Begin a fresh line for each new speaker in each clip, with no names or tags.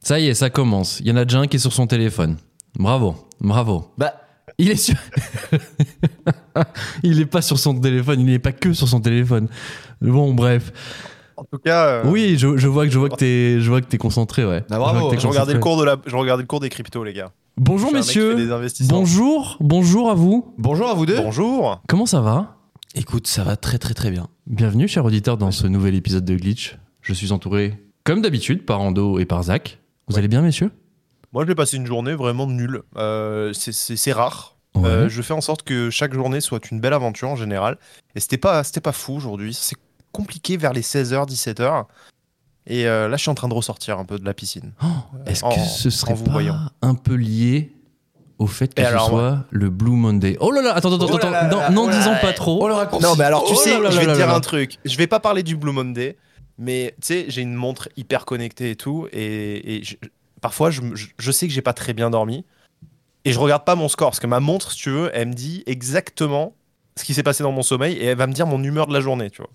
Ça y est, ça commence. Il y en a déjà un qui est sur son téléphone. Bravo, bravo.
Bah,
Il est sur. il n'est pas sur son téléphone, il n'est pas que sur son téléphone. Bon, bref.
En tout cas, euh, Bah,
Oui, je, je vois que je vois que t'es, je vois que t'es concentré, ouais.
Ah, bravo,
Je vois que t'es
je
concentré.
regardais, le cours de la... je regardais le cours des cryptos, les gars. Je
Bonjour
suis un mec qui fait
messieurs.
des investissements.
Bonjour, bonjour à vous.
bonjour à vous deux.
Bonjour.
Comment ça va
Écoute, ça va très très très bien.
Bienvenue, chers auditeurs, dans ce nouvel épisode de Glitch. Je suis entouré, comme d'habitude, par Ando et par Zach. Vous
Ouais.
allez bien, messieurs
Moi, j'ai passé une journée vraiment nulle. Euh, c'est- c'est c'est rare.
Ouais.
Euh, je fais en sorte que chaque journée soit une belle aventure en général. Et c'était pas, c'était pas fou aujourd'hui. C'est compliqué vers les 16h, 17h. Et euh, là, je suis en train de ressortir un peu de la piscine.
Oh, Est-ce
en-
que ce serait
en vous
pas
voyant.
un peu lié au fait que
Et
ce
alors,
soit le Blue Monday Oh là là, attends, attends,
Oh
attends,
là là
non,
là,
n'en
oh là
disons
là.
pas trop.
le raccourci.
Non, mais alors, tu
Oh
sais,
là là
je
là
vais
là
te dire
là.
un truc. Je vais pas parler du Blue Monday, mais tu sais, j'ai une montre hyper connectée et tout. Et, et je- parfois, je, me- je- je sais que j'ai pas très bien dormi. Et je regarde pas mon score, parce que ma montre, si tu veux, elle me dit exactement ce qui s'est passé dans mon sommeil et elle va me dire mon humeur de la journée, tu vois.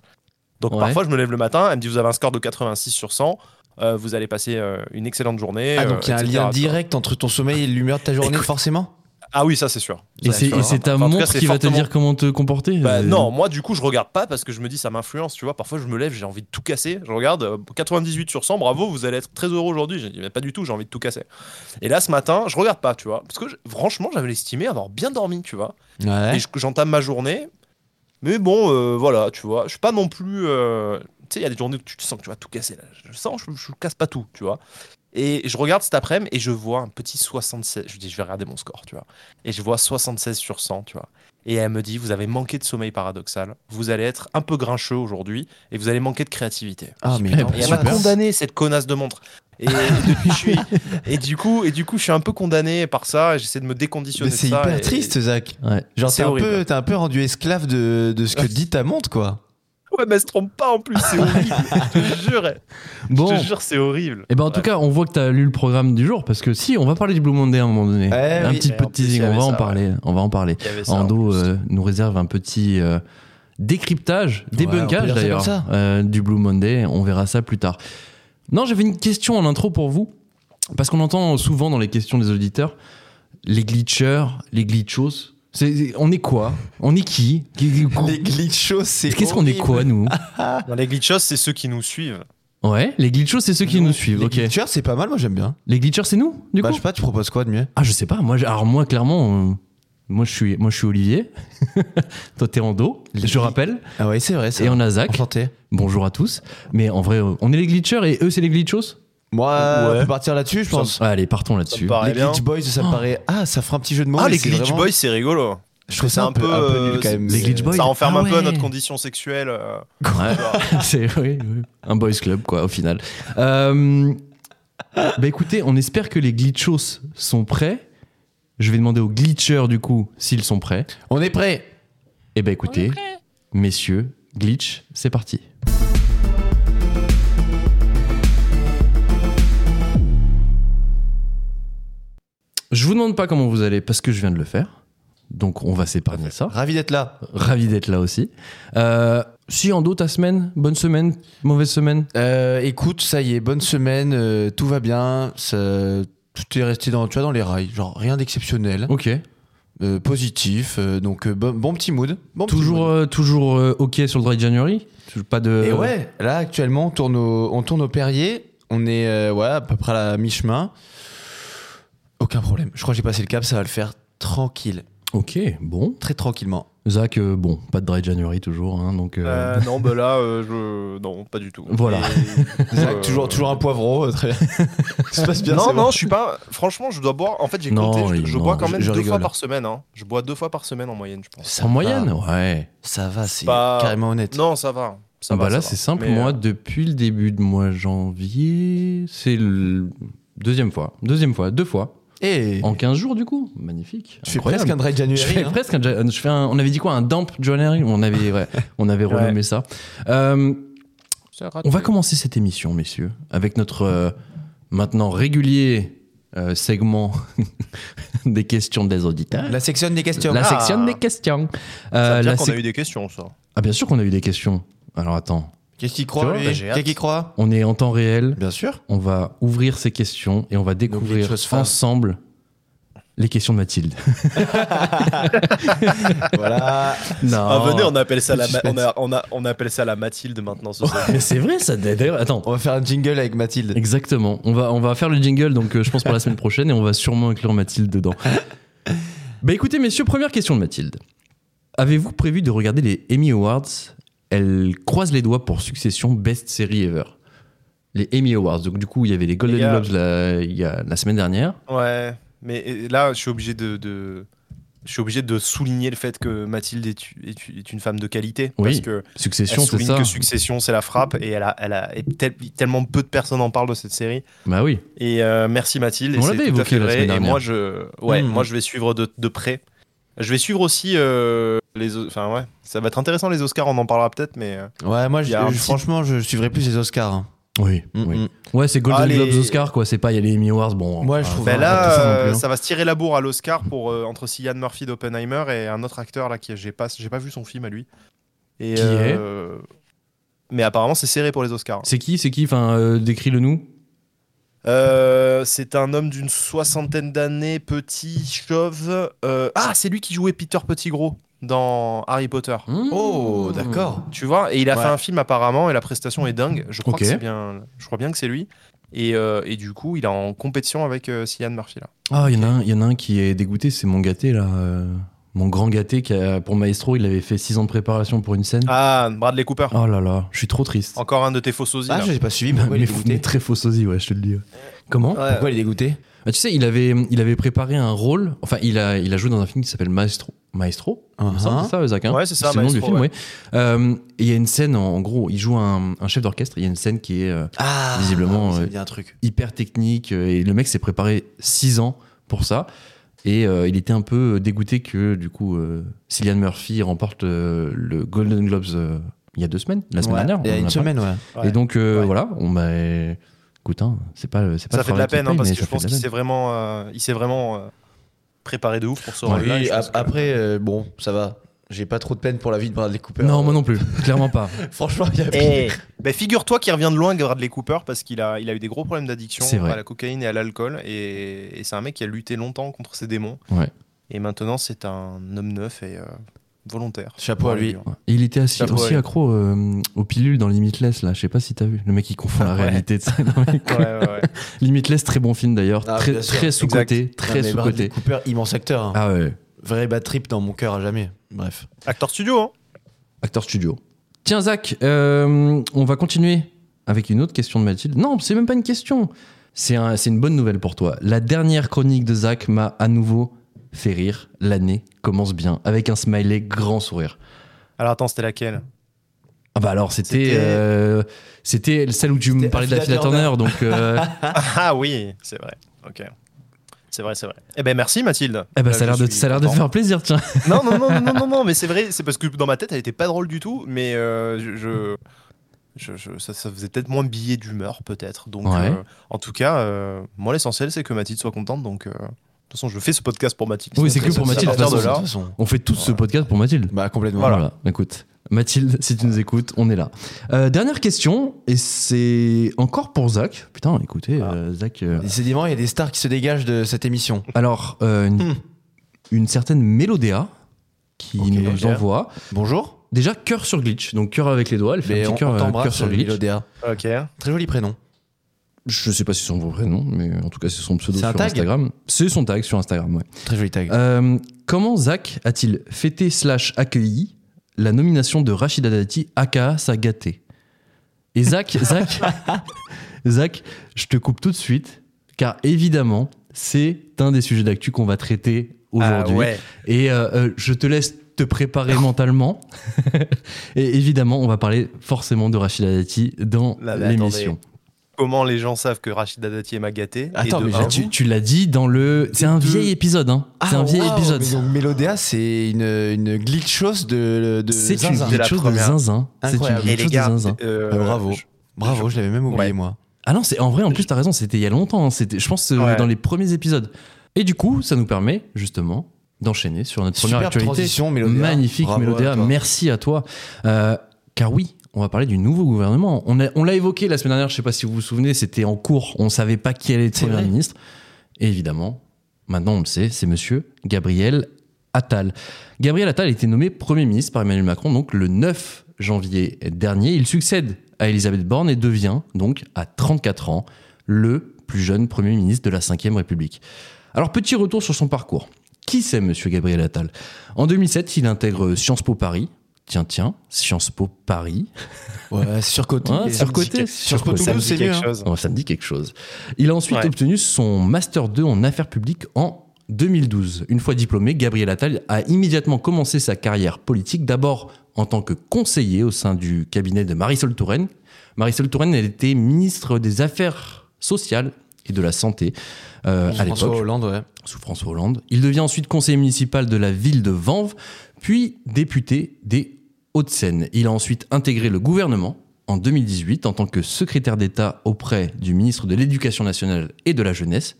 Donc
Ouais.
parfois, je me lève le matin, elle me dit Vous avez un score de 86 sur 100, euh, vous allez passer euh, une excellente journée.
Ah,
euh,
donc il y a un
etc.,
lien
tu vois.
direct entre ton sommeil et l'humeur de ta journée,
Écoute.
forcément
Ah oui, ça, c'est sûr. hein.
Et
Ouais,
c'est
tu vas
et c'est ta
Enfin, en tout
montre
cas, c'est
qui va te
fortement-
dire comment te comporter
Bah
euh,
non, moi du coup je regarde pas parce que je me dis ça m'influence, tu vois. Parfois je me lève, j'ai envie de tout casser. Je regarde euh, 98 sur 100, bravo, vous allez être très heureux aujourd'hui. J'ai dit mais pas du tout, j'ai envie de tout casser. Et là ce matin, je regarde pas, tu vois, parce que je- franchement j'avais estimé avoir bien dormi, tu vois.
Ouais.
Et je- j'entame ma journée, mais bon euh, voilà, tu vois, je suis pas non plus. euh, Tu sais, il y a des journées où tu te sens que tu vas tout casser. Là. Je sens, je, je casse pas tout, tu vois. Et je regarde cet après-midi et je vois un petit 76. Je dis, je vais regarder mon score, tu vois. Et je vois 76 sur 100, tu vois. Et elle me dit, vous avez manqué de sommeil paradoxal. Vous allez être un peu grincheux aujourd'hui et vous allez manquer de créativité.
Ah, mais
Eh
non,
ben,
Et elle
super.
m'a condamné cette connasse de montre. Et, et depuis, je suis. Et du coup, et du coup, je suis un peu condamné par ça. et J'essaie de me déconditionner.
Mais
de
c'est
ça,
hyper
et-
triste, Zach.
Ouais.
Genre,
C'est
t'es un,
horrible.
peu- t'es un peu rendu esclave de, de ce que dit ta montre, quoi.
Ouais, mais elle se trompe pas en plus. C'est horrible. je te jure.
Bon.
Je te jure, c'est horrible.
Et ben en tout
Ouais.
cas, on voit que t'as lu le programme du jour parce que si, on va parler du Blue Monday à un moment donné.
Eh
un
oui.
petit
Eh,
peu
en
de
plus, il
teasing,
y
on
avait
va en
ça,
parler. On va en parler.
Il y avait ça, en
Ando
plus.
euh, nous réserve un petit euh, décryptage,
on peut
débunkage
dire ça
d'ailleurs,
comme ça.
euh, du Blue Monday. On verra ça plus tard. Non, j'avais une question en intro pour vous parce qu'on entend souvent dans les questions des auditeurs les glitchers, les glitchos. C'est- c'est- on est quoi On est qui
Les glitchos, c'est.
Ah. Qu'est-ce qu'on est
horrible.
quoi nous
Non, les glitchos, c'est ceux qui nous suivent.
Ouais, les glitchos, c'est ceux qui nous suivent.
Les
ok.
glitchers, c'est pas mal, moi j'aime bien.
Les glitchers, c'est nous du
Bah,
coup
je sais pas, tu proposes quoi de mieux
Ah, je sais pas. Moi, j'ai- alors moi, clairement, euh, moi je suis, moi je suis Olivier. Toi, t'es en dos. Je rappelle.
Ah, ouais, c'est vrai, c'est
Et on a Zach.
Enchanté.
Bonjour à tous. Mais en vrai, euh, on est les glitchers et eux, c'est les glitchos.
Moi,
Ouais.
on peut partir là-dessus, je pense.
Ouais, allez, partons
Ça me
là-dessus.
paraît
Les
bien.
Glitch Boys, ça
Oh.
me paraît. Ah, ça fera un petit jeu de mots.
Ah,
mais
les
c'est
glitch
vraiment-
boys, c'est rigolo.
Je trouve ça
c'est
un
un peu,
peu, un peu
euh,
nul quand même.
Les Glitch
C'est-
Boys.
Ça enferme
Ah
un peu
ouais.
notre condition sexuelle. euh,
Ouais.
tu vois.
c'est oui, oui. un boys club quoi, au final. Euh, bah écoutez, on espère que les glitchos sont prêts. Je vais demander aux glitchers du coup s'ils sont prêts.
On est prêt.
Eh ben écoutez, messieurs, glitch, c'est parti. Je vous demande pas comment vous allez parce que je viens de le faire. Donc on va s'épargner ça.
Ravi d'être là.
Ravi d'être là aussi. Euh, si en dos ta semaine, bonne semaine, mauvaise semaine.
Euh, écoute, ça y est, bonne semaine, euh, tout va bien, ça- tout est resté dans, tu vois, dans les rails, genre rien d'exceptionnel,
Ok.
euh, positif, euh, donc euh, bon, bon petit mood. Bon petit
Toujours,
mood.
euh, toujours euh, ok sur le dry January. Toujours Pas de.
Et Eh ouais, là actuellement on tourne au, on tourne au Perrier, on est euh, ouais, à peu près à la mi-chemin. Aucun problème, je crois que j'ai passé le cap, ça va le faire tranquille,
Ok, bon.
très tranquillement.
Zach, euh, bon, pas de dry January toujours, hein, donc. euh,
Euh, non, bah là, euh, je... non, pas du tout.
Voilà.
Et-
Zach,
Euh,
toujours, toujours un poivreau, euh, très bien. Ça se passe bien,
non,
c'est
non,
bon.
je suis pas. Franchement, je dois boire. En fait, j'ai
Non,
compté.
oui,
Je, je
non,
bois quand
je-
même
je
deux fois
rigole.
par semaine. hein. Je bois deux fois par semaine en moyenne, je pense.
Ça
en
va.
moyenne, ouais.
Ça va, c'est
pas-
carrément honnête.
Non, ça va. Ça
bah
va,
là,
ça va.
c'est simple.
Mais,
Moi,
euh,
depuis le début de mois janvier, c'est le deuxième fois. Deuxième fois, deux fois.
Et
En 15 jours, du coup. Magnifique.
tu Eh, fais
Incroyable.
presque un dry January.
Je fais
hein.
presque un, ja- euh, je fais un- on avait dit quoi un dump journal on avait ouais, on avait
Ouais.
renommé ça Euh,
ça rate.
on va commencer cette émission messieurs avec notre euh, maintenant régulier euh, segment des questions des auditeurs
La section des questions.
la,
Ah.
section des questions
Ça
Euh,
veut dire
la
qu'on
sec-
a eu des questions, ça.
ah bien sûr qu'on a eu des questions alors attends
Qu'est-ce qu'il
Tu
croit,
vois,
lui
bah, j'ai
Qu'est-ce
hâte.
qu'il croit
On est en temps réel.
Bien sûr.
On va ouvrir ces questions et on va découvrir
choses fun.
ensemble les questions de Mathilde.
voilà.
non.
Ah, venez, on appelle ça la, ma-
Suspense.
on a- on a- on appelle ça la Mathilde maintenant. ce soir.
Mais c'est vrai, ça. D'ailleurs, attends.
On va faire un jingle avec Mathilde.
Exactement. On va, on va faire le jingle, donc euh, je pense pour la semaine prochaine, et on va sûrement inclure Mathilde dedans. bah écoutez, messieurs, première question de Mathilde. Avez-vous prévu de regarder les Emmy Awards Elle croise les doigts pour succession Best Série Ever. Les Emmy Awards. Donc, du coup, il y avait les Golden
Les gars.
Globes la, il y a- la semaine dernière.
ouais, mais euh, là, je suis obligé de, de- je suis obligé de souligner le fait que Mathilde est, est- est une femme de qualité.
Oui.
Parce que elle
Succession, c'est
souligne
ça
que Succession, c'est la frappe, et elle a, elle a- et tel- tellement peu de personnes en parlent de cette série.
Bah oui.
Et euh, merci Mathilde. et
On
c'est
l'avait
tout à
évoqué
fait
la
vrai,
semaine
Et
dernière. Hmm.
moi, je, ouais,
Mm.
moi, je vais suivre de, de près. Je vais suivre aussi euh, les. o- Enfin, ouais, ça va être intéressant les Oscars, on en parlera peut-être, mais. euh,
Ouais, moi,
Il
je-
y a un
je-
petit-
franchement, je suivrai plus les Oscars. hein.
Oui.
Mm,
oui.
mm.
Ouais, c'est Golden
Ah, les-
Globes, Oscar, quoi. C'est pas, il y a les Emmy Awards. Bon,
Ouais, je
euh,
trouve
Ben
Ouais,
là,
pas tout ça non
euh,
plus, hein.
ça va se tirer la bourre à l'Oscar pour euh, entre Cillian Murphy d'Oppenheimer et un autre acteur là qui j'ai pas j'ai pas vu son film à lui. Et,
Qui
euh, Mais apparemment c'est serré pour les Oscars. hein.
C'est qui C'est qui Enfin, euh, décris-le nous.
Euh, c'est un homme d'une soixantaine d'années, petit, chauve. euh, Ah c'est lui qui jouait Peter Petit Gros dans Harry Potter.
Hmm.
Oh, d'accord.
Tu vois et il a
Ouais.
fait un film apparemment et la prestation est dingue. Je crois
Ok.
que c'est bien. Je crois bien que c'est lui. Et, euh, et du coup il est en compétition avec euh, Cillian Murphy là.
Ah, il y, en a un- il y en a un qui est dégoûté, c'est mon gâté, là. euh, Mon grand gâté, qui a- pour Maestro, il avait fait 6 ans de préparation pour une scène.
Ah Oh, Bradley Cooper.
Oh là là, je suis trop triste.
Encore un de tes faux sosies.
Ah,
là.
je l'ai pas suivi.
Mais,
Pourquoi il est
mais-
dégoûté
mais très faux sosie, ouais, je te le dis. ouais. Comment
Ouais. Ah.
Pourquoi il est dégoûté
Bah, Tu sais, il avait, il avait préparé un rôle, enfin, il a, il a joué dans un film qui s'appelle Maestro. Maestro Il me semble,
Uh-huh.
C'est ça, Zach hein
Ouais, c'est ça,
le nom du
Maestro,
film,
ouais.
ouais. Euh, et il y a une scène, en, en gros, il joue un, un chef d'orchestre, il y a une scène qui est euh,
Ah,
Visiblement,
Ça
euh,
me dit un truc.
hyper technique, euh, et le mec s'est préparé 6 ans pour ça. Et euh, il était un peu dégoûté que du coup euh, Cillian Murphy remporte euh, le Golden Globes euh, il y a deux semaines, la semaine
Ouais,
dernière. on en
Il y a une
a parlé.
semaine, ouais.
Ouais.
Et donc euh,
Ouais.
voilà, on m'a. Écoute, hein, c'est pas, c'est pas
ça
le
fait de
travail
la
qui
peine hein,
paye,
parce
mais ça
que je
fait de
pense
la
qu'il
peine.
s'est vraiment, euh, il s'est vraiment euh, préparé de ouf pour ce
Ouais.
rôle-là. et
Oui,
je pense
ap-
que-
après, euh, bon, ça va. J'ai pas trop de peine pour la vie de Bradley Cooper.
Non, moi non plus, clairement pas.
Franchement, il y a
Eh, ben, figure-toi qu'il revient de loin Bradley Cooper parce qu'il a, il a eu des gros problèmes d'addiction
C'est vrai.
à la cocaïne et à l'alcool et, et c'est un mec qui a lutté longtemps contre ses démons.
Ouais.
Et maintenant c'est un homme neuf et euh, volontaire.
Chapeau à lui.
Ouais. Et il était assis,
Ah,
Chapeau,
aussi
ouais.
accro euh, aux pilules dans Limitless, là. Je sais pas si t'as vu. Le mec, il confond la
Ouais.
réalité de ça. Non, mais
Ouais,
quoi.
ouais, ouais.
Limitless, très bon film d'ailleurs.
Ah,
très
bien sûr,
très sous-côté. Très
Non, mais Bradley
sous-côté.
Cooper, immense acteur. hein.
Ah ouais.
Vrai bad trip dans mon cœur à jamais. Bref.
Acteur studio, hein
Acteur studio. Tiens, Zach, euh, on va continuer avec une autre question de Mathilde. Non, c'est même pas une question. C'est un- c'est une bonne nouvelle pour toi. La dernière chronique de Zach m'a à nouveau fait rire. L'année commence bien avec un smiley grand sourire.
Alors attends, c'était laquelle
Ah bah alors c'était
C'était-
euh, c'était celle où tu me
C'était
parlais d'Affila
Affila
Turner donc euh,
Ah oui, c'est vrai. Ok. C'est vrai, c'est vrai. Eh ben merci Mathilde.
eh ben
Là,
ça a
je
l'air de
suis
ça a l'air de
content.
faire plaisir tiens.
Non, non, non, non, non, non, non, mais c'est vrai, c'est parce que dans ma tête, elle était pas drôle du tout, mais euh, je. je- je- je- ça, ça faisait peut-être moins billet d'humeur, peut-être. Donc,
Ouais.
euh, en tout cas, euh, moi, l'essentiel, c'est que Mathilde soit contente. Donc, euh, de toute façon, je fais ce podcast pour Mathilde.
Oui, c'est que pour
ça,
Mathilde,
à
de toute
partir de
façon,
là.
façon.
On fait tout ce podcast pour Mathilde.
Bah, complètement.
Voilà. écoute. Mathilde, si tu nous écoutes, on est là. Euh, dernière question, et c'est encore pour Zach. Putain, écoutez,
Ah.
euh, Zach. euh,
Décidément, il y a des stars qui se dégagent de cette émission.
Alors, euh, une,
Hmm.
une certaine Mélodéa qui
Ok,
nous
ok.
envoie.
Bonjour.
Déjà, cœur sur glitch. Donc, cœur avec les doigts. Elle fait
Mais
un
on,
petit cœur,
on
euh, cœur
t'embrasse,
sur glitch.
Mélodéa.
Ok.
Très joli prénom.
Je sais pas si c'est son vrai prénom, mais en tout cas, c'est son pseudo
C'est un
sur
tag
Instagram. C'est son tag sur Instagram, ouais.
Très joli tag.
Euh, comment Zach a-t-il fêté slash accueilli la nomination de Rachida Dati aka sa gâtée Et Zach, Zach, Zach, je te coupe tout de suite, car évidemment, c'est un des sujets d'actu qu'on va traiter aujourd'hui.
Ah ouais.
Et euh, euh, je te laisse te préparer mentalement. Et évidemment, on va parler forcément de Rachida Dati dans
Là, mais
l'émission.
Comment les gens savent que Rachida Dati est ma gâtée
Attends,
Et de
mais
un,
j'ai-
Tu, tu l'as dit dans le. C'est un
de-
vieil épisode, hein. C'est
Ah,
un vieil
ah, waouh,
épisode.
mais donc Mélodéa, c'est une, une glitchos de, de
C'est une
Zinzin.
C'est la
glitch de
première.
zinzin. C'est une
Incroyable.
Et
glitch
les
de
gars,
zinzin.
euh,
Ah, bravo.
je-
Bravo, je l'avais même oublié,
Ouais.
moi.
Ah non, c'est en vrai, en plus, t'as raison, c'était il y a longtemps. hein, C'était, je pense, euh,
Ouais.
dans les premiers épisodes. Et du coup, ça nous permet, justement, d'enchaîner sur notre première
Superbe
actualité.
transition, Mélodéa.
Magnifique,
Bravo à
Mélodéa.
toi.
merci à toi. Euh, Car oui, on va parler du nouveau gouvernement. On a- on l'a évoqué la semaine dernière, je sais pas si vous vous souvenez, c'était en cours, on savait pas qui allait être
C'est
Premier
vrai.
ministre. Et évidemment, maintenant on le sait, c'est monsieur Gabriel Attal. Gabriel Attal a été nommé Premier ministre par Emmanuel Macron donc le 9 janvier dernier. Il succède à Elisabeth Borne et devient donc à 34 ans le plus jeune Premier ministre de la Ve République. Alors petit retour sur son parcours. Qui c'est monsieur Gabriel Attal En 2007, il intègre Sciences Po Paris. Tiens, tiens, Sciences Po Paris.
Ouais, surcoté.
Ouais,
Ça me
surcoté.
dit
Sciences Po
Surcoté.
Ça me
Toulouse,
dit
c'est mieux.
quelque
hein.
chose.
Oh, ça me dit quelque chose. Il a ensuite
Ouais.
obtenu son Master 2 en affaires publiques en 2012. Une fois diplômé, Gabriel Attal a immédiatement commencé sa carrière politique, d'abord en tant que conseiller au sein du cabinet de Marisol Touraine. Marisol Touraine, elle était ministre des Affaires sociales et de la Santé euh, à
François
l'époque
Hollande, ouais.
sous François Hollande. Il devient ensuite conseiller municipal de la ville de Vanves, puis député des Hauts-de-Seine. Il a ensuite intégré le gouvernement en 2018 en tant que secrétaire d'État auprès du ministre de l'Éducation nationale et de la jeunesse.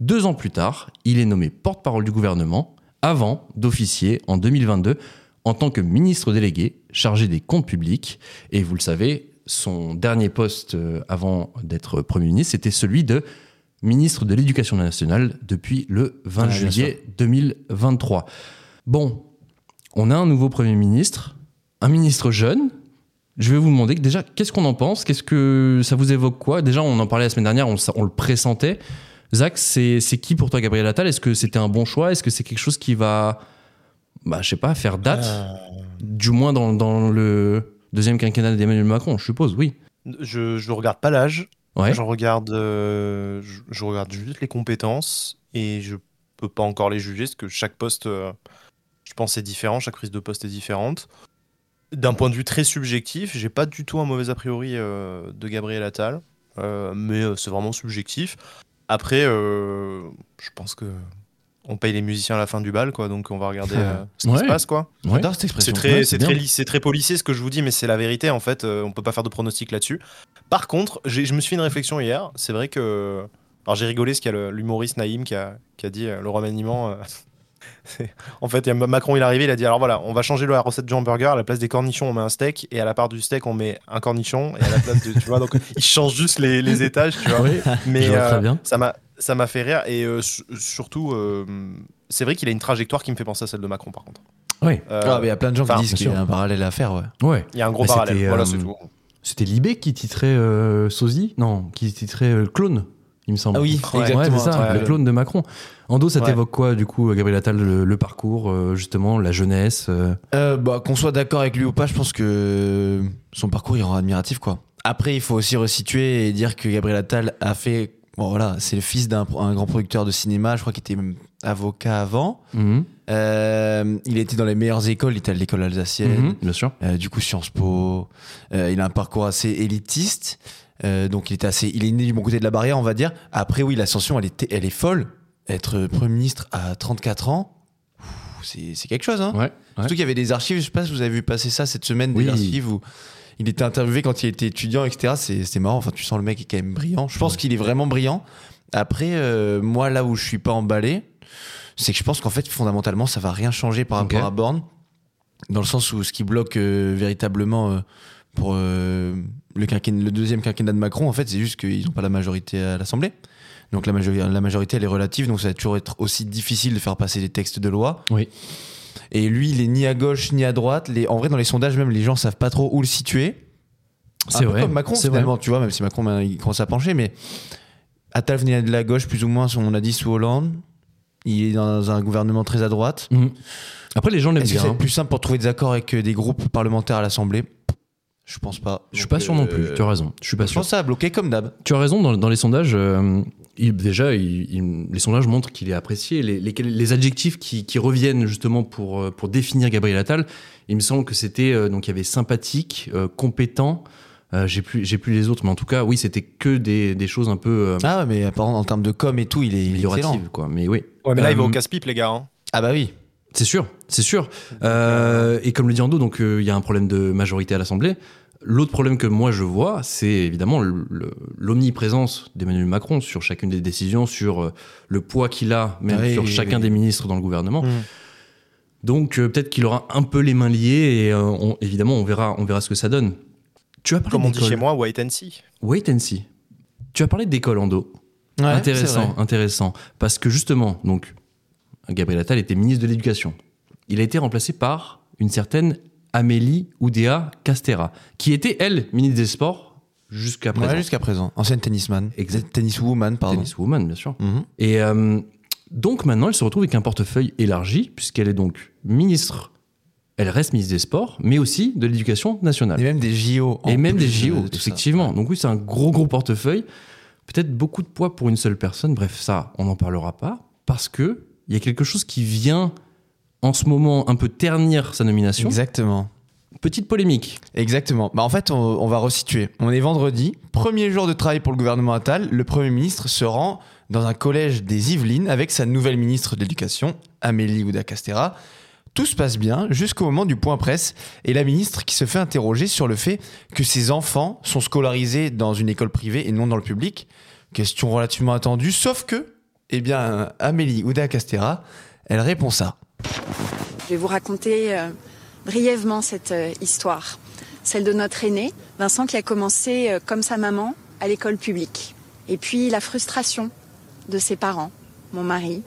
Deux ans plus tard, il est nommé porte-parole du gouvernement avant d'officier en 2022 en tant que ministre délégué chargé des comptes publics. Et vous le savez, son dernier poste euh, avant d'être Premier ministre, c'était celui de ministre de l'Éducation nationale depuis le 20
Ah, bien
juillet 2023. Bon, on a un nouveau Premier ministre, un ministre jeune. Je vais vous demander que déjà, qu'est-ce qu'on en pense Qu'est-ce que ça vous évoque quoi Déjà, on en parlait la semaine dernière, on, le sa- on le pressentait. Zach, c'est c'est qui pour toi Gabriel Attal Est-ce que c'était un bon choix Est-ce que c'est quelque chose qui va, bah, je sais pas, faire date
Ah. Euh.
Du moins dans, dans le deuxième quinquennat d'Emmanuel Macron, je suppose, oui.
Je, je regarde pas l'âge,
Ouais.
je regarde, euh, je, je regarde juste les compétences et je peux pas encore les juger parce que chaque poste, euh, je pense, est différent, chaque prise de poste est différente. D'un point de vue très subjectif, j'ai pas du tout un mauvais a priori euh, de Gabriel Attal, euh, mais euh, c'est vraiment subjectif. Après, euh, je pense que on paye les musiciens à la fin du bal, quoi, donc on va regarder euh, ce qui
Ouais.
se passe, quoi.
Ouais.
J'adore cette expression.
C'est très, euh,
Ouais,
c'est
c'est
très,
bien.
li- c'est très policier ce que je vous dis, mais c'est la vérité en fait. euh, on peut pas faire de pronostic là-dessus. Par contre, j'ai- je me suis fait une réflexion hier. C'est vrai que, alors j'ai rigolé ce qu'il y a le- l'humoriste Naïm qui a, qui a dit euh, le remaniement. euh, c'est- en fait, il y a Ma- Macron il est arrivé, il a dit alors voilà, on va changer la recette du hamburger. À la place des cornichons, on met un steak, et à la part du steak, on met un cornichon. Et à la place, de, tu vois, donc il change juste les, les étages, tu vois.
Je
Mais
vois
euh,
très bien.
ça m'a, ça m'a fait rire et euh, su- surtout, euh, c'est vrai qu'il a une trajectoire qui me fait penser à celle de Macron par contre.
Ouais.
Euh,
Ah, mais il y a plein de gens qui
Enfin,
disent
bien
qu'il y a
sûr.
un parallèle à faire, ouais.
Ouais.
il y a un gros
Bah, c'était,
parallèle. Voilà,
euh,
c'est tout.
C'était Libé qui titrait euh, Sosie Non, qui titrait euh, Clone, il me semble.
Ah oui,
Ouais,
exactement,
c'est
un
ça,
truc
le
de-
clone de Macron. Ando, ça
Ouais.
t'évoque quoi, du coup, Gabriel Attal, le, le parcours, euh, justement, la jeunesse euh,
Euh, bah, qu'on soit d'accord avec lui ou pas, je pense que son parcours il rend admiratif quoi. Après, il faut aussi resituer et dire que Gabriel Attal a fait, bon voilà, c'est le fils d'un un grand producteur de cinéma, je crois qu'il était même avocat avant.
mhm,
Euh, il était dans les meilleures écoles, il était à l'école alsacienne,
mhm, Bien sûr.
euh, du coup Sciences Po. Euh, il a un parcours assez élitiste, Euh, donc il est assez, il est né du bon côté de la barrière, on va dire. Après, oui, l'ascension, elle est, elle est folle. Être premier ministre à 34 ans, ouf, c'est c'est quelque chose, hein.
Ouais. ouais.
Surtout qu'il y avait des archives, je sais pas si vous avez vu passer ça cette semaine,
Oui.
des archives où il était interviewé quand il était étudiant, etc. C'est- C'était marrant, enfin tu sens le mec est quand même brillant. Je pense qu'il est vraiment brillant. Après, euh, moi là où je suis pas emballé, c'est que je pense qu'en fait fondamentalement ça va rien changer par
Ok.
rapport à Borne, dans le sens où ce qui bloque euh, véritablement euh, pour euh, le, quinquennat- le deuxième quinquennat de Macron, en fait c'est juste qu'ils n'ont pas la majorité à l'Assemblée. Donc la, majori- la majorité elle est relative, donc ça va toujours être aussi difficile de faire passer des textes de loi. Et lui, il est ni à gauche ni à droite. Les, en vrai, dans les sondages, même les gens savent pas trop où le situer.
C'est
Un peu
vrai.
Comme Macron,
c'est vrai.
finalement, tu vois, même si Macron ben, il commence à pencher, mais Attal venait de la gauche, plus ou moins, on a dit sous Hollande. Il est dans un gouvernement très à droite.
Mhm. Après, les gens l'aiment
Est-ce que
bien.
c'est
hein.
plus simple pour trouver des accords avec euh, des groupes parlementaires à l'Assemblée Je pense pas.
Je suis
Donc,
pas sûr non
euh,
plus, tu as raison. Je suis pas
Je
sûr.
pense que ça a bloqué comme d'hab.
Tu as raison, dans, dans les sondages, euh, il- déjà, il- il- les sondages montrent qu'il est apprécié. Les, les- les adjectifs qui, qui reviennent justement pour, euh, pour définir Gabriel Attal, il me semble que c'était, euh, donc il y avait sympathique, euh, compétent, euh, j'ai plus, j'ai plus les autres, mais en tout cas, oui, c'était que des, des choses un peu euh,
Ah ouais, mais par exemple, en termes de com et tout, il est, il est excellent.
amélioratives, quoi. Mais oui,
Ouais, mais là, il va
Euh,
au casse-pipe, les gars. hein.
Ah bah oui.
c'est sûr, c'est sûr. Euh, et comme le dit Ando, donc euh, il y a un problème de majorité à l'Assemblée. L'autre problème que moi je vois, c'est évidemment le- le- l'omniprésence d'Emmanuel Macron sur chacune des décisions, sur euh, le poids qu'il a, même
Oui,
sur
oui,
chacun
oui.
Mmh.
des ministres dans le gouvernement. Donc euh, peut-être qu'il aura un peu les mains liées et euh, on- évidemment on verra, on verra ce que ça donne. Tu as parlé
Comme on dit
d'école.
chez moi, wait and see.
Wait and see. Tu as parlé d'école en dos. intéressant, intéressant. Parce que justement, donc, Gabriel Attal était ministre de l'Éducation. Il a été remplacé par une certaine Amélie Oudéa Castera, qui était, elle, ministre des Sports jusqu'à
Ouais,
présent.
jusqu'à présent. Ancienne tennisman.
Exact.
Tenniswoman, pardon.
Tenniswoman, bien sûr.
Mhm.
Et euh, donc maintenant, elle se retrouve avec un portefeuille élargi, puisqu'elle est donc ministre, elle reste ministre des Sports, mais aussi de l'Éducation nationale.
Et même des JO. en
Et même
plus
des
de
JO,
tout ça.
effectivement. Donc oui, c'est un gros, gros portefeuille. Peut-être beaucoup de poids pour une seule personne. Bref, ça, on n'en parlera pas. Parce que il y a quelque chose qui vient en ce moment un peu ternir sa nomination.
Exactement.
Petite polémique.
Exactement. Bah en fait, on, on va resituer. On est vendredi, premier jour de travail pour le gouvernement Attal. Le Premier ministre se rend dans un collège des Yvelines avec sa nouvelle ministre de l'Éducation, Amélie Oudacastera. Tout se passe bien jusqu'au moment du point presse et la ministre qui se fait interroger sur le fait que ses enfants sont scolarisés dans une école privée et non dans le public. Question relativement attendue, sauf que, eh bien, Amélie Oudacastera, elle répond ça.
Je vais vous raconter euh, brièvement cette euh, histoire, celle de notre aîné, Vincent, qui a commencé, euh, comme sa maman, à l'école publique. Et puis la frustration de ses parents, mon mari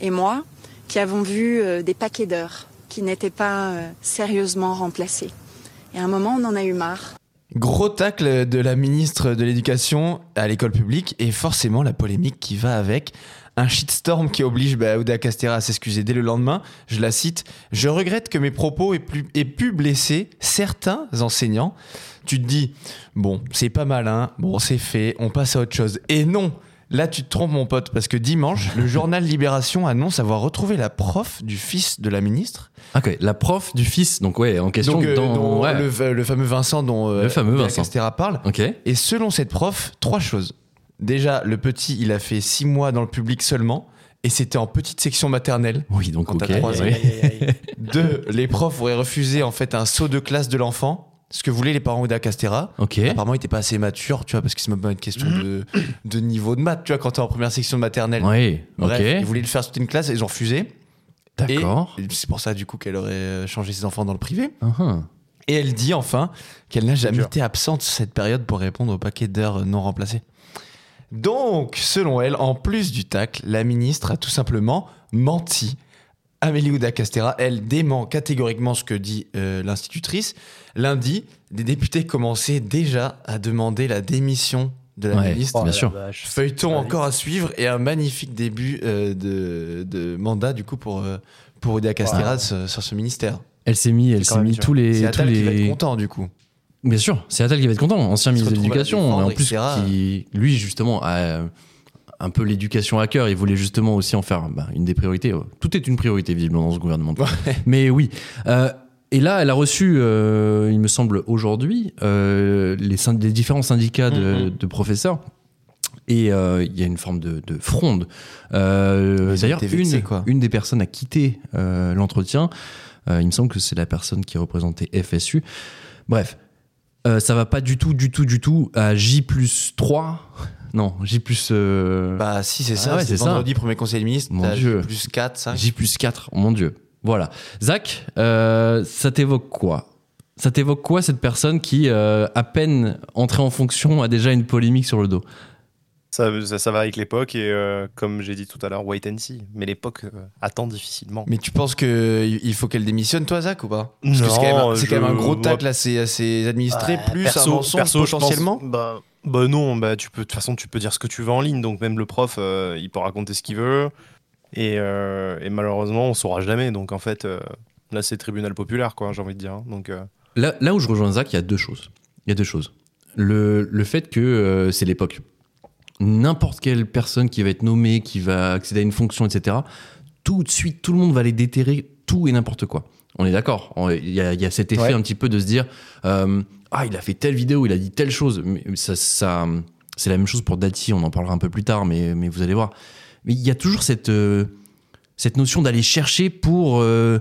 et moi, qui avons vu euh, des paquets d'heures qui n'étaient pas euh, sérieusement remplacés. Et à un moment, on en a eu marre.
Gros tacle de la ministre de l'Éducation à l'école publique et forcément la polémique qui va avec. Un shitstorm qui oblige bah, Aouda Castera à s'excuser dès le lendemain. Je la cite Je regrette que mes propos aient, plu- aient pu blesser certains enseignants. Tu te dis Bon, c'est pas malin, bon, c'est fait, on passe à autre chose. Et non Là, tu te trompes, mon pote, parce que dimanche, le journal Libération annonce avoir retrouvé la prof du fils de la ministre.
Ok, la prof du fils, donc ouais, en question
Donc, euh,
dans.
dont
ouais.
le, le fameux Vincent dont euh,
Le fameux
Aouda
Vincent.
Castera parle.
Ok.
Et selon cette prof, trois choses. Déjà, le petit, il a fait six mois dans le public seulement, et c'était en petite section maternelle.
Oui, donc
Quand
ok.
t'as trois
oui.
ans. Deux, les profs auraient refusé en fait un saut de classe de l'enfant, ce que voulaient les parents Oda Castera.
Ok.
Apparemment, il n'était pas assez mature, tu vois, parce que c'est même pas une question de, de niveau de maths, tu vois, quand t'es en première section de maternelle.
Oui,
Bref, ils
ok.
voulaient le faire sauter une classe, et ils ont refusé. Et
D'accord.
c'est pour ça, du coup, qu'elle aurait euh, changé ses enfants dans le privé.
Uhum.
Et elle dit enfin qu'elle n'a jamais
dur.
été absente cette période pour répondre au paquet d'heures non remplacées. Donc, selon elle, en plus du tacle, la ministre a tout simplement menti. Amélie Oudacastera, elle dément catégoriquement ce que dit euh, l'institutrice. Lundi, des députés commençaient déjà à demander la démission de la
Ouais.
ministre.
Bien sûr.
Feuilleton encore à suivre et un magnifique début euh, de, de mandat du coup pour, euh, pour Oudacastera sur- sur ce ministère.
Elle s'est mis, elle s'est
quand même
mis
dur.
tous les,
C'est
tous
Attal qui va être
les.
content du coup.
Bien sûr, c'est Attal qui va être content, ancien
Il se
ministre de
retrouve à la
l'Éducation, en
défendre,
plus
etc..
qui, lui justement, a euh, un peu l'éducation à cœur, il voulait justement aussi en faire bah, une des priorités. Tout est une priorité visiblement dans ce gouvernement. Mais oui, Euh, et là, elle a reçu, euh, il me semble aujourd'hui, euh, les, syn- les différents syndicats de,
Mhm.
de professeurs. Et euh, il y a une forme de, de fronde. Euh,
Ils ont
D'ailleurs,
été vexés,
une,
quoi.
une des personnes a quitté euh, l'entretien. Euh, il me semble que c'est la personne qui représentait FSU. Bref, euh, ça va pas du tout, du tout, du tout à J plus 3. Non, J plus. euh,
Bah si c'est
Ah
ça,
ouais,
c'est
c'est ça.
vendredi premier conseil des ministres,
Mon
t'as
Dieu.
plus 4, 5.
J plus 4, mon Dieu. Voilà. Zach, euh, ça t'évoque quoi Ça t'évoque quoi cette personne qui, euh, à peine entrée en fonction, a déjà une polémique sur le dos
Ça, ça, ça va avec l'époque et euh, comme j'ai dit tout à l'heure, wait and see. Mais l'époque euh, attend difficilement.
Mais tu penses que il il faut qu'elle démissionne toi Zach ou pas que c'est
Non,
quand, même, un- c'est
je-
quand même un gros
moi-
tacle à ses, à ses administrés,
Ouais,
plus un mensonge
perso, je pense-
potentiellement.
bah, bah non, bah tu peux de toute façon tu peux dire ce que tu veux en ligne, donc même le prof euh, il peut raconter ce qu'il veut et, euh, et malheureusement on saura jamais. Donc en fait euh, là c'est tribunal populaire quoi, j'ai envie de dire. hein. Donc euh,
Là, là où je rejoins Zach, il y a deux choses. Il y a deux choses. Le, le fait que euh, c'est l'époque. N'importe quelle personne qui va être nommée, qui va accéder à une fonction, etc., tout de suite, tout le monde va les déterrer tout et n'importe quoi. On est d'accord. On- Il y, a il y a cet effet
Ouais.
un petit peu de se dire euh, Ah, il a fait telle vidéo, il a dit telle chose. Mais ça, ça- c'est la même chose pour Dati, on en parlera un peu plus tard, mais, mais vous allez voir. Mais il y a toujours cette, euh, cette notion d'aller chercher pour, euh,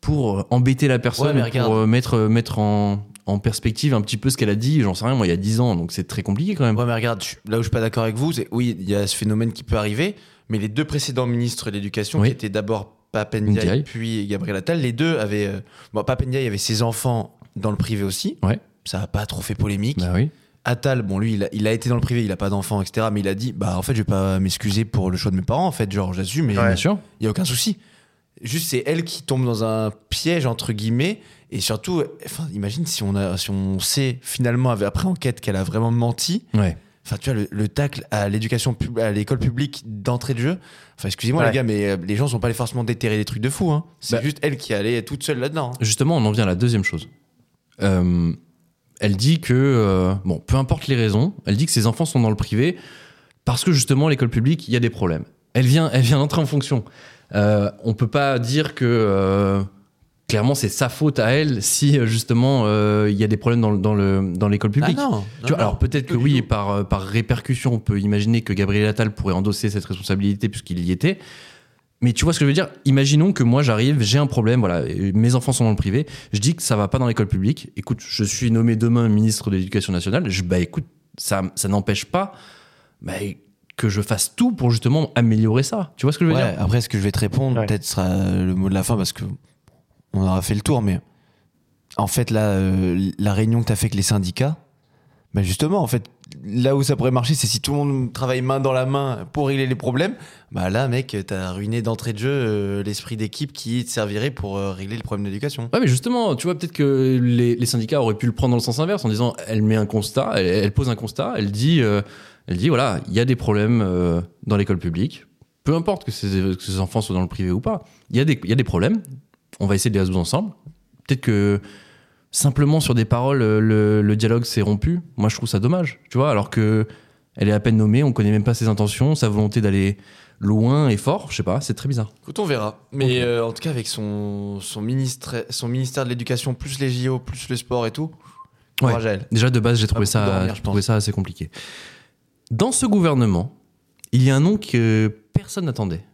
pour embêter la
Ouais,
personne,
mais
et
regarde.
pour euh, mettre, euh, mettre en, en perspective un petit peu ce qu'elle a dit, j'en sais rien, moi, il y a 10 ans, donc c'est très compliqué quand même.
Ouais mais regarde, je suis- là où je suis pas d'accord avec vous, c'est oui, il y a ce phénomène qui peut arriver, mais les deux précédents ministres de l'éducation
Oui.
qui étaient d'abord Papendiaï,
Ndiaye.
puis Gabriel Attal. Les deux avaient. euh, bon, Papendiaï avait ses enfants dans le privé aussi.
Ouais.
Ça n'a pas trop fait polémique.
Bah oui.
Attal, bon, lui, il a, il a été dans le privé, il n'a pas d'enfants, etc. Mais il a dit Bah, en fait, je vais pas m'excuser pour le choix de mes parents, en fait. Genre, j'assume, mais
Bien sûr.
il n'y a aucun souci. Juste, c'est elle qui tombe dans un piège, entre guillemets. Et surtout, enfin, imagine si on, a, si on sait finalement, après enquête, qu'elle a vraiment menti.
Ouais.
Enfin, tu vois, le, le tacle à l'éducation pub- à l'école publique d'entrée de jeu. Enfin, excusez-moi,
Ouais.
les gars, mais euh, les gens sont pas allés forcément déterrer des trucs de fou. Hein. C'est
Bah.
juste elle qui allait toute seule là-dedans. hein.
Justement, on en vient à la deuxième chose. Euh, elle dit que, euh, bon, peu importe les raisons, elle dit que ses enfants sont dans le privé parce que justement, l'école publique, il y a des problèmes. Elle vient, elle vient d'entrer en fonction. Euh, on peut pas dire que, euh, clairement, c'est sa faute à elle si, euh, justement, euh, il y a des problèmes dans, le- dans le- dans l'école publique.
Ah non, non,
Tu vois,
non.
alors peut-être que
du
oui,
tout.
et par, euh, par répercussion, on peut imaginer que Gabriel Attal pourrait endosser cette responsabilité puisqu'il y était. Mais tu vois ce que je veux dire Imaginons que moi j'arrive, j'ai un problème, voilà, et mes enfants sont dans le privé, je dis que ça va pas dans l'école publique. Écoute, je suis nommé demain ministre de l'Éducation nationale. Je, bah écoute, ça, ça n'empêche pas bah, que je fasse tout pour justement améliorer ça. Tu vois ce que je veux
Ouais,
dire
après, ce que je vais te répondre,
Ouais.
peut-être sera euh, le mot de la fin parce que on aura fait le tour, mais en fait, là, euh, la réunion que tu as fait avec les syndicats, bah justement, en fait, là où ça pourrait marcher, c'est si tout le monde travaille main dans la main pour régler les problèmes, bah là, mec, t'as ruiné d'entrée de jeu euh, l'esprit d'équipe qui te servirait pour euh, régler le problème de l'éducation.
Ouais, mais justement, tu vois, peut-être que les, les syndicats auraient pu le prendre dans le sens inverse en disant elle met un constat, elle, elle pose un constat, elle dit, euh, elle dit voilà, il y a des problèmes euh, dans l'école publique, peu importe que ces, que ces enfants soient dans le privé ou pas, il y, a des- il y a des problèmes, on va essayer de les résoudre ensemble. Peut-être que simplement sur des paroles, euh, le, le dialogue s'est rompu. Moi, je trouve ça dommage, tu vois, alors que elle est à peine nommée, on connaît même pas ses intentions, sa volonté d'aller loin et fort, je sais pas, c'est très bizarre.
Écoute, on verra. Mais euh, en tout cas, avec son, son, ministre, son ministère de l'éducation, plus les JO, plus le sport et tout,
Ouais.
courage à elle.
Déjà de base, j'ai
Pas
trouvé
beaucoup
ça,
dormir, je
j'ai trouvé ça assez compliqué. Dans ce gouvernement, il y a un nom que personne n'attendait.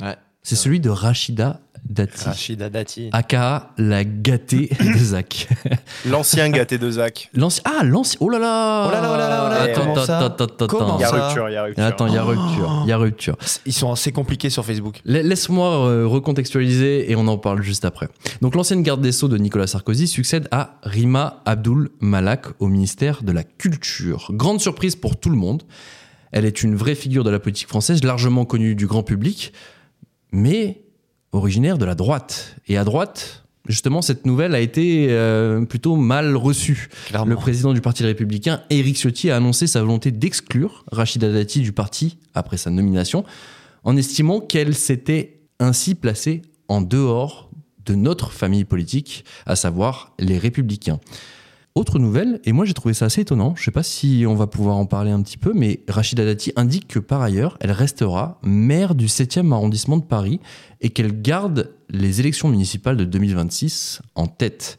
Ouais.
C'est celui de Rachida Dati,
Rachida Dati.
aka la gâtée de Zach.
L'ancien gâté de Zach.
L'ancien- ah, l'ancien. Oh là là
Oh là là, oh là là, oh là,
Attends,
comment ça
attends, attends, attends,
Comment
Il y a
attends.
ça
rupture, il y a rupture.
Attends, il y a rupture, il y a rupture.
Ils sont assez compliqués sur Facebook.
La- Laisse-moi euh, recontextualiser et on en parle juste après. Donc l'ancienne garde des Sceaux de Nicolas Sarkozy succède à Rima Abdul Malak au ministère de la Culture. Grande surprise pour tout le monde. Elle est une vraie figure de la politique française, largement connue du grand public, mais originaire de la droite. Et à droite, justement, cette nouvelle a été euh, plutôt mal reçue. Le
Clairement.
président du Parti républicain, Éric Ciotti, a annoncé sa volonté d'exclure Rachida Dati du parti après sa nomination, en estimant qu'elle s'était ainsi placée en dehors de notre famille politique, à savoir les républicains. Autre nouvelle, et moi j'ai trouvé ça assez étonnant, je sais pas si on va pouvoir en parler un petit peu, mais Rachida Dati indique que par ailleurs, elle restera maire du 7e arrondissement de Paris et qu'elle garde les élections municipales de 2026 en tête.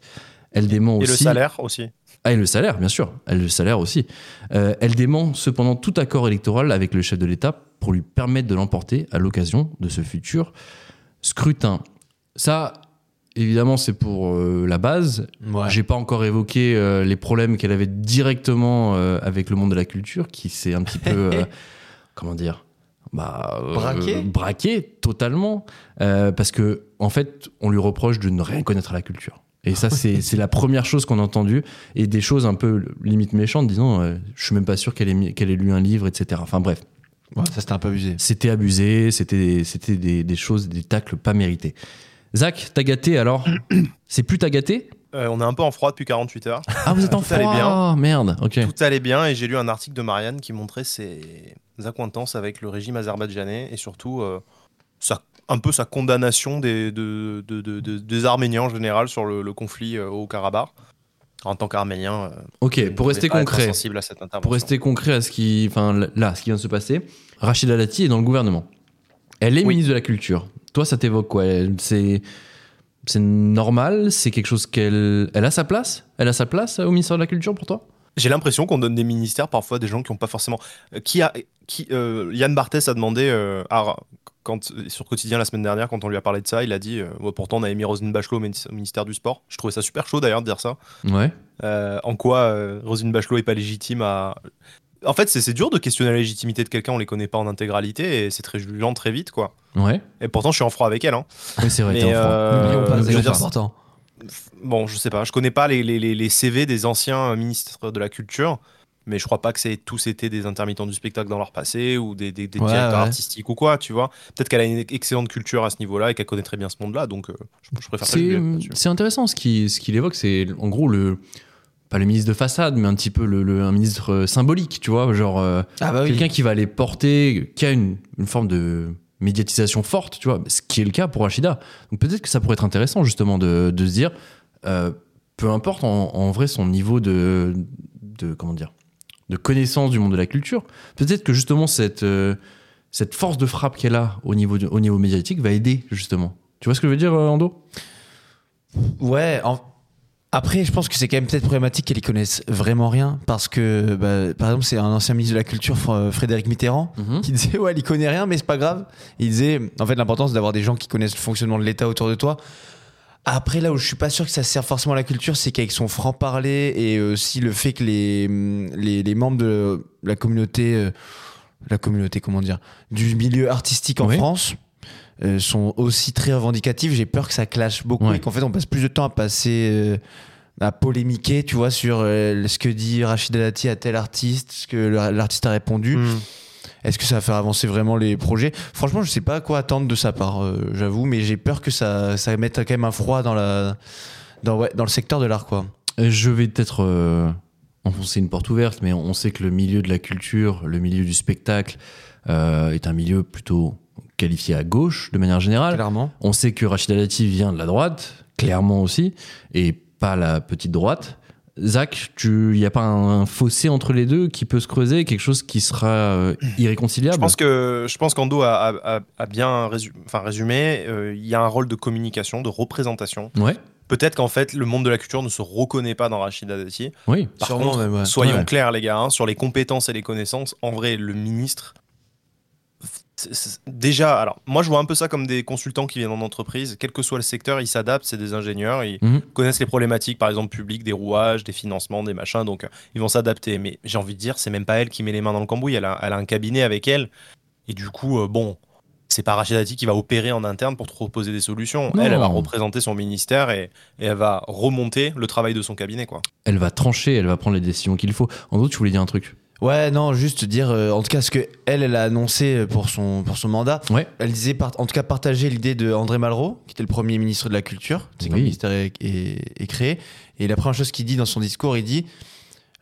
Elle dément
Et
aussi
le salaire aussi.
ah, et le salaire, bien sûr. Elle le salaire aussi. Euh, elle dément cependant tout accord électoral avec le chef de l'État pour lui permettre de l'emporter à l'occasion de ce futur scrutin. Ça, évidemment, c'est pour euh, la base.
Ouais.
J'ai pas encore évoqué euh, les problèmes qu'elle avait directement euh, avec le monde de la culture, qui s'est un petit peu, euh, comment dire, bah, euh,
Braqué
braqué totalement, Euh, parce que en fait, on lui reproche de ne rien connaître à la culture. Et ça, c'est c'est la première chose qu'on a entendue, et des choses un peu limite méchantes, disant, euh, je suis même pas sûr qu'elle ait, mis- qu'elle ait lu un livre, etc. Enfin bref.
Ouais, ça c'était un peu abusé.
C'était abusé, c'était c'était des, des choses, des tacles pas mérités. Zach, t'as gâté alors C'est plus t'as gâté
Euh, on est un peu en froid depuis 48 heures.
Ah, vous êtes en
Tout allait
froid
bien.
Ah, Merde, ok.
Tout allait bien et j'ai lu un article de Marianne qui montrait ses accointances avec le régime azerbaïdjanais et surtout euh, sa- un peu sa condamnation des, de- de- de- de- des Arméniens en général sur le, le conflit euh, au Karabakh. En tant qu'Arménien, euh,
Ok,
vous
pour
ne
rester
devez pas être
concret,
sensible à cette intervention.
pour rester concret à ce qui, enfin l- là, ce qui vient de se passer, Rachida Dati est dans le gouvernement. Elle est
Oui.
ministre de la Culture. Toi, ça t'évoque quoi Elle- C'est c'est normal C'est quelque chose qu'elle elle a sa place Elle a sa place euh, au ministère de la Culture pour toi
J'ai l'impression qu'on donne des ministères parfois à des gens qui n'ont pas forcément. euh, Qui a, qui, euh, Yann Barthès a demandé euh, à- quand, sur Quotidien la semaine dernière, quand on lui a parlé de ça, il a dit euh, Ouais, Pourtant, on avait mis Roselyne Bachelot au minis- au ministère du Sport. Je trouvais ça super chaud d'ailleurs de dire ça.
Ouais.
Euh, en quoi euh, Roselyne Bachelot n'est pas légitime à. En fait, c'est c'est dur de questionner la légitimité de quelqu'un, on les connaît pas en intégralité et c'est très lent très vite, quoi.
Ouais.
Et pourtant, je suis en froid avec elle. Hein.
Oui, c'est vrai,
Mais,
t'es en froid.
euh,
N'oublions pas,
je
c'est
veux dire,
important.
Bon, je sais pas, je connais pas les, les, les- les CV des anciens euh, ministres de la culture, mais je crois pas que c'est tous été des intermittents du spectacle dans leur passé ou des, des- des
Ouais,
directeurs
ouais.
artistiques ou quoi, tu vois. Peut-être qu'elle a une excellente culture à ce niveau-là et qu'elle connaît très bien ce monde-là, donc euh, je, je préfère pas
C'est-
juger
mm.
là-dessus.
C'est intéressant ce qu'il ce qu'il évoque, c'est en gros le pas le ministre de façade, mais un petit peu le, le- un ministre euh, symbolique, tu vois, genre euh,
Ah bah
quelqu'un qui va les porter, qui a une, une forme de médiatisation forte, tu vois, ce qui est le cas pour Rachida. Donc peut-être que ça pourrait être intéressant justement de, de se dire, euh, peu importe en, en vrai son niveau de, de comment dire, de connaissance du monde de la culture, peut-être que justement cette euh, cette force de frappe qu'elle a au niveau du- au niveau médiatique va aider justement. Tu vois ce que je veux dire, euh, Ando
Ouais. en- Après, je pense que c'est quand même peut-être problématique qu'elle y connaisse vraiment rien. Parce que, bah, par exemple, c'est un ancien ministre de la Culture, Fr- Frédéric Mitterrand,
Mhm.
qui disait Ouais, il y connaît rien, mais c'est pas grave. Il disait En fait, l'important, c'est d'avoir des gens qui connaissent le fonctionnement de l'État autour de toi. Après, là où je suis pas sûr que ça sert forcément à la culture, c'est qu'avec son franc-parler et euh, aussi le fait que les, les, les membres de la communauté, euh, la communauté, comment dire, du milieu artistique en
Oui.
France euh, sont aussi très revendicatifs, j'ai peur que ça clash beaucoup
Ouais.
et qu'en fait, on passe plus de temps à passer. euh, à polémiquer, tu vois, sur euh, ce que dit Rachid Dati à tel artiste, ce que le- l'artiste a
Mm.
répondu.
Hmm.
Est-ce que ça va faire avancer vraiment les projets Franchement, je sais pas quoi attendre de sa part, euh, j'avoue, mais j'ai peur que ça, ça mette quand même un froid dans, la, dans, ouais, dans le secteur de l'art, quoi.
Euh, Je vais peut-être euh, enfoncer une porte ouverte, mais on sait que le milieu de la culture, le milieu du spectacle, euh, est un milieu plutôt qualifié à gauche de manière générale.
Clairement.
On sait que Rachida Dati vient de la droite, clairement aussi, et pas la petite droite. Zach, il n'y a pas un, un fossé entre les deux qui peut se creuser, quelque chose qui sera euh, irréconciliable
Je pense que je pense qu'Ando a, a- a- a bien résu- enfin, résumé. euh, il y a un rôle de communication, de représentation.
Ouais,
Peut-être qu'en fait, le monde de la culture ne se reconnaît pas dans Rachida Dati.
oui.
Par
Sûrement,
contre,
même, ouais.
soyons
Ouais.
clairs, les gars, hein, sur les compétences et les connaissances. En vrai, le ministre. c'est- c'est- Déjà, alors, moi je vois un peu ça comme des consultants qui viennent en entreprise, quel que soit le secteur, ils s'adaptent, c'est des ingénieurs, ils
Mhm.
connaissent les problématiques, par exemple, publiques, des rouages, des financements, des machins, donc euh, ils vont s'adapter. Mais j'ai envie de dire, c'est même pas elle qui met les mains dans le cambouis, elle a, elle a un cabinet avec elle, et du coup, euh, bon, c'est pas Rachida Dati qui va opérer en interne pour te proposer des solutions.
Non.
Elle, elle va représenter son ministère et, et elle va remonter le travail de son cabinet, quoi.
Elle va trancher, elle va prendre les décisions qu'il faut. En d'autres, tu voulais dire un truc
Ouais, non, juste dire, euh, en tout cas, ce que elle, elle a annoncé euh, pour son, pour son mandat.
Ouais.
Elle disait, par- en tout cas, partager l'idée de André Malraux, qui était le premier ministre de la Culture, c'est quand
Oui.
le ministère est, est- est créé. Et la première chose qu'il dit dans son discours, il dit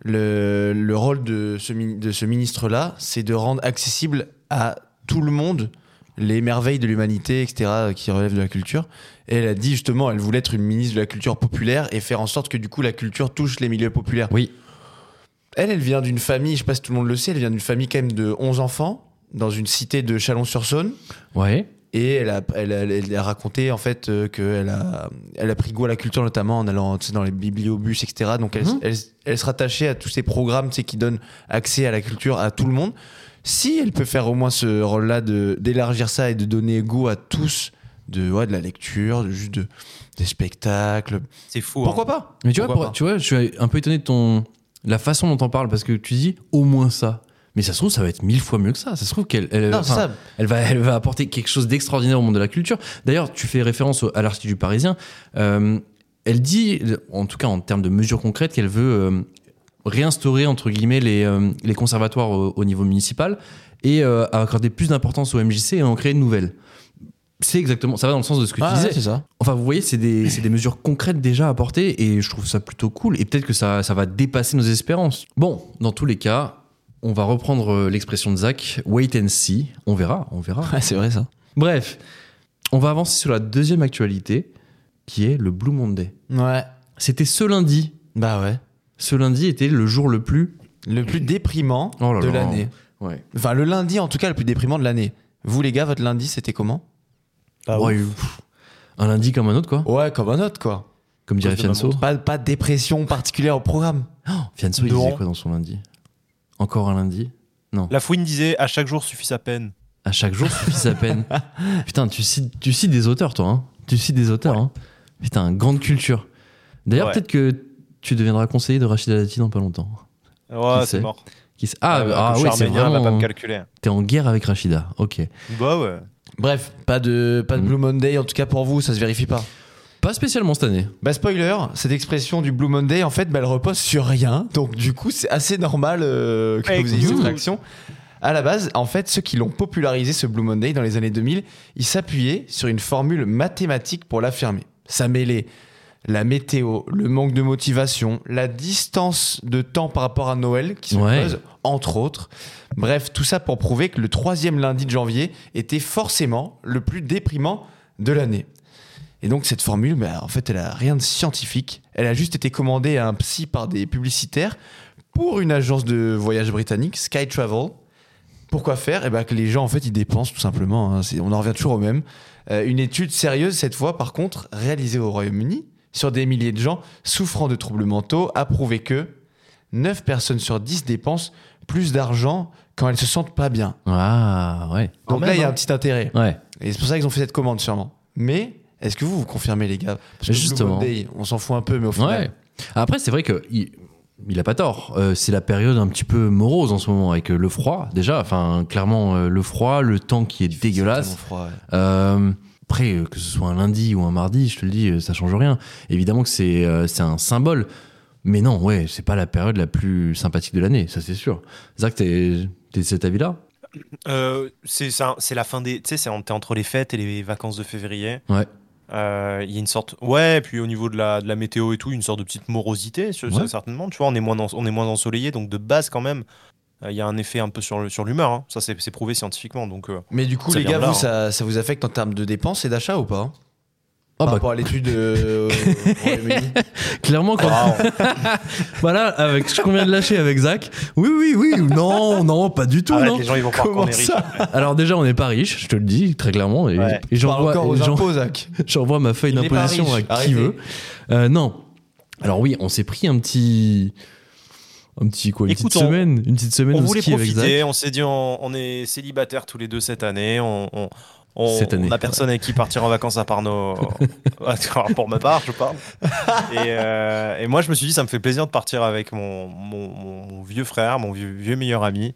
le, le rôle de ce, mini- de ce ministre-là, c'est de rendre accessible à tout le monde les merveilles de l'humanité, etc., qui relèvent de la culture. Et elle a dit justement, elle voulait être une ministre de la culture populaire et faire en sorte que du coup la culture touche les milieux populaires.
Oui.
Elle, elle vient d'une famille, je sais pas si tout le monde le sait, elle vient d'une famille quand même de 11 enfants, dans une cité de Chalon-sur-Saône.
Ouais.
Et elle a, elle, a- elle a raconté en fait euh, qu'elle a, elle a pris goût à la culture notamment en allant tu sais, dans les bibliobus, etc. Donc elle,
Mhm.
elle, elle se rattachait à tous ces programmes tu sais, qui donnent accès à la culture à tout le monde. Si elle peut faire au moins ce rôle-là de- d'élargir ça et de donner goût à tous de, ouais, de la lecture, de, juste de- des spectacles,
C'est fou. hein.
pourquoi pas
Mais tu vois,
Pourquoi
pour-
pas
tu vois, je suis un peu étonné de ton la façon dont t'en parles parce que tu dis au moins ça. Mais ça se trouve, ça va être mille fois mieux que ça. Ça se trouve qu'elle elle,
Non, c'est
enfin,
ça.
elle va, elle va apporter quelque chose d'extraordinaire au monde de la culture. D'ailleurs, tu fais référence au- à l'article du Parisien. Euh, elle dit, en tout cas en termes de mesures concrètes, qu'elle veut euh, réinstaurer, entre guillemets, les, euh, les conservatoires au, au niveau municipal et euh, accorder plus d'importance au MJC et en créer de nouvelles. C'est exactement, ça va dans le sens de ce que
Ah,
tu disais.
c'est ça.
Enfin, vous voyez, c'est des, c'est des mesures concrètes déjà apportées et je trouve ça plutôt cool. Et peut-être que ça, ça va dépasser nos espérances. Bon, dans tous les cas, on va reprendre euh, l'expression de Zach wait and see. On verra, on verra.
Ouais, c'est vrai ça.
Bref, on va avancer sur la deuxième actualité qui est le Blue Monday.
Ouais.
C'était ce lundi.
Bah ouais.
Ce lundi était le jour le plus.
Le plus déprimant
Oh là
de
là.
l'année.
Ouais.
Enfin, le lundi, en tout cas, le plus déprimant de l'année. Vous, les gars, votre lundi, c'était comment
Ouais, pff, un lundi comme un autre, quoi.
Ouais, comme un autre, quoi.
Comme dirait
cause de ma
Fianso.
Pas, pas de dépression particulière au programme.
Fianso, il
Non.
disait quoi dans son lundi Encore un lundi
La fouine disait à chaque jour suffit sa peine.
À chaque jour suffit sa peine. Putain, tu cites, tu cites des auteurs, toi. hein. Tu cites des auteurs. hein. Putain, grande culture. D'ailleurs,
Ouais.
peut-être que tu deviendras conseiller de Rachida Dati dans pas longtemps.
Ouais,
Qui
c'est
sait
mort.
Qui s- Ah,
Euh,
ah
comme
oui, c'est
Charmélien, va pas
vraiment.
me calculer.
T'es en guerre avec Rachida. Ok.
Bah ouais.
Bref, pas de, pas de
Mm.
Blue Monday, en tout cas pour vous, ça se vérifie pas.
Pas spécialement cette année.
Bah spoiler, cette expression du Blue Monday, en fait, bah, elle repose sur rien. Donc du coup, c'est assez normal euh, que vous ayez cette
Écoute.
réaction. À la base, en fait, ceux qui l'ont popularisé, ce Blue Monday, dans les années 2000, ils s'appuyaient sur une formule mathématique pour l'affirmer. Ça mêlait la météo, le manque de motivation, la distance de temps par rapport à Noël, qui se
Ouais.
pose, entre autres. Bref, tout ça pour prouver que le troisième lundi de janvier était forcément le plus déprimant de l'année. Et donc cette formule, bah, en fait, elle a rien de scientifique. Elle a juste été commandée à un psy par des publicitaires pour une agence de voyage britannique, Sky Travel. Pourquoi faire Eh ben que les gens, en fait, ils dépensent tout simplement. hein. C'est- On en revient toujours au même. Euh, une étude sérieuse, cette fois, par contre, réalisée au Royaume-Uni, sur des milliers de gens souffrant de troubles mentaux, a prouvé que 9 personnes sur 10 dépensent plus d'argent quand elles se sentent pas bien.
Ah, ouais.
Donc là, il y a un petit intérêt.
Ouais.
Et c'est pour ça qu'ils ont fait cette commande sûrement. Mais est-ce que vous vous confirmez les gars Parce que
Justement.
Blue Monday, on s'en fout un peu, mais au final.
Ouais. Après, c'est vrai que il, il a pas tort. Euh, c'est la période un petit peu morose en ce moment avec euh, le froid déjà. Enfin, clairement euh, le froid, le temps qui est
c'est
dégueulasse.
tellement froid, ouais.
Euh, après, euh, que ce soit un lundi ou un mardi, je te le dis, euh, ça change rien. Évidemment que c'est euh, c'est un symbole. Mais non, ouais, c'est pas la période la plus sympathique de l'année, ça c'est sûr. Zach, t'es t'es de cet avis-là
Euh, c'est ça- c'est la fin des. Tu sais, c'est en- t'es entre les fêtes et les vacances de février.
Ouais.
Euh, Il y a une sorte. Ouais, et puis au niveau de la, de la météo et tout, une sorte de petite morosité, sur-
Ouais.
certainement. Tu vois, on est moins, en- on est moins ensoleillé, donc de base, quand même, euh, il y a un effet un peu sur le- sur l'humeur. hein. Ça, c'est c'est prouvé scientifiquement. Donc, euh,
Mais du coup,
Ça
les
vient
gars,
de là,
vous, ça, ça vous affecte en termes de dépenses et d'achats ou pas hein
Ah
Par
bah,
rapport à l'étude euh, au Royaume-Uni.
clairement quand voilà avec ce qu'on vient de lâcher avec Zach. Oui oui oui, non non, pas du tout
arrête,
non.
les gens, ils vont croire qu'on
Comment
est riche.
ça
Alors déjà, on n'est pas riche, je te le dis très clairement, et,
Ouais.
et
Parle
j'envoie
encore aux
et j'en-
impôts, Zach.
j'envoie ma feuille
Il n'est pas
d'imposition à
riche,
qui
arrêtez.
veut. Euh, non. Alors oui, on s'est pris un petit, un petit quoi, une
Écoute,
petite
on-
semaine, une petite semaine
On
au
voulait
ski avec Zach.
profiter, on s'est dit on, on est célibataires tous les deux cette année, on, on, on-
Cette année,
on a personne avec qui partir en vacances à part nos... pour ma part, je parle. et, euh, et moi je me suis dit ça me fait plaisir de partir avec mon, mon, mon- mon vieux frère, mon vieux, vieux meilleur ami.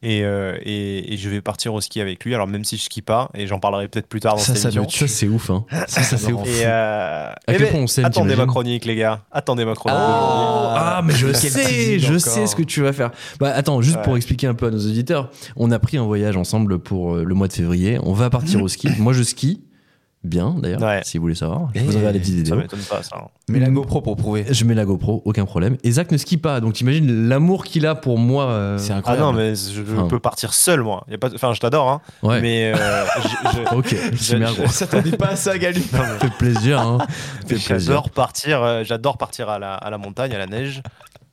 Et, euh, et, et je vais partir au ski avec lui, alors même si je skie pas, et j'en parlerai peut-être plus tard dans
Ça,
cette
ça
émission.
Ça
me
c'est ouf, hein. Ça, ça, c'est
Non.
ouf.
Et euh,
À
eh
quel
ben,
point on s'aime,
attendez ma
t'imagines
chronique les gars, attendez ma chronique.
Oh, Ah, mais je
Quel
sais,
teasing
je
encore.
sais ce que tu vas faire. Bah attends, juste
Ouais.
pour expliquer un peu à nos auditeurs, on a pris un voyage ensemble pour euh, le mois de février. On va partir au ski. Moi je skie, bien d'ailleurs.
Ouais.
Si vous voulez savoir, je
Eh,
vous enverrai les petites
Ça
vidéos.
m'étonne pas ça. hein.
Mais la GoPro pour prouver.
Je mets la GoPro, aucun problème. Et Zach ne skie pas, donc t'imagines l'amour qu'il a pour moi. euh,
C'est
Ah
incroyable.
non, mais je, je
Enfin.
peux partir seul, moi. Y a pas, de- enfin, je t'adore, hein,
Ouais.
mais euh, je- je-
Ah, Ok, c'est bien, gros.
Ça t'attendait pas à ça, Galu.
Non, mais
fait plaisir, hein. fait plaisir.
j'adore partir, euh, j'adore partir à la, à la montagne, à la neige.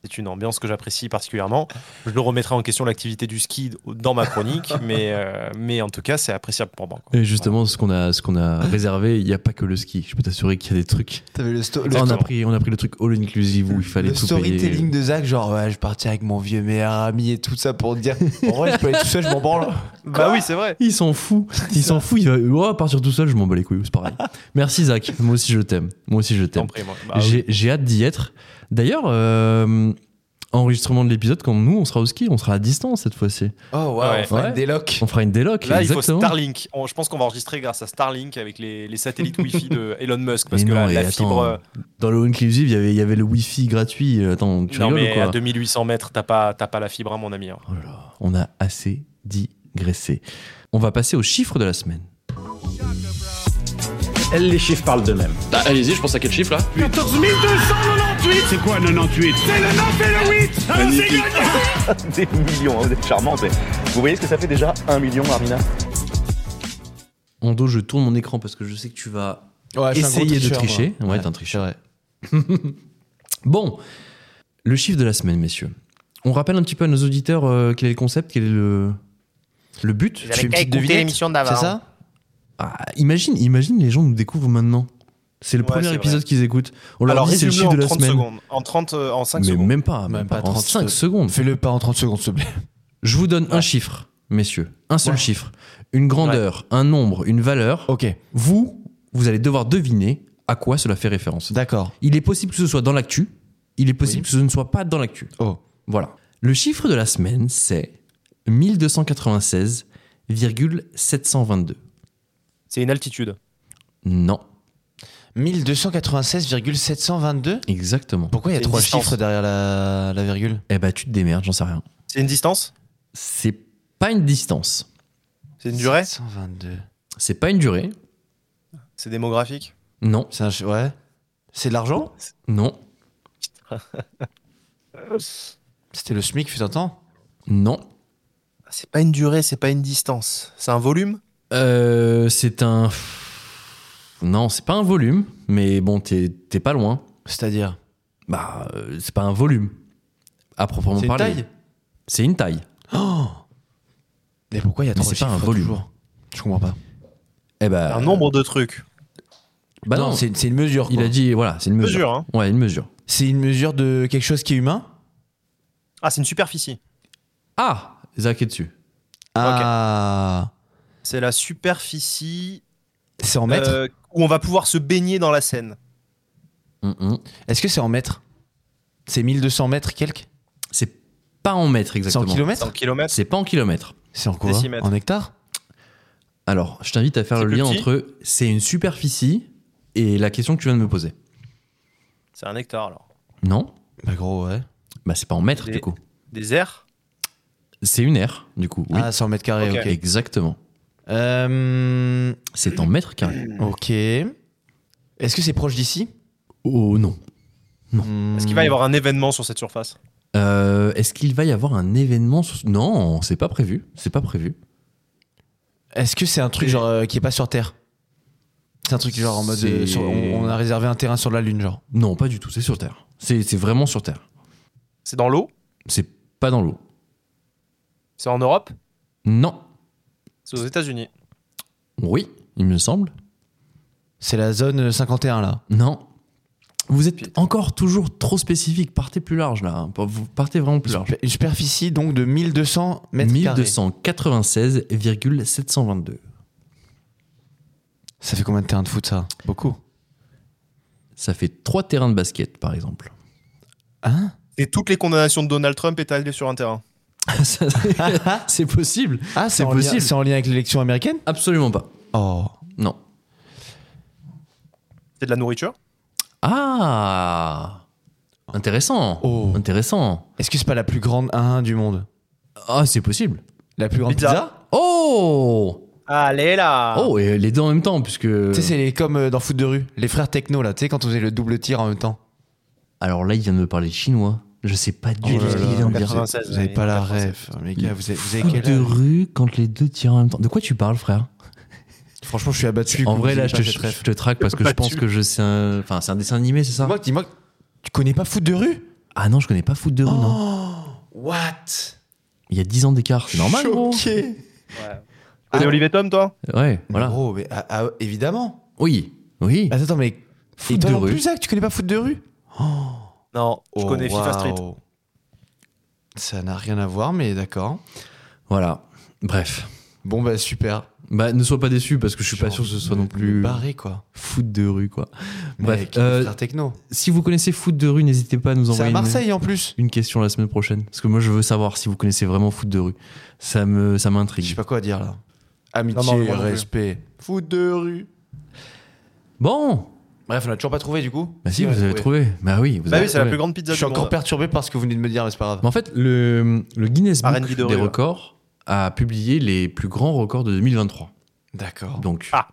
C'est une ambiance que j'apprécie particulièrement. Je le remettrai en question l'activité du ski dans ma chronique, mais, euh, mais en tout cas, c'est appréciable pour moi. quoi.
Et justement, ce qu'on a, ce qu'on a réservé, il n'y a pas que le ski. Je peux t'assurer qu'il y a des trucs.
T'avais le, sto-
on
le-
a
Exactement.
pris, on a pris le truc all inclusive où il Oh, fallait
le
tout
storytelling
payer.
de Zach, genre, ouais, je partais avec mon vieux meilleur ami et tout ça pour dire, en vrai, je peux aller tout seul, je m'en branle.
Bah oui, c'est vrai.
Il s'en fout, il s'en fout. Il va oh, partir tout seul, je m'en bats les couilles, c'est pareil. Merci Zach, moi aussi je t'aime, moi aussi je
T'en
t'aime.
prie, moi. Bah oui.
J'ai j'ai hâte d'y être. D'ailleurs, euh, enregistrement de l'épisode quand nous on sera au ski, on sera à distance cette fois-ci.
Oh, waouh,
Ouais.
on fera
Ouais.
une déloc.
On fera une déloc.
Là, il
exactement.
faut Starlink. On- je pense qu'on va enregistrer grâce à Starlink avec les, les satellites Wi-Fi de Elon Musk, parce
Mais
que
non,
la,
et
la
attends,
fibre. euh,
Dans le all inclusive, il y avait, il y avait le wifi gratuit. euh, Attends, tu
non,
rigoles
mais
ou quoi
à 2800 mètres, t'as pas, t'as pas la fibre, hein, mon ami. hein.
Oh là là, on a assez digressé. On va passer aux chiffres de la semaine.
Elle, les chiffres parlent d'eux-mêmes.
Allez-y, je pense à quel chiffre là
14 298 C'est quoi 98 C'est le 9 et le 8 Alors c'est gagné
Des millions, hein, vous êtes charmants. mais Vous voyez ce que ça fait déjà Un million, Armina
Ando, je tourne mon écran parce que je sais que tu vas
Ouais, je suis Ah, un gros
essayer de
tricheur,
tricher.
moi.
Ouais, t'es un tricheur. Bon, le chiffre de la semaine, messieurs. On rappelle un petit peu à nos auditeurs euh, quel est le concept, quel est le, le but.
Tu fais une petite devinette C'est ça
Ah, imagine, imagine, les gens nous découvrent maintenant. C'est le
Ouais,
premier
c'est
épisode qu'ils écoutent. On leur
Alors,
dit c'est le
résume-le
chiffre
en
de la
30
semaine.
secondes. En 30, euh, en 5
mais
secondes.
même pas, même,
Même
pas,
pas
30
30
5 secondes.
Fais-le pas en 30 secondes, s'il te plaît.
Je vous donne un chiffre, messieurs. Un seul chiffre. Une grandeur, un nombre, une valeur.
Ok,
Vous, vous allez devoir deviner à quoi cela fait référence.
d'accord.
Il est possible que ce soit dans l'actu. Il est possible
Oui.
que ce ne soit pas dans l'actu.
Oh.
Voilà. Le chiffre de la semaine, c'est 1296,722.
C'est une altitude.
Non,
1296,722
exactement.
Pourquoi il y a
C'est
trois
une distance.
chiffres derrière la, la virgule
Eh bah, tu te démerdes, j'en sais rien.
C'est une distance
C'est pas une distance,
C'est une durée
722.
c'est pas une durée.
C'est démographique
Non,
C'est un chi- ouais. C'est de l'argent
non,
C'était le SMIC, fut un temps
non.
C'est pas une durée, c'est pas une distance. C'est un volume
Euh, c'est un. Non, c'est pas un volume, mais bon, t'es t'es pas loin.
C'est-à-dire
Bah, euh, c'est pas un volume. À proprement
C'est une
parler.
taille
C'est une taille.
Oh Mais pourquoi il y a
Mais
trois
c'est pas
chiffres
un volume.
toujours Je comprends pas.
Eh ben.
Un nombre de trucs.
Bah non,
c'est c'est une mesure.
il
quoi.
a dit, voilà, c'est une mesure.
Mesure, hein.
Ouais, une mesure.
C'est une mesure de quelque chose qui est humain
Ah, c'est une superficie.
Ah Zach est dessus.
Ah
C'est la superficie
C'est en mètres
euh, où on va pouvoir se baigner dans la Seine.
Hum, hum.
Est-ce que c'est en mètres C'est 1200 mètres quelques
C'est pas en mètres
C'est en
exactement.
kilomètres
En kilomètres
C'est pas en kilomètres.
C'est en quoi
Décimètres.
En hectares
Alors, je t'invite à faire
C'est
le
plus
lien
petit
entre c'est une superficie et la question que tu viens de me poser.
C'est un hectare alors.
Non
Bah gros, ouais.
Bah, c'est pas en mètres
Des-
du coup.
Des airs
C'est une aire du coup. Oui.
Ah, 100 mètres carrés, ok.
Ok.
Exactement.
Euh,
C'est en mètres carrés.
ok. Est-ce que c'est proche d'ici
Oh non.
Hmm.
Est-ce qu'il va y avoir un événement sur cette surface
Euh, Est-ce qu'il va y avoir un événement sur- Non, c'est pas prévu. C'est pas prévu.
Hmm. Est-ce que c'est un truc genre euh, qui est pas sur Terre C'est un truc genre en mode. euh,
C'est-
sur- on, on a réservé un terrain sur la Lune, genre.
Non, pas du tout. C'est sur Terre. C'est c'est vraiment sur Terre.
C'est dans l'eau
C'est pas dans l'eau.
C'est en Europe
Non.
C'est aux États-Unis.
Oui, il me semble.
C'est la zone euh, 51 là.
Non. Vous êtes encore toujours trop spécifique. Partez plus large là. Vous partez vraiment plus large.
Une superficie donc de 1200 mètres carrés.
1296,722.
Ça fait combien de terrains de foot ça Beaucoup.
Ça fait trois terrains de basket, par exemple.
Hein
Et toutes les condamnations de Donald Trump étalées sur un terrain.
Ça, c'est possible
Ah,
C'est
c'est en, lien-
possible.
c'est en lien avec l'élection américaine
Absolument pas.
Oh.
Non.
C'est de la nourriture
Ah Intéressant.
Oh.
Intéressant.
Est-ce que c'est pas la plus grande 1 du monde
Ah, c'est possible.
La plus grande
Pizza.
pizza,
Oh
Allez là
Oh, et les deux en même temps, puisque.
Tu sais, Ah. c'est les- comme euh, dans foot de rue, les frères techno là, tu sais, quand on faisait le double tir en même temps.
Alors là, il vient de me parler chinois. Je sais pas du
Oh
tout
là
ce
là,
qu'il vient de dire.
96,
Vous avez
oui,
pas la
96.
ref, les gars, vous avez, vous avez
Foot
quel
de
âge
rue quand les deux tirent en même temps. De quoi tu parles, frère
Franchement, je suis abattu.
En
que
vrai,
vous
là,
ayez
je
pas
te,
cette ref.
je te traque parce que je pense que je sais un. Enfin, c'est un dessin animé, c'est ça
Dis-moi, dis-moi, tu connais pas foot de rue
Ah non, je connais pas foot de rue,
Oh
non.
What
Il y a 10 ans d'écart, c'est normal, gros.
Choqué.
T'es
Ah.
Olivier Tom, toi
Ouais,
Voilà.
voilà.
Gros, Ah. mais ah, ah, évidemment.
Oui, oui.
Attends, attends, mais
Foot
et toi
de
non
rue.
plus, Zach, tu connais pas foot de rue
Non, je
Oh,
connais FIFA Street.
waouh. Ça n'a rien à voir, mais d'accord.
Voilà. Bref.
Bon bah super.
Bah, ne sois pas déçu parce que je suis pas sûr que ce soit non plus
barré quoi.
foot de rue, quoi. Bref,
Mec,
euh,
les frères techno.
Si vous connaissez foot de rue, n'hésitez pas à nous
C'est
envoyer
à
une-
Marseille en plus.
une, question la semaine prochaine. Parce que moi, je veux savoir si vous connaissez vraiment foot de rue. Ça me, ça
Je sais
m'intrigue.
pas quoi dire là.
Non, non,
Amitié,
moi non plus.
respect. Foot de rue.
Bon.
Bref, on a toujours pas trouvé du coup.
Bah si,
on
vous
a
avez trouvé. Bah oui, vous
Bah
avez
oui, c'est la
trouvé.
plus grande pizza
Je suis
du
encore
monde.
perturbé par ce que vous venez de me dire, mais c'est pas grave.
Mais en fait, le, le Guinness Book
Arène
des
de rue, ouais.
records a publié les plus grands records de 2023.
D'accord.
Donc
Ah.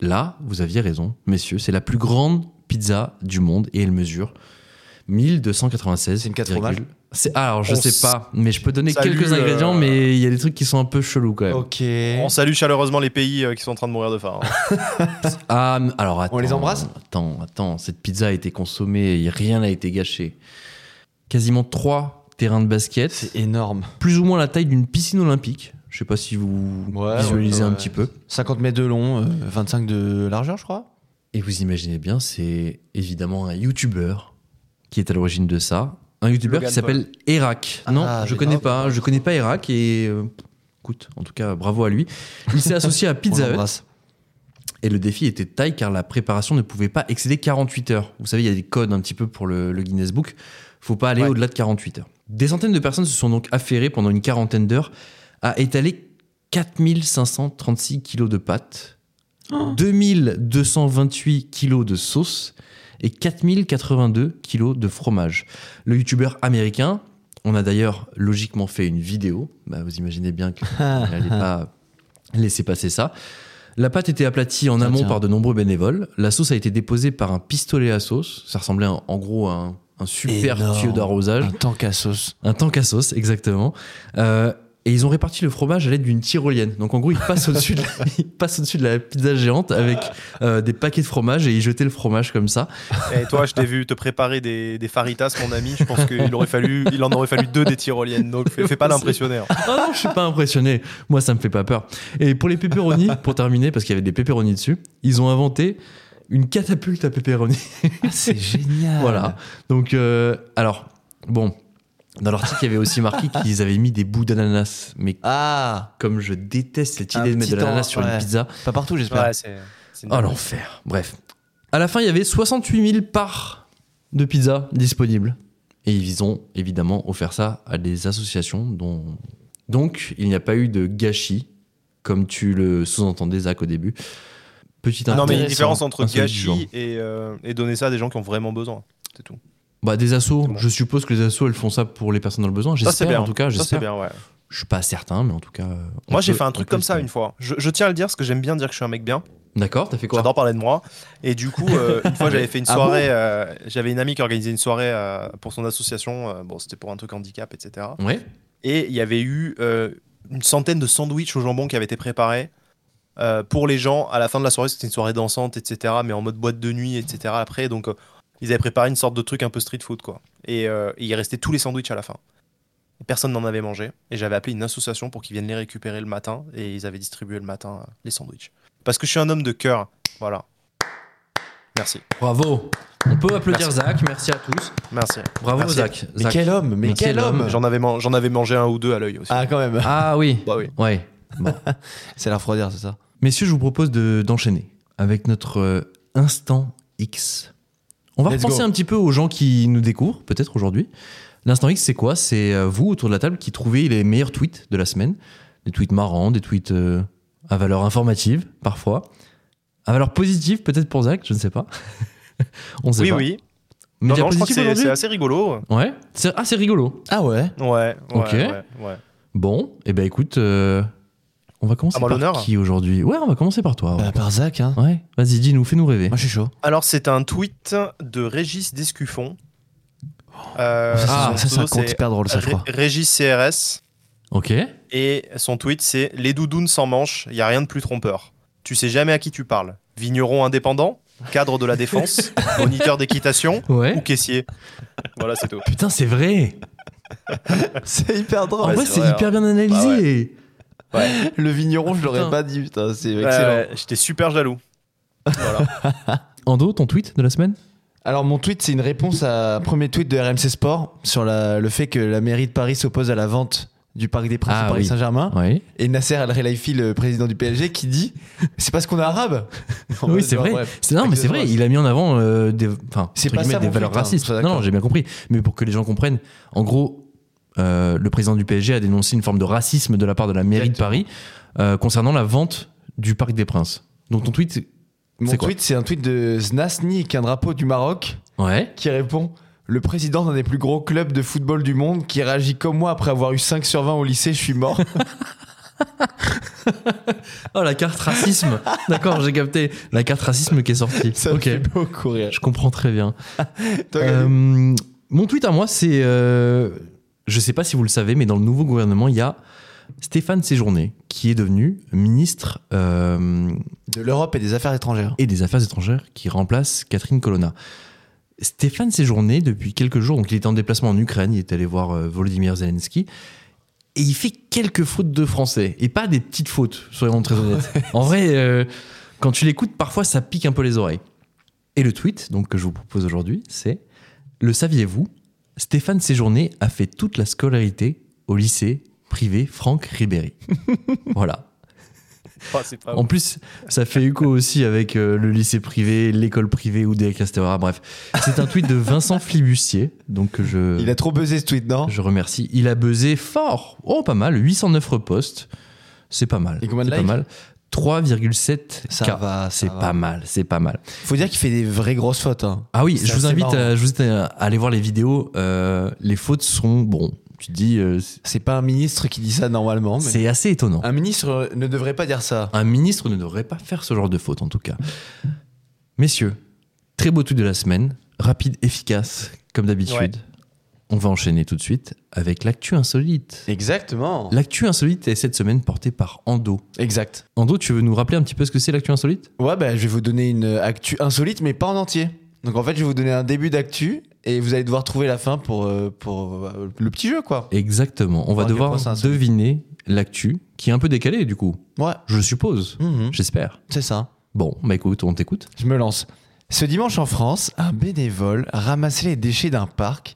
là, vous aviez raison, messieurs, c'est la plus grande pizza du monde et elle mesure 1296.
C'est une quatre fromages
C'est- alors je
On
sais
s-
pas, mais je peux donner
Salut,
quelques
euh,
ingrédients, mais il y a des trucs qui sont un peu chelous quand même.
Ok.
On salue chaleureusement les pays euh, qui sont en train de mourir de faim. hein.
Ah, m- alors attends,
On les embrasse
Attends, attends, cette pizza a été consommée, et rien n'a été gâché. Quasiment trois terrains de basket.
C'est énorme.
plus ou moins la taille d'une piscine olympique. Je sais pas si vous
Ouais,
visualisez
ouais,
un
ouais.
petit peu.
50 mètres de long, euh, 25 de largeur, je crois.
Et vous imaginez bien, c'est évidemment un YouTuber qui est à l'origine de ça. Un YouTuber
Logan
qui s'appelle Erac. non,
Ah,
je
mais
connais
non.
pas. Je connais pas Erac et euh, écoute, en tout cas, bravo à lui. Il s'est associé à
On
Pizza Hut
l'embrasse.
et le défi était de taille car la préparation ne pouvait pas excéder 48 heures. Vous savez, il y a des codes un petit peu pour le, le Guinness Book. Faut pas aller
Ouais.
au-delà de 48 heures. Des centaines de personnes se sont donc affairées pendant une quarantaine d'heures à étaler 4536 kilos de pâtes, 2228 kilos de sauce et 4082 kilos de fromage. Le youtubeur américain, on a d'ailleurs logiquement fait une vidéo, bah, vous imaginez bien que n'allait pas laisser passer ça. La pâte était aplatie en
Ça
amont
tient.
par de nombreux bénévoles. La sauce a été déposée par un pistolet à sauce. Ça ressemblait en, en gros à un, un super
Énorme.
tuyau d'arrosage.
Un tank à sauce.
Un tank à sauce, exactement. Euh, et ils ont réparti le fromage à l'aide d'une tyrolienne. Donc en gros, ils passent au-dessus de, la- ils passent au-dessus de la pizza géante avec euh, des paquets de fromage et ils jetaient le fromage comme ça.
Et Eh, toi, je t'ai vu te préparer des, des faritas, mon ami. Je pense qu'il aurait fallu, il en aurait fallu deux des tyroliennes. Donc, fais, fais pas l'impressionner. hein.
Ah non, je suis pas impressionné. Moi, ça me fait pas peur. Et pour les pepperoni, pour terminer, parce qu'il y avait des pepperoni dessus, ils ont inventé une catapulte à pepperoni.
Ah, C'est génial.
Voilà. Donc, euh, alors, bon, dans l'article, il y avait aussi marqué qu'ils avaient mis des bouts d'ananas. Mais
Ah,
comme je déteste cette
Un
idée de mettre de
petit
l'ananas
temps,
sur
ouais.
une pizza,
pas partout, j'espère.
Ouais, c'est. c'est une-
oh l'enfer. Bref. À la fin, il y avait 68 000 parts de pizza disponibles. Et ils ont évidemment offert ça à des associations dont. Donc, il n'y a pas eu de gâchis, comme tu le sous-entendais, Zach, au début. Petite
Ah Non, mais il y a
intéressante-
une différence entre
insolite du genre.
gâchis et, euh, et donner ça à des gens qui ont vraiment besoin. C'est tout.
Bah, des assos,
bon.
je suppose que les assos, elles font ça pour les personnes dans le besoin.
Ça, c'est
J'espère,
bien.
en tout cas,
Ça, c'est
j'espère.
bien, ouais.
Je suis pas certain, mais en tout cas. euh, on
Moi, j'ai
peut-
fait un
on
truc
peut
comme ça
espérer.
une fois. Je, je tiens à le dire parce que j'aime bien dire que je suis un mec bien.
D'accord, t'as fait quoi
J'adore parler de moi. Et du coup, euh, une fois, j'avais fait une
Ah
soirée. euh, j'avais une amie qui organisait une soirée euh, pour son association. euh, bon, c'était pour un truc handicap, etc.
Ouais.
Et il y avait eu euh, une centaine de sandwichs au jambon qui avaient été préparés euh, pour les gens à la fin de la soirée. C'était une soirée dansante, etc. Mais en mode boîte de nuit, etc. Après, donc, euh, ils avaient préparé une sorte de truc un peu street food, quoi. Et euh, il restait tous les sandwichs à la fin. Et Personne n'en avait mangé. Et j'avais appelé une association pour qu'ils viennent les récupérer le matin. Et ils avaient distribué le matin euh, les sandwichs. Parce que je suis un homme de cœur. Voilà. Merci.
Bravo. On peut applaudir Zach, merci à tous.
Merci.
Bravo
Merci.
Zach.
Mais
Zach.
quel homme, mais
Merci,
quel
l'homme.
homme.
J'en avais, man- j'en avais mangé un ou deux à l'œil aussi.
Ah, quand même.
Ah oui.
Bah oui.
Ouais.
C'est la froideur, c'est ça.
Messieurs, je vous propose de- d'enchaîner avec notre euh, instant X. On va
Let's
repenser
go.
un petit peu aux gens qui nous découvrent, peut-être aujourd'hui. L'instant X, c'est quoi C'est euh, vous, autour de la table, qui trouvez les meilleurs tweets de la semaine. Des tweets marrants, des tweets euh, à valeur informative, parfois. À valeur positive, peut-être pour Zach, je ne sais pas. On sait
oui,
pas.
oui.
Mais
Non,
il y a
non, je crois que
positif
c'est
aujourd'hui
c'est assez rigolo.
Ouais. C'est- Ah, c'est rigolo.
Ah ouais.
Ouais, ouais,
Ok.
ouais, ouais.
Bon, et eh ben écoute, euh, on va commencer
À moi
par
l'honneur.
qui aujourd'hui Ouais, on va commencer par toi.
Bah,
Ouais,
par Zach, hein.
Ouais, vas-y, dis-nous, fais-nous rêver.
Moi, je suis chaud.
Alors, c'est un tweet de Régis Descuffon. Euh,
Oh,
son
ça, ça, ah, c'est un
pseudo,
compte hyper drôle, ça, je
Ré-
crois.
Régis CRS.
Ok.
Et son tweet, c'est Les doudounes sans manches, y a rien de plus trompeur. Tu sais jamais à qui tu parles. Vigneron indépendant, cadre de la défense, moniteur d'équitation ou
Ouais.
caissier. Voilà, c'est tout.
Oh, Putain, c'est vrai.
Oh, C'est hein. hyper
En
Ouais,
vrai,
c'est
c'est
vrai,
hyper bien analysé.
Bah Ouais,
Le vigneron, je l'aurais
Putain.
pas dit, putain, c'est
ouais,
excellent.
ouais, J'étais super jaloux. Voilà.
Ando, ton tweet de la semaine
Alors, mon tweet, c'est une réponse à un premier tweet de RMC Sport sur la- le fait que la mairie de Paris s'oppose à la vente du Parc des Princes
Ah
au Paris
oui.
Saint-Germain.
Ouais.
Et Nasser Al-Khelaifi, le président du PSG, qui dit C'est parce qu'on est arabe En
oui,
mode,
c'est
genre,
vrai.
bref.
C'est- Non, mais c'est vrai, il a mis en avant euh, des, enfin,
C'est
entre
pas ça,
guillemets, des
mon
valeurs
tweet, hein,
racistes.
je suis
Non,
d'accord.
non, j'ai bien compris. Mais pour que les gens comprennent, en gros, euh, le président du PSG a dénoncé une forme de racisme de la part de la mairie
Exactement.
de Paris euh, concernant la vente du Parc des Princes. Donc ton tweet,
Mon
C'est quoi
tweet, c'est un tweet de Znasni, qui est un drapeau du Maroc,
ouais.
qui répond Le président d'un des plus gros clubs de football du monde, qui réagit comme moi après avoir eu 5 sur 20 au lycée, je suis mort.
Oh, la carte racisme. D'accord, j'ai capté. La carte racisme qui est sortie.
ça
ok,
me fait beaucoup rire.
je comprends très bien.
Toi,
Euh, mon tweet à moi, c'est. euh, je sais pas si vous le savez, mais dans le nouveau gouvernement, il y a Stéphane Séjourné, qui est devenu ministre euh,
De l'Europe et des affaires étrangères.
et des Affaires étrangères, qui remplace Catherine Colonna. Stéphane Séjourné, depuis quelques jours, donc il était en déplacement en Ukraine, il est allé voir euh, Volodymyr Zelensky. Et il fait quelques fautes de français. Et pas des petites fautes, soyons très honnêtes. en vrai, euh, quand tu l'écoutes, parfois ça pique un peu les oreilles. Et le tweet donc, que je vous propose aujourd'hui, c'est Le saviez-vous Stéphane Séjourné a fait toute la scolarité au lycée privé Franck Ribéry. voilà.
Oh, c'est
Ah
pas
En plus, ça fait écho aussi avec euh, le lycée privé, l'école privée ou des Castera. Bref, c'est un tweet de Vincent Flibustier, donc que je
Il a trop buzzé ce tweet, non
je remercie. Il a buzzé fort, oh pas mal, 809 reposts, c'est pas mal.
Et combien de
C'est pas
likes
mal. 3,7
Ça
k.
va, ça
C'est
va.
pas mal, c'est pas mal.
Faut dire qu'il fait des vraies grosses fautes. hein.
Ah oui,
C'est
je vous
assez
invite,
marrant.
à, je vous invite à aller voir les vidéos. euh, les fautes sont bon. Tu te dis, euh, c'est-
C'est pas un ministre qui dit ça normalement. Mais...
c'est assez étonnant.
Un ministre euh, ne devrait pas dire ça.
Un ministre ne devrait pas faire ce genre de faute, en tout cas. Messieurs, très beau tweet de la semaine, rapide, efficace, comme d'habitude.
Ouais.
On va enchaîner tout de suite avec l'actu insolite.
Exactement.
L'actu insolite est cette semaine portée par Ando.
Exact.
Ando, tu veux nous rappeler un petit peu ce que c'est l'actu insolite
Ouais, bah, je vais vous donner une euh, actu insolite, mais pas en entier. Donc en fait, je vais vous donner un début d'actu et vous allez devoir trouver la fin pour, euh, pour euh, le petit jeu, quoi.
Exactement. On va
Voir à quel point c'est
devoir
insolite.
deviner l'actu qui est un peu décalée, du coup.
Ouais.
Je suppose.
Mhm.
J'espère.
C'est ça.
Bon, bah écoute, on t'écoute.
Je me lance. Ce dimanche en France, un bénévole ramassait les déchets d'un parc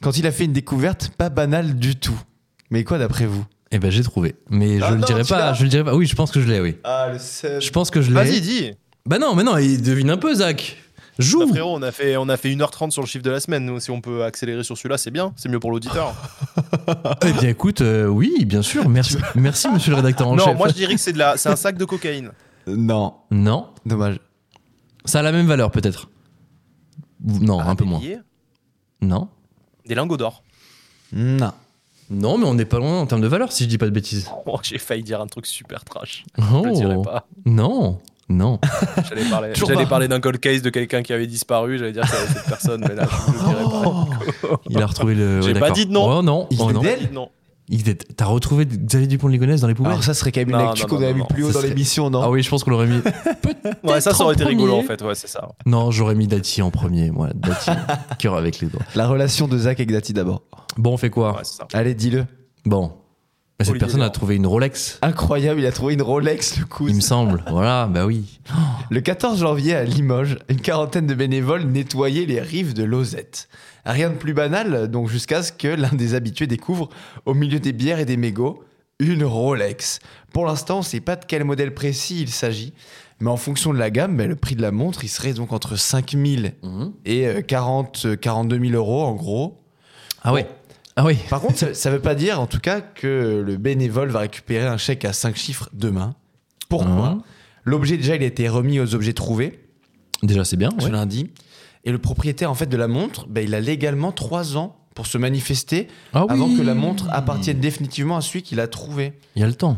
quand il a fait une découverte pas banale du tout. Mais quoi d'après vous
Eh ben j'ai trouvé. Mais
Ah
je le
non,
dirai
tu
pas.
l'as
Je le dirai pas. Oui, je pense que je l'ai, oui.
Ah, le seul.
Je pense que je l'ai.
Vas-y, dis.
Bah non, mais non, il devine un peu, Zach. Joue
Bah, frérot, on a, fait, on a fait 1h30 sur le chiffre de la semaine. Nous, si on peut accélérer sur celui-là, c'est bien. C'est mieux pour l'auditeur.
Eh bien, écoute, euh, oui, bien sûr. Merci, merci monsieur le rédacteur en
non,
chef.
moi, je dirais que c'est de la... c'est un sac de cocaïne.
Non.
Non,
Dommage.
ça a la même valeur, peut-être. Non,
Ah,
un peu
des
moins.
billets,
Non.
Des lingots d'or.
Non.
Non, mais on n'est pas loin en termes de valeur, si je dis pas de bêtises.
Oh, J'ai failli dire un truc super trash.
Oh.
Je le dirai pas.
Non, non.
J'allais parler,
Toujours
j'allais
pas.
parler d'un cold case de quelqu'un qui avait disparu. J'allais dire que c'était cette personne, mais là, je ne dirais pas.
Il a retrouvé le.
J'ai
ouais,
pas
d'accord.
dit de non.
Oh non,
Il
oh,
est
non.
dead.
Dit Non.
Il était- T'as retrouvé Xavier Dupont de Ligonnès dans les poubelles
Alors ça serait quand même une
Non,
actu
non,
qu'on
non,
avait
non,
mis plus haut
ça
dans
serait-
l'émission, Ah, non
Ah oui, je pense qu'on l'aurait mis.
Ouais, ça, ça aurait été
en
rigolo, en
premier.
fait. Ouais, c'est ça.
Non, j'aurais mis Dati en premier, moi. Dati, cœur avec les doigts.
La relation de Zach et Dati d'abord.
Bon, on fait quoi
Ouais, c'est ça.
Allez, dis-le.
Bon. Mais cette
Olivier
personne a
Véran.
trouvé une Rolex,
Incroyable, il a trouvé une Rolex, le coup.
il me semble. voilà, bah oui.
Le 14 janvier à Limoges, une quarantaine de bénévoles nettoyaient les rives de l'Ozette. Rien de plus banal, donc jusqu'à ce que l'un des habitués découvre, au milieu des bières et des mégots, une Rolex. Pour l'instant, on ne sait pas de quel modèle précis il s'agit, mais en fonction de la gamme, bah, le prix de la montre, il serait donc entre 5000 et euh, 40, euh, 42 000 euros en gros.
Ah ouais. Ah oui.
Par contre, ça- ça ne veut pas dire en tout cas que le bénévole va récupérer un chèque à 5 chiffres demain. Pourquoi
Hein.
L'objet, déjà, il a été remis aux objets trouvés
Déjà, c'est bien.
ce
ouais.
lundi. Et le propriétaire en fait de la montre, ben, il a légalement 3 ans pour se manifester
Ah oui.
avant que la montre appartienne définitivement à celui qui l'a trouvée.
Il y a le temps.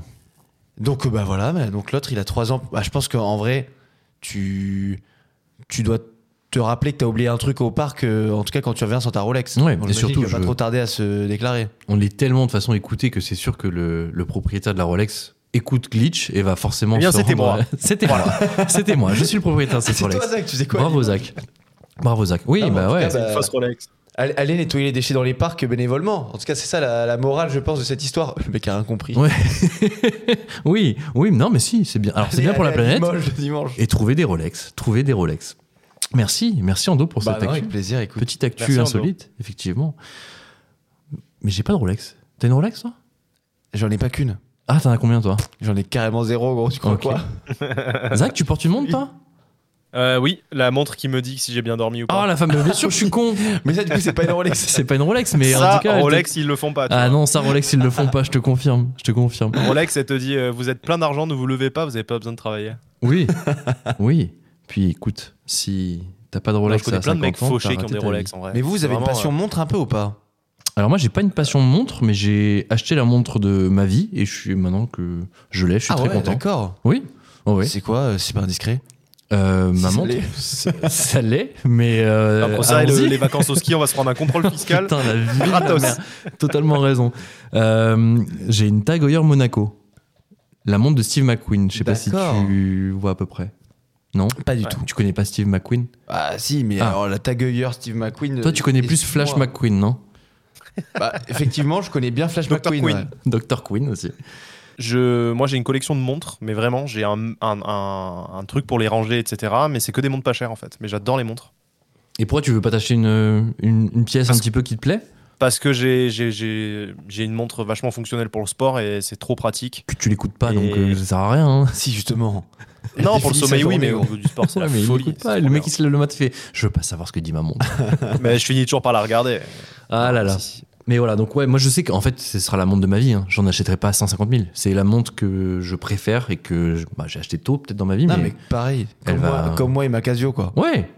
Donc euh, bah voilà, bah, donc l'autre il a 3 ans. Bah, je pense qu'en vrai, tu tu dois te rappeler que tu as oublié un truc au parc euh, en tout cas quand tu reviens sans ta Rolex.
Ouais, et
j'imagine
surtout,
qu'il va pas
je-
trop tarder à se déclarer.
On est tellement de façon écoutée que c'est sûr que le, le propriétaire de la Rolex écoute Glitch et va forcément.
Eh bien,
se
c'était
rendre-
moi.
c'était moi. C'était moi. Je suis le propriétaire de cette
C'est toi
Rolex.
Zach, tu sais quoi
Bravo Zach. Bravo Zach. Oui,
Ah, mais en
bah
tout
ouais.
cas, bah,
Fausse Rolex.
allez, allez nettoyer les déchets dans les parcs bénévolement. En tout cas, c'est ça la, la morale, je pense, de cette histoire. Le mec a rien compris.
Ouais. oui, oui, non, mais si, c'est bien. Alors, c'est
bah- Allez,
bien pour la
allez à
planète.
Limoges le dimanche.
Et trouver des Rolex. Trouver des Rolex. Merci, merci Ando pour
Bah
cette
non,
actu.
avec plaisir, écoute.
Petite actu
Merci, Ando.
insolite, effectivement. Mais j'ai pas de Rolex. T'as une Rolex, toi
J'en ai pas qu'une.
Ah, t'en as combien, toi
J'en ai carrément zéro, gros. Tu crois
Ok.
quoi
Zach, tu portes une montre, toi
Euh, oui, la montre qui me dit si j'ai bien dormi ou
Ah,
pas.
la femme, bien sûr, je suis con
Mais ça, du coup, c'est pas une Rolex.
C'est pas une Rolex, mais
ça,
en tout cas. elle te-
Rolex, ils le font pas. tu
Ah
vois.
non, ça, Rolex, ils le font pas, je te confirme. Je te confirme.
Rolex, elle te dit euh, vous êtes plein d'argent, ne vous levez pas, vous avez pas besoin de travailler.
Oui, oui. Puis écoute, si t'as pas de
Moi,
Rolex,
je connais
à
plein de mecs
50 ans,
fauchés qui
t'as
ont des
raté ta
Rolex
vie.
en vrai.
Mais vous, vous
C'est
avez une
vraiment,
passion montre un peu ou pas
Alors moi, j'ai pas une passion montre, mais j'ai acheté la montre de ma vie et je suis maintenant que je l'ai, je suis très
Ah ouais,
content.
D'accord.
Oui. Oh oui.
C'est quoi euh, C'est pas indiscret
Euh, ma
Ça
montre,
l'est.
ça l'est, mais euh,
Après ça, le-
allons-y.
les vacances au ski, on va se prendre un contrôle fiscal.
Putain, la vie de
Gratos.
ma mère. Totalement raison. Euh, J'ai une Tag Heuer Monaco. La montre de Steve McQueen. Je sais pas si
D'accord.
tu vois à peu près. Non
Pas du
Ouais.
tout.
Tu connais pas Steve McQueen
Ah si, mais
Ah.
alors la tagueur Steve McQueen.
Toi,
euh,
tu connais plus
excuse-moi.
Flash McQueen, non
Bah, effectivement, je connais bien Flash
Dr.
McQueen.
Queen.
ouais.
Dr. Queen aussi.
Je, moi, j'ai une collection de montres, mais vraiment, j'ai un, un- un- un truc pour les ranger, etc. Mais c'est que des montres pas chères en fait. Mais j'adore les montres.
Et pourquoi tu veux pas t'acheter une, une, une pièce un petit peu qui te plaît
parce que j'ai- j'ai- j'ai j'ai une montre vachement fonctionnelle pour le sport et c'est trop pratique.
Que tu l'écoutes pas, donc
Et-
euh, ça sert à rien. hein.
Si, justement.
Non, pour le
Définis sa
sommeil, oui,
journée,
mais au
gros.
niveau du sport, c'est
Ouais,
la
mais il
folie.
l'écoute
c'est
pas.
trop
Le mec,
bien.
il se lève le matin, fait Je veux pas savoir ce que dit ma montre.
Mais je finis toujours par la regarder.
ah là là.
Si.
Mais voilà, donc ouais, moi je sais qu'en fait, ce sera la montre de ma vie. hein. J'en achèterai pas à 150 000. C'est la montre que je préfère et que je- bah, j'ai acheté tôt, peut-être dans ma vie.
Non,
mais...
mais pareil.
Elle
Comme,
va-
moi, comme moi et ma Casio, quoi.
Ouais.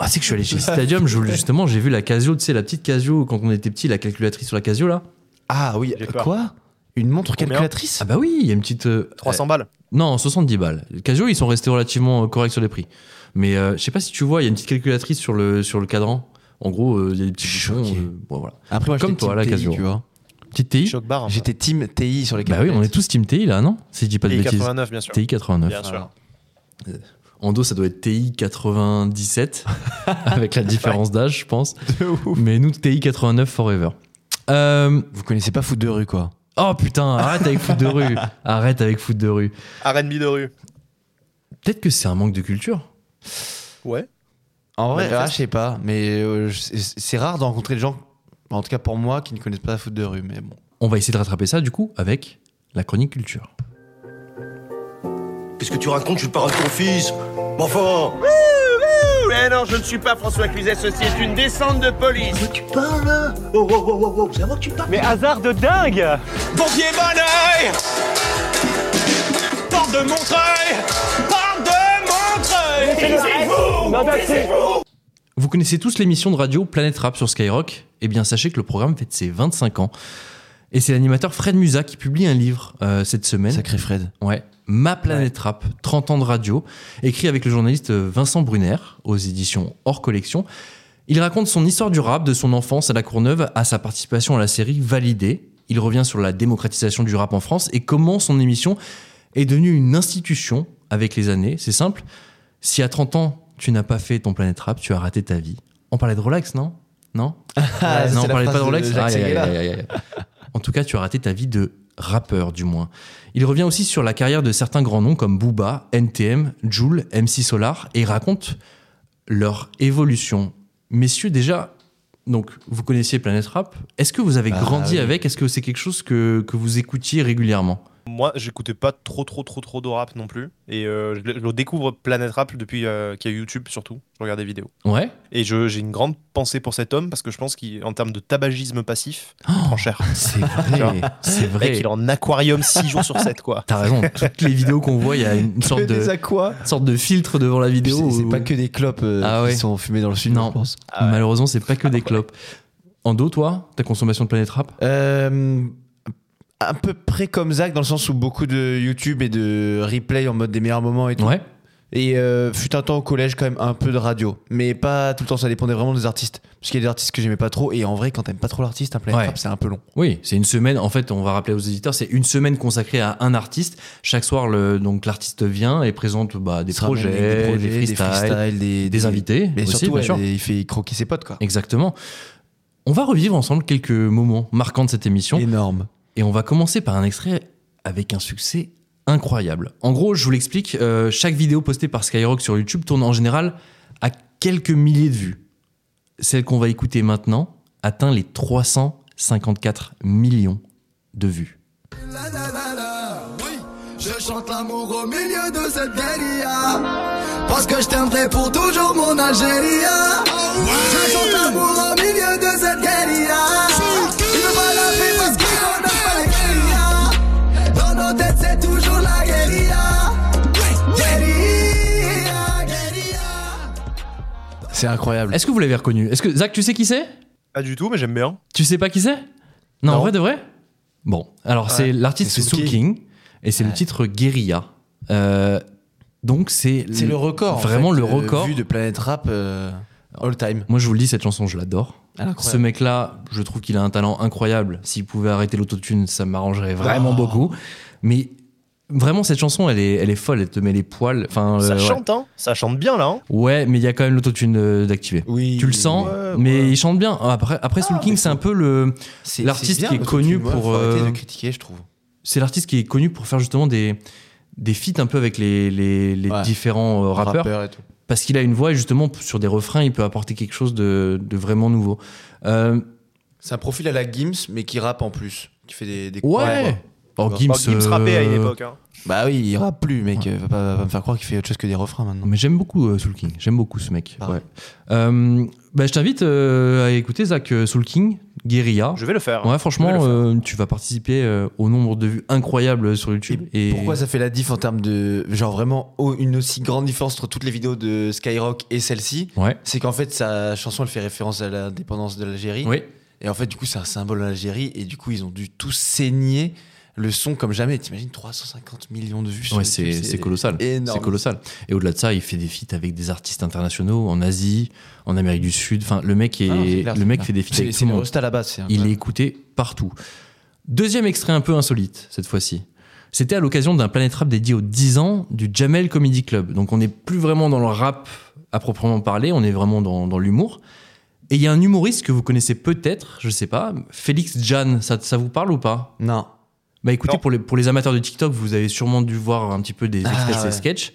ah, c'est que je suis allé chez Stadium, je voulais- justement, j'ai vu la Casio, tu sais, la petite Casio, quand on était petit, la calculatrice sur la Casio, là.
Ah oui,
J'ai peur.
quoi Une montre
Combien
calculatrice
Ah bah oui, il y a une petite... euh,
300 balles.
Non, 70 balles. Les Casio, ils sont restés relativement euh, corrects sur les prix. Mais euh, je sais pas si tu vois, il y a une petite calculatrice sur le, sur le cadran. En gros, euh, il y a des petits
Choqué.
boutons. euh, bon, voilà.
Après, moi,
Comme
j'étais
toi,
team
la
TI,
Casio.
Tu vois.
Petite TI
Choc barre.
J'étais team TI sur les
Bah oui, on est
calculatrices.
tous Team TI là, non Si je dis pas de
Et
bêtises.
89, bien sûr.
TI 89.
Bien sûr.
En dos, ça doit être TI 97, avec la différence d'âge, je pense. Mais nous, TI 89 forever. Euh,
Vous connaissez pas Foot de rue, quoi.
oh putain, arrête avec foot de rue. Arrête avec foot de rue.
RB de rue.
Peut-être que c'est un manque de culture.
Ouais.
En vrai,
Manifeste.
ah, je sais pas, mais euh, je- c'est c'est rare de rencontrer des gens, en tout cas pour moi, qui ne connaissent pas la foot de rue. Mais bon.
On va essayer de rattraper ça, du coup, avec la chronique culture.
Qu'est-ce que tu racontes Je suis le parrain de ton fils. Mais enfin
Eh non, je ne suis pas François Cluzet, ceci est une descente de police.
Tu parles là Oh, oh, oh, oh, oh, c'est à moi que tu parles Mais
hasard de dingue
Bourdier bon oeil Porte de Montreuil Porte de Montreuil
Vous connaissez tous l'émission de radio Planète Rap sur Skyrock Eh bien, sachez que le programme fête ses 25 ans. Et c'est l'animateur Fred Musa qui publie un livre euh, cette semaine.
Sacré Fred.
Ouais. Ma planète rap, 30 ans de radio, écrit avec le journaliste euh, Vincent Brunner aux éditions Hors Collection. Il raconte son histoire du rap, de son enfance à La Courneuve, à sa participation à la série Validée. Il revient sur la démocratisation du rap en France et comment son émission est devenue une institution avec les années. C'est simple. Si à 30 ans, tu n'as pas fait ton planète rap, tu as raté ta vie. On parlait de Rolex, non Non
Ah, ça,
Non, on
c'est la
parlait pas de
phrase de
Rolex
Jacques
Aïe, aïe,
Seguela.
aïe, aïe, aïe. En tout cas, tu as raté ta vie de rappeur, du moins. Il revient aussi sur la carrière de certains grands noms comme Booba, NTM, Joule, MC Solar et raconte leur évolution. Messieurs, déjà, donc vous connaissiez Planète Rap. Est-ce que vous avez
Bah
grandi
oui.
avec Est-ce que c'est quelque chose que, que vous écoutiez régulièrement
Moi, j'écoutais pas trop, trop, trop, trop de rap non plus. Et euh, je, le- je le découvre Planète Rap depuis euh, qu'il y a YouTube surtout. Je regarde des vidéos.
Ouais.
Et je- j'ai une grande pensée pour cet homme parce que je pense qu'en termes de tabagisme passif, il prend cher.
C'est vrai. c'est
Le Mec,
vrai.
il est en aquarium 6 jours sur 7, quoi.
T'as raison. Toutes les vidéos qu'on voit, il y a une sorte de,
Des aquas.
sorte de filtre devant la
Puis
vidéo.
C'est c'est
où-
pas que des clopes euh,
Ah ouais.
qui sont fumées dans le film,
Non.
je pense.
Ah ouais.
Malheureusement, c'est pas que des clopes. En dos, toi, ta consommation de Planète Rap
Euh, à peu près comme Zach, dans le sens où beaucoup de YouTube et de replay en mode des meilleurs moments et tout.
Ouais.
Et euh, fut un temps au collège quand même un peu de radio, mais pas tout le temps. Ça dépendait vraiment des artistes, parce qu'il y a des artistes que j'aimais pas trop. Et en vrai, quand t'aimes pas trop l'artiste, un planète
Ouais.
rap, c'est un peu long.
Oui, c'est une semaine. En fait, on va rappeler aux éditeurs, c'est une semaine consacrée à un artiste. Chaque soir, le, donc l'artiste vient et présente bah, des,
Il se ramène
projets,
avec
des
projets,
freestyles, des,
freestyles, des, des-
invités.
Mais
aussi,
surtout,
bien
ouais,
sûr.
des- il fait croquer ses potes, quoi.
Exactement. On va revivre ensemble quelques moments marquants de cette émission
Énorme.
et on va commencer par un extrait avec un succès incroyable. En gros, je vous l'explique, euh, chaque vidéo postée par Skyrock sur YouTube tourne en général à quelques milliers de vues. Celle qu'on va écouter maintenant atteint les 354 millions de vues.
Oui, je chante l'amour au milieu de cette guérilla. Parce que je t'aimerai pour toujours mon Algérie. Je chante l'amour au milieu de cette guérilla. Il veut pas la paix parce qu'il connaît pas la guérilla. Dans nos têtes, c'est toujours la guérilla. Guérilla, guérilla.
C'est incroyable.
Est-ce que vous l'avez reconnu Est-ce que Zach, tu sais qui c'est
Pas du tout, mais j'aime bien.
Tu sais pas qui c'est non, en
Non.
vrai de vrai Bon, alors c'est l'artiste c'est
C'est
Soul
Soul
King et c'est le titre Guérilla. Euh, donc c'est
C'est le record. en
Vraiment
fait,
le
euh,
record.
vu de planète rap euh, all time.
Moi je vous le dis cette chanson, je l'adore.
Elle est Ah, incroyable.
Ce mec-là, je trouve qu'il a un talent incroyable. S'il pouvait arrêter l'autotune, ça m'arrangerait vraiment
Oh.
beaucoup. Mais vraiment cette chanson, elle est elle est folle, elle te met les poils. Enfin
Ça
euh, ouais.
chante, hein. Ça chante bien, là. hein.
Ouais, mais il y a quand même l'autotune euh, d'activer.
Oui. Ah,
Tu le sens, mais il chante bien. Après, après Soul King, c'est un peu le,
C'est-
L'artiste
c'est bien,
qui est
parce que
connu
tu vois,
pour,
faut arrêter
euh,
de critiquer, je trouve.
c'est l'artiste qui est connu pour faire justement des des feats un peu avec les, les, les
Ouais.
différents euh, rappeurs
et tout.
parce qu'il a une voix et justement sur des refrains il peut apporter quelque chose de, de vraiment nouveau Euh,
C'est un profil à la Gims, mais qui rappe en plus. Qui fait des. des
Ouais.
Ouais.
Oh,
Bah,
Gims.
Bah, Gims rappait à une
euh,
époque. hein.
Bah oui, il rappe plus, mec. Va pas, va pas me faire croire qu'il fait autre chose que des refrains maintenant.
Mais j'aime beaucoup euh, Soul King. J'aime beaucoup ce mec.
Ah.
Pareil.
Ouais. Euh, bah, je t'invite euh, à écouter Zach euh, Soul King, Guerilla.
Je vais le faire. hein.
Ouais,
Je vais
franchement,
le faire.
euh, tu vas participer euh, au nombre de vues incroyables euh, sur YouTube. Et,
Pourquoi ça fait la diff en termes de. Genre vraiment oh, une aussi grande différence entre toutes les vidéos de Skyrock et celle-ci
Ouais.
C'est qu'en fait, sa chanson, elle fait référence à l'indépendance de l'Algérie.
Oui.
Et en fait, du coup, c'est un symbole en Algérie. Et du coup, ils ont dû tous saigner le son comme jamais. T'imagines 350 millions de vues sur
Ouais,
YouTube,
c'est c'est colossal.
énorme.
C'est colossal. Et au-delà de ça, il fait des feats avec des artistes internationaux en Asie, en Amérique du Sud. Enfin, le mec, est,
Ah non, c'est clair,
le
c'est
mec
clair.
fait des feats
C'est- hein.
avec
C'est
tout le
une
monde.
rosta à la base. c'est un-
Il est écouté partout. Deuxième extrait un peu insolite, cette fois-ci. C'était à l'occasion d'un Planet Rap dédié aux 10 ans du Jamel Comedy Club. Donc on n'est plus vraiment dans le rap à proprement parler, on est vraiment dans, dans l'humour. Et il y a un humoriste que vous connaissez peut-être, je sais pas, Félix Jan, ça, ça vous parle ou pas
Non.
Bah écoutez,
Non.
pour les, pour les amateurs de TikTok, vous avez sûrement dû voir un petit peu des
Ah,
extraits de ses
ouais.
sketchs.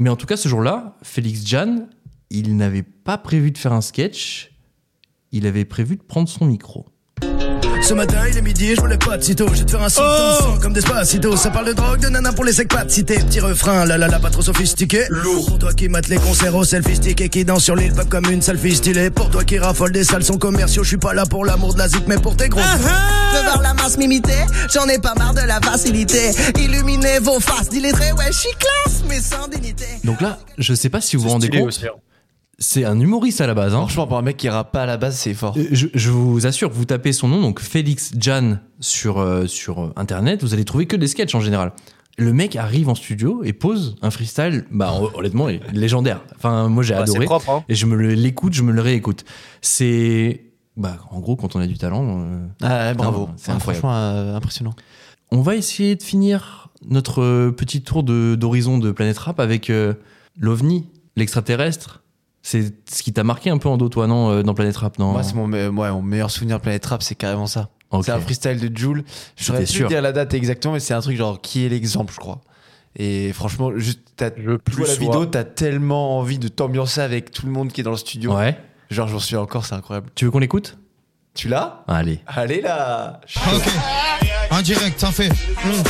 Mais en tout cas, ce jour-là, Félix Jan, il n'avait pas prévu de faire un sketch, il avait prévu de prendre son micro.
Ce matin, il est midi, je voulais pas de sitôt. Je vais te faire un son
Oh.
dansant comme des spacitos. Ça parle de drogue, de nana pour les secs pas de cité. Petit refrain, la la la, pas trop sophistiqué. Lourd. Pour toi qui mates les concerts au selfistique et qui danse sur l'île, pas comme une sale fille stylée. Pour toi qui raffole des salles, sont commerciaux. Je suis pas là pour l'amour de la zik, mais pour tes gros.
Je veux voir la masse m'imiter, j'en ai pas marre de la facilité. Illuminez vos faces, d'illettrés, ouais, je suis classe, mais sans dignité.
Donc là, je sais pas si vous vous rendez
Stylé
compte,
aussi, hein.
c'est un humoriste à la base. hein.
Franchement, pour un mec qui rappe pas à la base, c'est fort.
Euh, Je, je vous assure, vous tapez son nom, donc Félix Jan sur, euh, sur euh, internet, vous allez trouver que des sketchs en général. Le mec arrive en studio et pose un freestyle, bah hon- honnêtement, il est légendaire. Enfin, moi j'ai
Bah, C'est
adoré.
propre. hein.
Et je me le- l'écoute, je me le réécoute. C'est. Bah, en gros, quand on a du talent. euh,
Ah, ouais, bravo.
Non, c'est
Ah,
incroyable.
Franchement, euh, impressionnant.
On va essayer de finir notre euh, petit tour de- d'horizon de, Planète Rap avec euh, l'OVNI, l'extraterrestre. C'est ce qui t'a marqué un peu en dos, toi, non, euh, dans Planète Rap, non
Moi, c'est mon, me- ouais, mon meilleur souvenir de Planète Rap, c'est carrément ça.
Ok.
C'est un freestyle de Jules. Je saurais plus
sûr.
dire la date exactement, mais c'est un truc genre qui est l'exemple, je crois. Et franchement, juste, t'as, tu vois la
sois.
vidéo, t'as tellement envie de t'ambiancer avec tout le monde qui est dans le studio.
Ouais.
Genre, j'en suis encore, c'est incroyable.
Tu veux qu'on l'écoute
Tu l'as
Allez.
Allez là
Ok. En direct, ça fait. hmm.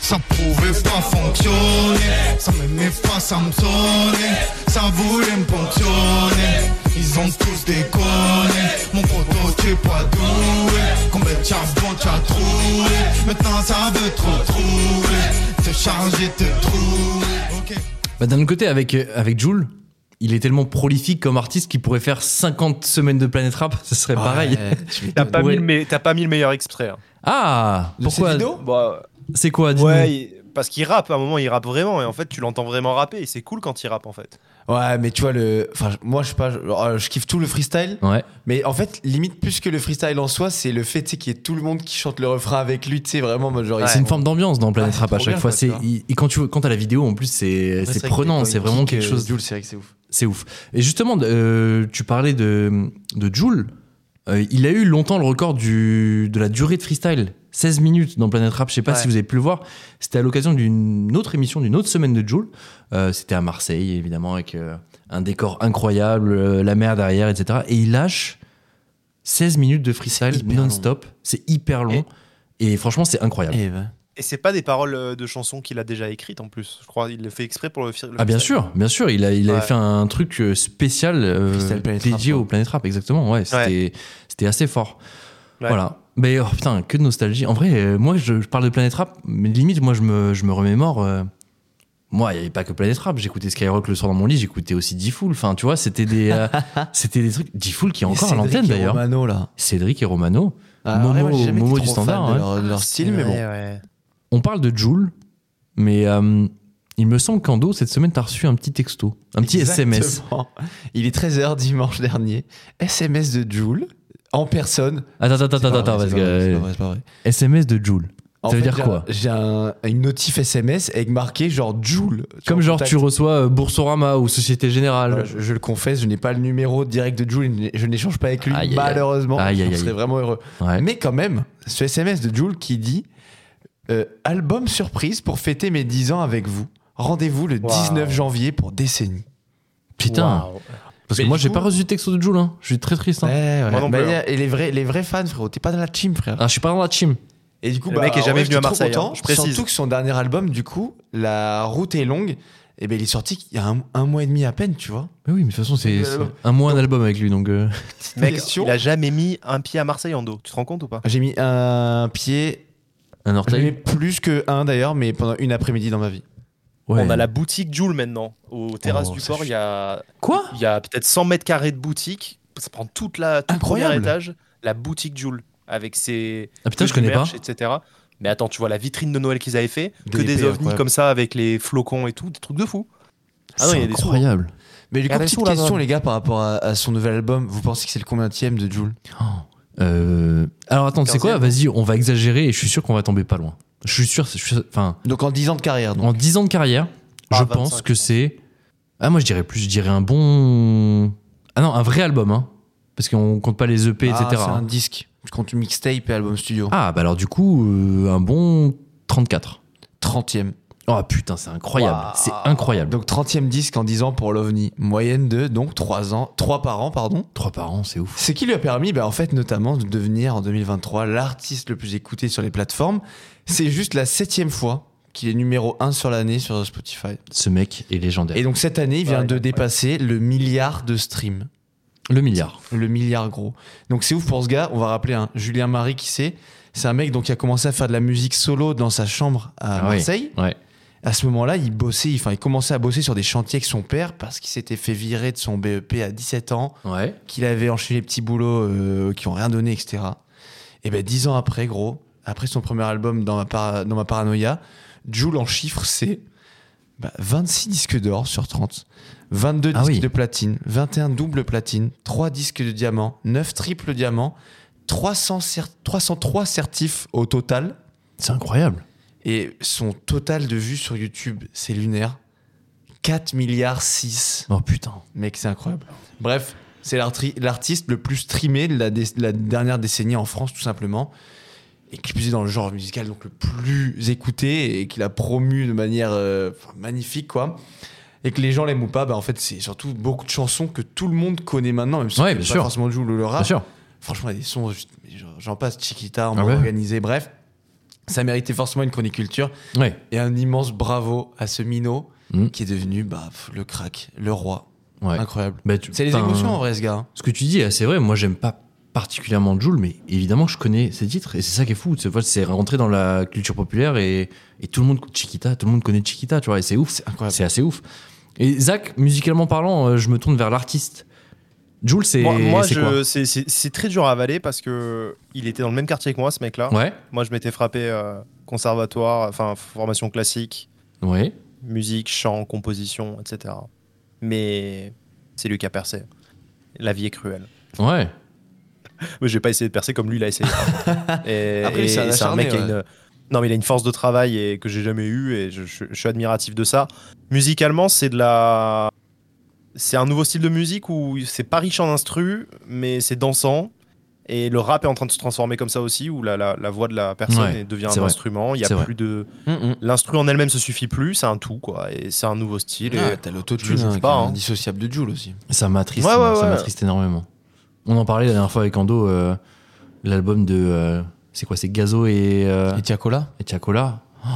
Ça pouvait pas fonctionner. Ça m'aimait pas, ça me sonnait. Ça voulait me ponctionner. Ils ont tous déconné. Mon prototype pas doué. Combien de charbon tu as trouvé? Maintenant ça veut trop trouver. Te charger, te trouver. Ok.
Bah, D'un autre côté, avec, euh, avec Joule, il est tellement prolifique comme artiste qu'il pourrait faire 50 semaines de Planète Rap, ce serait pareil.
Ouais, tu m'étonnes.
T'as pas,
Ouais.
mis le me- t'as pas mis le meilleur extrait. hein.
Ah
De cette
Pourquoi
vidéo
Bah,
C'est quoi dis-nous.
ouais, il- parce qu'il rappe. À un moment, il rappe vraiment. Et en fait, tu l'entends vraiment rapper. Et c'est cool quand il rappe, en fait.
Ouais, mais tu vois, le... enfin, moi, je sais pas, je... oh, je kiffe tout le freestyle.
Ouais.
Mais en fait, limite, plus que le freestyle en soi, c'est le fait tu sais, qu'il y ait tout le monde qui chante le refrain avec lui, tu sais, vraiment, moi, genre,
Ouais.
ils
C'est une forme d'ambiance dans Planète
Ah, c'est
Rap à
trop
chaque
bien,
fois.
quoi,
C'est
tu vois.
il- et quand tu quand t'as la vidéo en plus c'est c'est prenant, c'est vraiment quelque chose.
euh, Jules, c'est vrai que c'est ouf.
C'est ouf. Et justement, euh, tu parlais de de Joule. Euh, il a eu longtemps le record du de la durée de freestyle, 16 minutes dans Planète Rap. Je sais pas
Ouais.
si vous avez pu le voir. C'était à l'occasion d'une autre émission, d'une autre semaine de Joule. Euh, C'était à Marseille évidemment avec euh, un décor incroyable, euh, la mer derrière, etc. Et il lâche 16 minutes de freestyle
hyper long.
non-stop. C'est hyper long. Et, franchement, c'est incroyable.
Eh ben.
Et c'est pas des paroles euh, de chansons qu'il a déjà écrites, en plus. Je crois il le fait exprès pour le fi- le
Ah bien
freestyle.
sûr, bien sûr, il, a, il avait
Ouais.
fait un truc euh, spécial euh,
Freestyle Planet
dédié
Rap,
au
quoi.
Planet Rap, exactement, ouais, c'était c'était assez fort.
Ouais.
Voilà. Mais oh, putain, que de nostalgie. En vrai, euh, moi je, je parle de Planet Rap, mais limite moi je me, je me remémore euh, moi, il n'y avait pas que Planet Rap, j'écoutais Skyrock le soir dans mon lit, j'écoutais aussi D-Fool, enfin tu vois, c'était des euh, c'était des trucs D-Fool qui est encore à
Cédric
l'antenne
et
d'ailleurs.
Romano, là.
Cédric et Romano.
Ah,
Momo-
ouais, moi, j'ai jamais été
Momo
trop
du standard,
fan
ouais.
de leur, de leur style, mais bon.
Ouais, ouais.
On parle de Joule, mais euh, il me semble qu'Ando cette semaine t'as reçu un petit texto, un petit SMS.
Exactement. Il est 13h dimanche dernier. SMS de Jules en personne.
Attends attends
C'est
attends
pas
attends
vrai,
parce
c'est pas vrai,
que euh,
c'est pas vrai, c'est pas vrai.
SMS de Joule.
En
Ça veut
fait,
dire
j'ai
quoi
un- J'ai un- une notif SMS avec marqué genre Joule.
Comme genre tu reçois euh, Boursorama ou Société Générale.
Voilà, je, je le confesse, je n'ai pas le numéro direct de Jules, je n'é- je n'échange pas avec lui,
Aïe, aïe, aïe.
malheureusement.
Aïe, aïe,
Je
aïe.
serais vraiment heureux.
Ouais.
Mais quand même, ce SMS de Jules qui dit euh, Album surprise pour fêter mes 10 ans avec vous. Rendez-vous le 19 janvier pour décennie.
Putain. Parce que moi, j'ai pas reçu le texto de Jules. hein. Je suis très triste. hein.
Ouais,
Moi non
bah,
plus,
y a- Et les vrais, les vrais fans, frérot, t'es pas dans la team, frère.
Ah, je suis pas dans la team.
Et du coup,
Le
bah,
mec est
en vrai,
jamais venu à
j'étais trop
Marseille, hein,
content,
je précise.
Surtout que son dernier album, du coup, La route est longue, et ben il est sorti il y a un, un mois et demi à peine, tu vois.
Mais oui, mais de toute façon, c'est
Euh,
c'est un mois, un album avec lui. Donc, euh,
Mec,
question.
il a jamais mis un pied à Marseille en dos. Tu te rends compte ou pas
J'ai mis un pied,
un
j'ai mis
orteil.
plus que un d'ailleurs, mais pendant une après-midi dans ma vie.
Ouais.
On a la boutique Joule maintenant. Au terrasse
Oh,
du
ça
port, il y a,
Quoi
il y a peut-être 100 mètres carrés de boutique. Ça prend toute la, tout le premier
Incroyable.
étage. La boutique Joule avec ses.
Ah putain,
que
je
du
connais pas.
merch, Etc. Mais attends, tu vois la vitrine de Noël qu'ils avaient fait, que
Des
des
épées,
ovnis
incroyable.
comme ça avec les flocons et tout, des trucs de fou. Ah non, il y a
C'est
des
incroyable.
Mais du coup,
Regardez
petite
sous, là-bas.
question, les gars, par rapport à, à son nouvel album, vous pensez que c'est le combienième de Jules
Euh, Alors, attends, c'est quoi Vas-y, on va exagérer et je suis sûr qu'on va tomber pas loin. Je suis sûr, je suis sûr- enfin,
Donc en 10 ans de carrière, donc.
en 10 ans de carrière,
Ah,
Bah,
je
25,
pense que
je pense.
c'est. Ah, moi, je dirais plus, je dirais un bon. Ah non, un vrai album, hein. Parce qu'on compte pas les EP,
Ah,
etc.
C'est un
hein.
disque. Je compte mixtape et album studio.
Ah, bah alors, du coup, euh, un bon 34.
30e.
Oh putain, c'est incroyable.
Waouh.
C'est incroyable.
Donc 30e disque en 10 ans pour l'OVNI. Moyenne de, donc 3 ans, 3 par an, pardon.
Trois par an, c'est ouf.
Ce qui lui a permis, bah, en fait, notamment de devenir en 2023 l'artiste le plus écouté sur les plateformes. C'est juste la septième fois qu'il est numéro 1 sur l'année sur Spotify.
Ce mec est légendaire.
Et donc cette année, il vient
Ah,
Ouais,
de
ouais.
dépasser le milliard de streams.
le milliard.
Le milliard gros. Donc c'est ouf pour ce gars. On va rappeler un Julien Marie qui c'est. C'est un mec donc, qui a commencé à faire de la musique solo dans sa chambre à
Ah oui.
Marseille.
Ouais.
À ce moment-là, il bossait, enfin, il commençait à bosser sur des chantiers avec son père parce qu'il s'était fait virer de son BEP à 17 ans
Ouais.
qu'il avait enchaîné les petits boulots euh, qui ont rien donné, etc. Et ben dix ans après, gros, après son premier album dans ma, para- dans ma paranoïa, Joule en chiffres, c'est bah, 26 disques d'or sur 30, 22
Ah
disques
oui.
de platine, 21 double platine, 3 disques de diamant, 9 triple diamant, 300 cer- 303 certifs au total.
C'est incroyable.
Et son total de vues sur YouTube, c'est lunaire. 4 milliards 6.
Oh putain.
Mec, c'est incroyable. Bref, c'est l'artri- l'artiste le plus streamé de la, dé- de la dernière décennie en France, tout simplement. Et qui plus est dans le genre musical, donc le plus écouté et qu'il a promu de manière euh, enfin, magnifique, quoi. Et que les gens l'aiment ou pas, bah, en fait, c'est surtout beaucoup de chansons que tout le monde connaît maintenant, même si
Ouais,
pas
bien sûr.
forcément Jules ou le
Bien
rap.
sûr.
Franchement, il y a des sons, juste- mais j'en- j'en passe, Chiquita, on
Ah ouais.
organisé, bref. Ça méritait forcément une chronique culture.
Ouais.
Et un immense bravo à ce minot
Mm.
qui est devenu bah, le crack, le roi.
Ouais.
Incroyable.
Bah, tu-
C'est les
putain,
émotions en vrai, ce gars.
Ce que tu dis, eh, c'est vrai. Moi, j'aime pas particulièrement Joule, mais évidemment, je connais ses titres et c'est ça qui est fou. Tu vois, C'est rentré dans la culture populaire et, et tout le monde Chiquita, tout le monde connaît Chiquita, tu vois. Et c'est ouf.
incroyable.
C'est assez ouf. Et Zach, musicalement parlant, euh, je me tourne vers l'artiste. Joule, c'est
Moi, moi,
c'est
je-
quoi
c'est- c'est c'est très dur à avaler parce que il était dans le même quartier que moi, ce mec-là.
Ouais.
Moi, je m'étais frappé euh, conservatoire, enfin formation classique,
Ouais.
musique, chant, composition, etc. Mais c'est lui qui a percé. La vie est cruelle.
Ouais.
Mais je vais pas essayer de percer comme lui l'a essayé. et
Après, lui,
et
c'est un
c'est un
acharné,
mec qui a
ouais.
une. Non, mais il a une force de travail et que j'ai jamais eue et je, je- je suis admiratif de ça. Musicalement, c'est de la. C'est un nouveau style de musique où c'est pas riche en instru, mais c'est dansant. Et le rap est en train de se transformer comme ça aussi, où la, la, la voix de la personne
Ouais,
devient
c'est
un
vrai.
instrument. Il y a
C'est vrai.
plus de.
hein.
Mm,
L'instru en elle-même se suffit plus, c'est un tout, quoi. Et c'est un nouveau style. et-
Ah, T'as
je
l'autotune,
juge
hein, qui est
pas, hein.
indissociable de Jules aussi.
Ça m'attriste,
Ouais, ouais,
ça
ouais.
m'attriste énormément. On en parlait la dernière fois avec Ando, euh, l'album de. euh, c'est quoi C'est Gazo et, euh,
Et Tiakola
et Tiakola. Oh,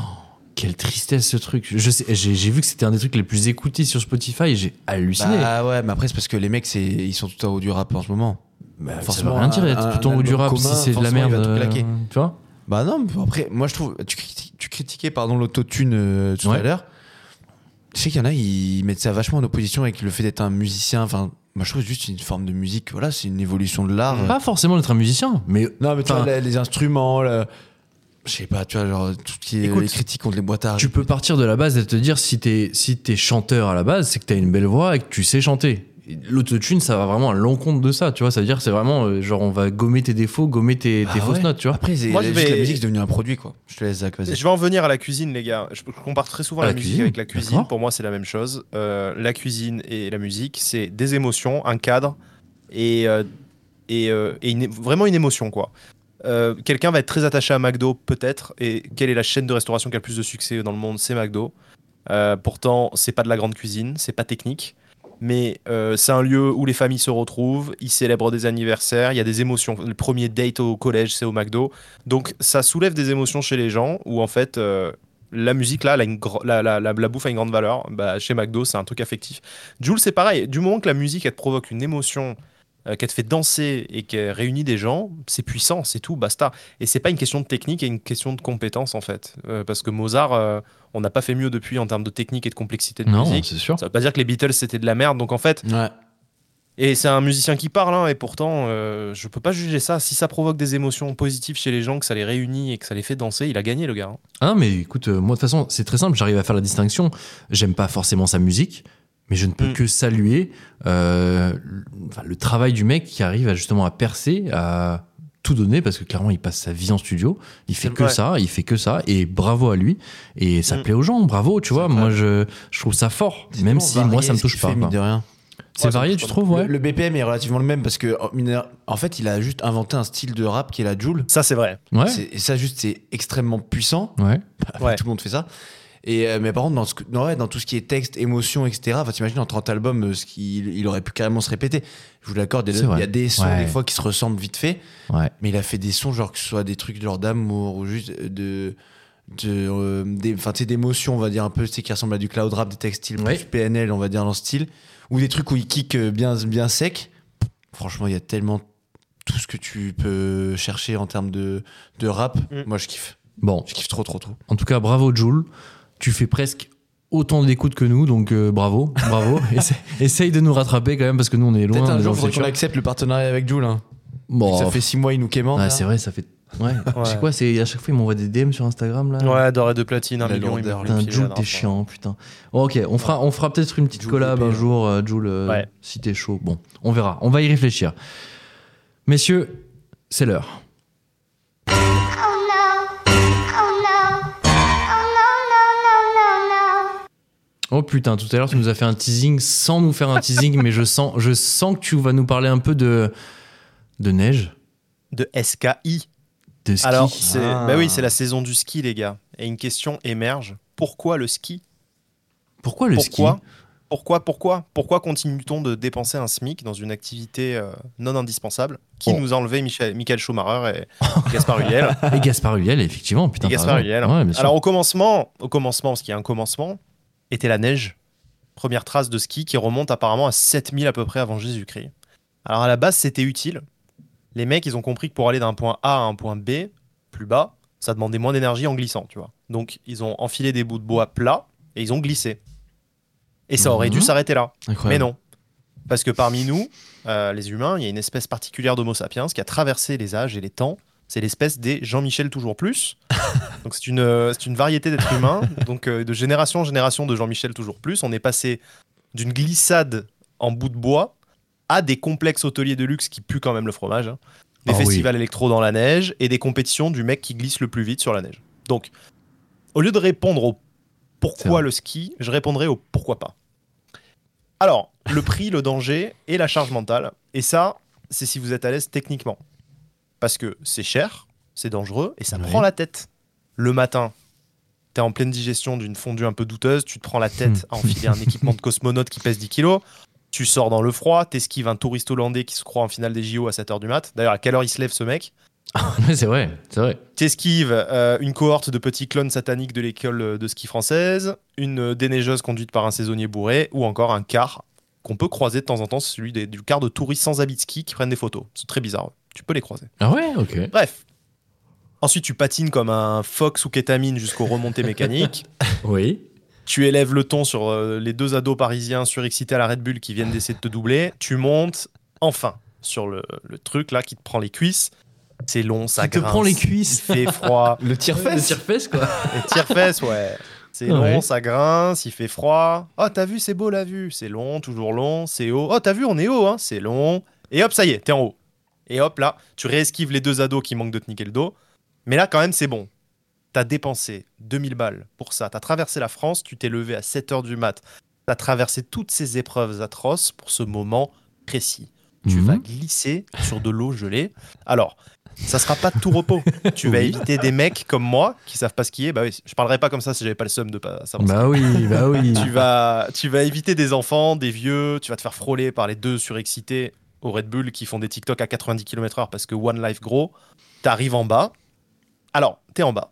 quelle tristesse ce truc. Je sais, j'ai, j'ai vu que c'était un des trucs les plus écoutés sur Spotify et j'ai halluciné.
Ah ouais, mais après, c'est parce que les mecs, c'est- ils sont tout à haut du rap en ce moment.
Bah,
forcément,
ça veut rien dire
un-
d'être
un
tout en haut du
album
rap si
commun,
c'est de la
forcément, il
merde.
va tout claquer.
euh, tu vois
Bah non, mais après, moi je trouve. Tu, criti- tu critiquais, pardon, l'autotune euh, tout à
Ouais.
l'heure. Tu sais qu'il y en a, ils mettent ça vachement en opposition avec le fait d'être un musicien. Enfin, moi je trouve juste une forme de musique, voilà, c'est une évolution de l'art.
Pas forcément d'être un musicien, mais.
Non, mais tu
Mm.
vois,
Enfin-
les, les instruments, le- je sais pas, tu vois, genre, tout ce qui est
Écoute,
les critiques contre les boîtes à
Tu peux partir de la base et te dire si t'es, si t'es chanteur à la base, c'est que t'as une belle voix et que tu sais chanter. Et L'autotune, ça va vraiment à l'encontre de ça, tu vois. Ça veut dire que c'est vraiment euh, genre on va gommer tes défauts, gommer tes,
Bah
tes fausses
ouais.
notes, tu vois.
Après, c'est-
Moi, je
juste la
vais-
musique, c'est devenu un produit, quoi. Je te laisse, Zach, vas-y.
Je vais en venir à la cuisine, les gars. Je je compare très souvent
À
la,
la
musique
cuisine,
avec la cuisine.
d'accord.
Pour moi, c'est la même chose. Euh, la cuisine et la musique, c'est des émotions, un cadre et, euh, et, euh, et une- vraiment une émotion, quoi. Euh, Quelqu'un va être très attaché à McDo, peut-être. Et quelle est la chaîne de restauration qui a le plus de succès dans le monde C'est McDo. Euh, pourtant, c'est pas de la grande cuisine, c'est pas technique.
Mais euh, c'est un lieu où les familles se retrouvent, ils célèbrent des anniversaires, il y a des émotions. Le premier date au collège, c'est au McDo. Donc ça soulève des émotions chez les gens où en fait euh, la musique là, elle a une gro- la, la- la- la bouffe a une grande valeur. Bah, chez McDo, c'est un truc affectif. Jules, c'est pareil. Du moment que la musique elle te provoque une émotion, euh, qu'elle te fait danser et qu'elle réunit des gens, c'est puissant, c'est tout, basta. Et c'est pas une question de technique, et une question de compétence en fait, Euh, parce que Mozart, euh, on n'a pas fait mieux depuis en termes de technique et de complexité de
Non,
musique.
c'est sûr.
Ça veut pas dire que les Beatles c'était de la merde, donc en fait. Et c'est un musicien qui parle, hein, et pourtant, euh, je peux pas juger ça. Si ça provoque des émotions positives chez les gens, que ça les réunit et que ça les fait danser, il a gagné le gars. hein.
Ah, mais écoute, euh, moi, de toute façon, c'est très simple, j'arrive à faire la distinction. J'aime pas forcément sa musique, mais je ne peux
Mm.
que saluer euh, le, enfin, le travail du mec qui arrive à justement à percer, à tout donner, parce que clairement, il passe sa vie en studio, il fait
C'est
que
vrai.
ça, il fait que ça, et bravo à lui, et ça
Mm.
plaît aux gens, bravo, tu vois,
vrai.
moi, je, je trouve ça fort, même si moi, ça me touche pas.
Mine
quoi.
de rien.
C'est
Ouais, ça me
varié,
touche
tu
pas.
trouves, ouais
Le, le BPM est relativement le même parce que en mine de rien, en fait, il a juste inventé un style de rap qui est la Joule.
Ça, c'est vrai.
Ouais,
C'est- Et ça, juste, c'est extrêmement puissant.
ouais.
Enfin,
Ouais.
Tout le monde fait ça. Et, euh, mais par contre, dans, ce que- dans- ouais, dans tout ce qui est texte, émotion, etc., enfin, t'imagines en 30 albums, euh, ce qui, il, il aurait pu carrément se répéter. Je vous l'accorde, il y
C'est
a-
vrai.
il y a des sons
Ouais.
des fois qui se ressemblent vite fait,
Ouais.
mais il a fait des sons, genre que ce soit des trucs genre d'amour ou juste euh, de. de euh, des- enfin, tu sais, d'émotion, on va dire un peu, tu sais, qui ressemble à du cloud rap, des textiles,
Ouais.
plus PNL, on va dire, dans ce style, ou des trucs où il kick euh, bien, bien sec. Franchement, il y a tellement tout ce que tu peux chercher en termes de, de rap.
Mm.
Moi, je kiffe.
Bon,
Je kiffe trop, trop, trop.
En tout cas, bravo Jules. Tu fais presque autant d'écoutes que nous, donc euh, bravo, bravo. Essaye, essaye de nous rattraper quand même parce que nous on est loin.
Peut-être
on
un
est dans
jour,
le
faudrait qu'on
futur.
accepte le partenariat avec Jules. Hein.
Bon,
Ça fait six mois, il nous quémande. hein.
ouais,
là.
c'est vrai, ça fait. Ouais. C'est quoi C'est à chaque fois il m'envoie des DM sur Instagram là.
Ouais, d'or et de platine, un
La
million, il
lourdeur.
meurt le
Putain,
pied,
Jules,
là,
t'es
non,
chiant, putain. Bon, ok, on fera, on fera peut-être une petite
Jules
collab
PP,
un
hein.
jour, euh, Jules, euh,
Ouais.
si t'es chaud. Bon, on verra, on va y réfléchir. Messieurs, c'est l'heure. Oh putain, tout à l'heure tu nous as fait un teasing sans nous faire un teasing, mais je sens, je sens que tu vas nous parler un peu de de neige,
De SKI.
de ski.
Alors, c'est,
Ah.
bah oui, c'est la saison du ski, les gars. Et une question émerge. Pourquoi le ski
pourquoi le
Pourquoi
ski
Pourquoi Pourquoi Pourquoi continue-t-on de dépenser un SMIC dans une activité euh, non indispensable qui
Oh.
nous a enlevé Michel, Michael Schumacher et Gaspard Huliel
Et Gaspard Huliel, effectivement, putain.
Et
t'as
Gaspard
raison.
Huliel. hein.
Ouais, bien sûr.
Alors au commencement, au commencement, parce qu'il y a un commencement, était la neige. Première trace de ski qui remonte apparemment à 7000 à peu près avant Jésus-Christ. Alors à la base, c'était utile. Les mecs, ils ont compris que pour aller d'un point A à un point B, plus bas, ça demandait moins d'énergie en glissant, tu vois. Donc ils ont enfilé des bouts de bois plats et ils ont glissé. Et ça aurait dû
Mhm.
s'arrêter là. Mais
incroyable.
non. Parce que parmi nous, euh, les humains, il y a une espèce particulière d'Homo sapiens qui a traversé les âges et les temps. C'est l'espèce des Jean-Michel toujours plus. Donc c'est une, euh, c'est une variété d'êtres humains. Donc euh, de génération en génération de Jean-Michel toujours plus, on est passé d'une glissade en bout de bois à des complexes hôteliers de luxe qui puent quand même le fromage, hein. des
Ah oui.
festivals électro dans la neige et des compétitions du mec qui glisse le plus vite sur la neige. Donc au lieu de répondre au
C'est
pourquoi
vrai.
le ski, je répondrai au pourquoi pas. Alors, le prix, le danger et la charge mentale. Et ça, c'est si vous êtes à l'aise techniquement. Parce que c'est cher, c'est dangereux et ça
Oui.
prend la tête. Le matin, t'es en pleine digestion d'une fondue un peu douteuse, tu te prends la tête
Hmm.
à enfiler un équipement de cosmonaute qui pèse 10 kilos, tu sors dans le froid, t'esquives un touriste hollandais qui se croit en finale des JO à 7h du mat. D'ailleurs, à quelle heure il se lève ce mec
Mais c'est vrai, c'est vrai.
T'esquives euh, une cohorte de petits clones sataniques de l'école euh, de ski française, une euh, déneigeuse conduite par un saisonnier bourré, ou encore un car qu'on peut croiser de temps en temps, c'est celui des- du car de touristes sans habit de ski qui prennent des photos. C'est très bizarre, ouais. tu peux les croiser.
Ah ouais, ok.
Bref. Ensuite, tu patines comme un fox ou kétamine jusqu'aux remontées mécaniques.
Oui.
Tu élèves le ton sur euh, les deux ados parisiens surexcités à la Red Bull qui viennent d'essayer de te doubler. Tu montes enfin sur le, le truc là qui te prend les cuisses. C'est long, ça
Ça te
grince,
prend les
Il
cuisses.
fait froid.
Le tire
Le tire-fesse, quoi.
Et tire-fesses, ouais. C'est
Ouais.
long, ça grince, il fait froid. Oh, t'as vu, c'est beau la vue. C'est long, toujours long, c'est haut. Oh, t'as vu, on est haut, hein, c'est long. Et hop, ça y est, t'es en haut. Et hop, là, tu réesquives les deux ados qui manquent de te niquer le dos. Mais là, quand même, c'est bon. T'as dépensé 2000 balles pour ça. T'as traversé la France, tu t'es levé à 7h du mat. T'as traversé toutes ces épreuves atroces pour ce moment précis. Tu
Mhm.
vas glisser sur de l'eau gelée. Alors, ça sera pas de tout repos. tu vas
Oui.
éviter des mecs comme moi qui savent pas skier. Bah oui, je parlerai pas comme ça si j'avais pas le seum de pas savoir
Bah
skier.
oui, bah oui.
tu vas, tu vas éviter des enfants, des vieux, tu vas te faire frôler par les deux surexcités au Red Bull qui font des TikTok à 90 km/h parce que One Life gros, t'arrives en bas. Alors, t'es en bas.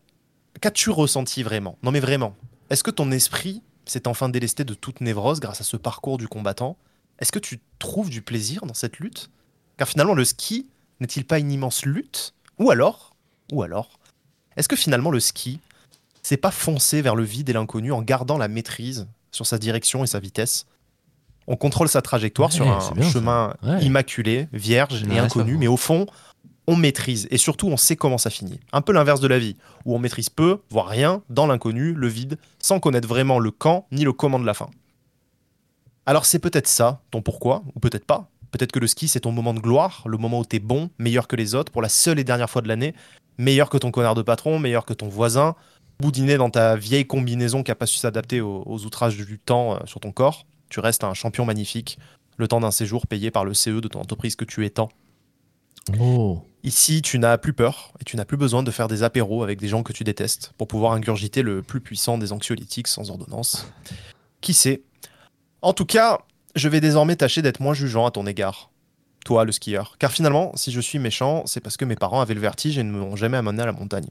Qu'as-tu ressenti vraiment Non mais vraiment. Est-ce que ton esprit s'est enfin délesté de toute névrose grâce à ce parcours du combattant Est-ce que tu trouves du plaisir dans cette lutte Car finalement, le ski n'est-il pas une immense lutte Ou alors, ou alors, est-ce que finalement le ski, c'est pas foncer vers le vide et l'inconnu en gardant la maîtrise sur sa direction et sa vitesse On contrôle sa trajectoire sur
Ouais, c'est
un
bien, ça.
chemin
Ouais.
immaculé, vierge
Ouais,
et
ça
inconnu,
va.
mais au fond, on maîtrise et surtout on sait comment ça finit. Un peu l'inverse de la vie, où on maîtrise peu, voire rien, dans l'inconnu, le vide, sans connaître vraiment le quand ni le comment de la fin. Alors c'est peut-être ça, ton pourquoi, ou peut-être pas. Peut-être que le ski, c'est ton moment de gloire, le moment où t'es bon, meilleur que les autres, pour la seule et dernière fois de l'année, meilleur que ton connard de patron, meilleur que ton voisin, boudiné dans ta vieille combinaison qui a pas su s'adapter aux, aux outrages du temps euh, sur ton corps. Tu restes un champion magnifique, le temps d'un séjour payé par le CE de ton entreprise que tu es tant.
Oh.
Ici, tu n'as plus peur et tu n'as plus besoin de faire des apéros avec des gens que tu détestes pour pouvoir ingurgiter le plus puissant des anxiolytiques sans ordonnance. Qui sait En tout cas, je vais désormais tâcher d'être moins jugeant à ton égard. Toi, le skieur. Car finalement, si je suis méchant, c'est parce que mes parents avaient le vertige et ne m'ont jamais amené à la montagne.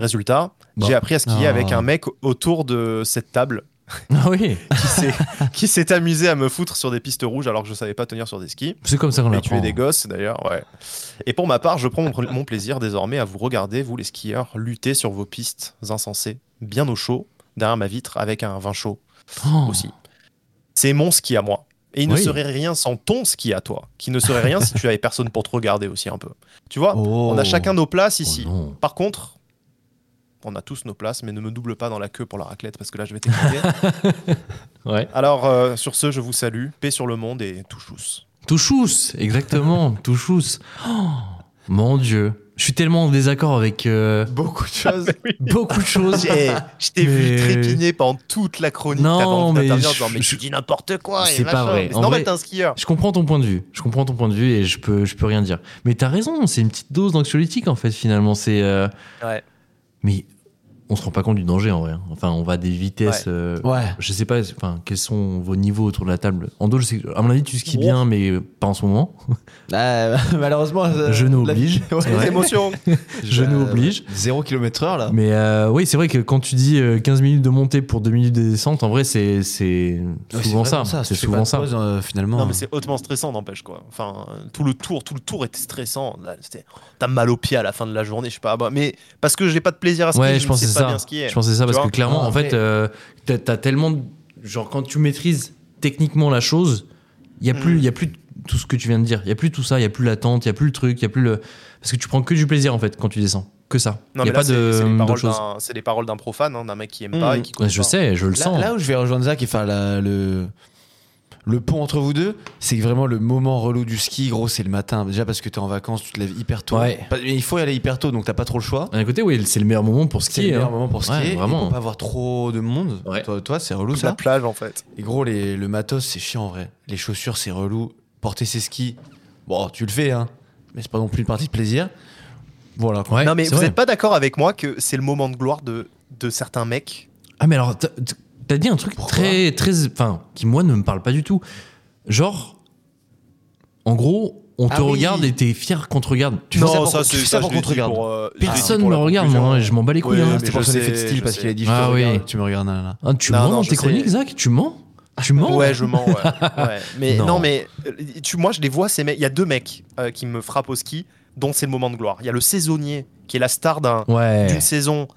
Résultat,
Bon.
j'ai appris à skier
Ah.
avec un mec autour de cette table
Ah oui,
qui s'est- qui s'est amusé à me foutre sur des pistes rouges alors que je savais pas tenir sur des skis.
c'est comme ça qu'on
Et tu
l'apprend.
es des gosses d'ailleurs, ouais. Et pour ma part, je prends mon, mon plaisir désormais à vous regarder, vous les skieurs, lutter sur vos pistes insensées, bien au chaud, derrière ma vitre avec un vin chaud
Oh.
aussi. C'est mon ski à moi. Et il ne
Oui.
serait rien sans ton ski à toi, qui ne serait rien si tu avais personne pour te regarder aussi un peu. Tu vois,
Oh.
on a chacun nos places
Oh
ici.
non.
Par contre, on a tous nos places, mais ne me double pas dans la queue pour la raclette parce que là je vais t'écouter.
Ouais.
Alors euh, sur ce, je vous salue, paix sur le monde et touchous.
Touchous, exactement, touchous. Oh, mon Dieu, je suis tellement en désaccord avec euh,
Beaucoup de choses.
beaucoup de choses.
Eh, je t'ai vu
Mais-
trépiner pendant toute la chronique.
Non,
t'avances,
mais
t'interviens en
je-
disant, mais
je-
tu dis n'importe quoi. et
Ah, C'est pas
machin.
vrai.
Mais C'est
En
normal,
vrai-
t'es un skieur.
Je comprends ton point de vue. Je comprends ton point de vue et je peux, je peux rien dire. Mais t'as raison, c'est une petite dose d'anxiolytique en fait finalement. C'est. euh,
Ouais.
Mais on se rend pas compte du danger en vrai. hein. Enfin, on va à des vitesses. euh,
Ouais.
Je sais pas. Enfin, quels sont vos niveaux autour de la table En dos, je sais. que- À mon avis, tu skis
Wow.
bien, mais euh, pas en ce moment.
malheureusement. euh,
Je nous
la-
oblige.
Ouais. Euh,
C'est vrai.
Les émotions.
Je nous oblige.
0 km/h là.
Mais euh, oui, c'est vrai que quand tu dis euh, 15 minutes de montée pour 2 minutes de descente, en vrai, c'est c'est
Ouais,
souvent
vraiment
ça. C'est souvent
Tu fais
ça.
pas de pause, euh, finalement.
Non, mais c'est hautement stressant, n'empêche quoi. Enfin, euh, tout le tour, tout le tour était stressant. Là, c'était- T'as mal au pied à la fin de la journée, je sais pas. bah, Mais parce que j'ai pas de plaisir à skier,
Ouais,
je,
je
ne
pense que
sais
c'est
pas
ça.
bien skier.
Je pense que c'est ça
Tu
parce
vois
que clairement,
Ah,
en fait,
après-
euh, t'as t'as tellement. de- Genre, quand tu maîtrises techniquement la chose, il y a plus,
Mm.
il y a plus tout ce que tu viens de dire. Il y a plus tout ça. Il y a plus l'attente. Il y a plus le truc. Il y a plus le. Parce que tu prends que du plaisir en fait quand tu descends. Que ça. Il
Non,
y
mais
a
là,
pas
c'est- c'est les
de
paroles
chose.
d'un- C'est les paroles d'un profane, hein, d'un mec qui aime pas
Mmh.
et qui
Ouais,
connaît
je
pas.
sais, je le
Là,
sens.
là où je vais rejoindre Zach et faire la- le, le pont entre vous deux, c'est que vraiment le moment relou du ski, gros, c'est le matin. Déjà parce que t'es en vacances, tu te lèves hyper tôt.
Ouais.
Pas- mais il faut y aller hyper tôt, donc t'as pas trop le choix.
D'un côté, oui, c'est le meilleur moment pour
C'est le
skier.
meilleur
hein.
moment pour
Ouais,
skier. et
vraiment.
Pour pas avoir trop de monde.
Ouais.
Toi, toi, c'est relou
Toute la
ça.
plage en fait.
Et gros, les- le matos, c'est chiant en vrai. Les chaussures, c'est relou. Porter ses skis, bon, tu le fais, hein. Mais c'est pas non plus une partie de plaisir. Voilà. quoi.
Ouais,
non, mais
c'est
vous
vrai.
n'êtes pas d'accord avec moi que c'est le moment de gloire de, de certains mecs
Ah mais alors t'as- t'as dit un truc très très enfin qui moi ne me parle pas du tout. Genre en gros, on
Ah
te
oui.
regarde et t'es fier qu'on te regarde. Tu
Non,
fais ça pour-
ça,
c'est-
tu fais ça pour
je l'ai
qu'on te
dit
regarde.
pour, euh, je l'ai dit
personne
pour
me
la
regarde
conclusion.
moi, hein, je m'en bats les couilles.
Ouais,
hein.
mais
C'était pour
je
son
sais,
effet de style
je
parce
sais.
qu'il a dit je
Ah
te
oui.
regarde, tu me regardes là, là.
Ah, tu
Non,
mens
non,
dans
je
tes
sais.
chroniques, Zach Tu mens Tu mens
Ouais, je mens. Ouais. Ouais. Mais
Non.
non, mais euh, tu, moi, je les vois. Ces mecs. Il y a deux mecs euh, qui me frappent au ski, dont c'est le moment de gloire. Il y a le saisonnier qui est la star d'un-
Ouais.
d'une saison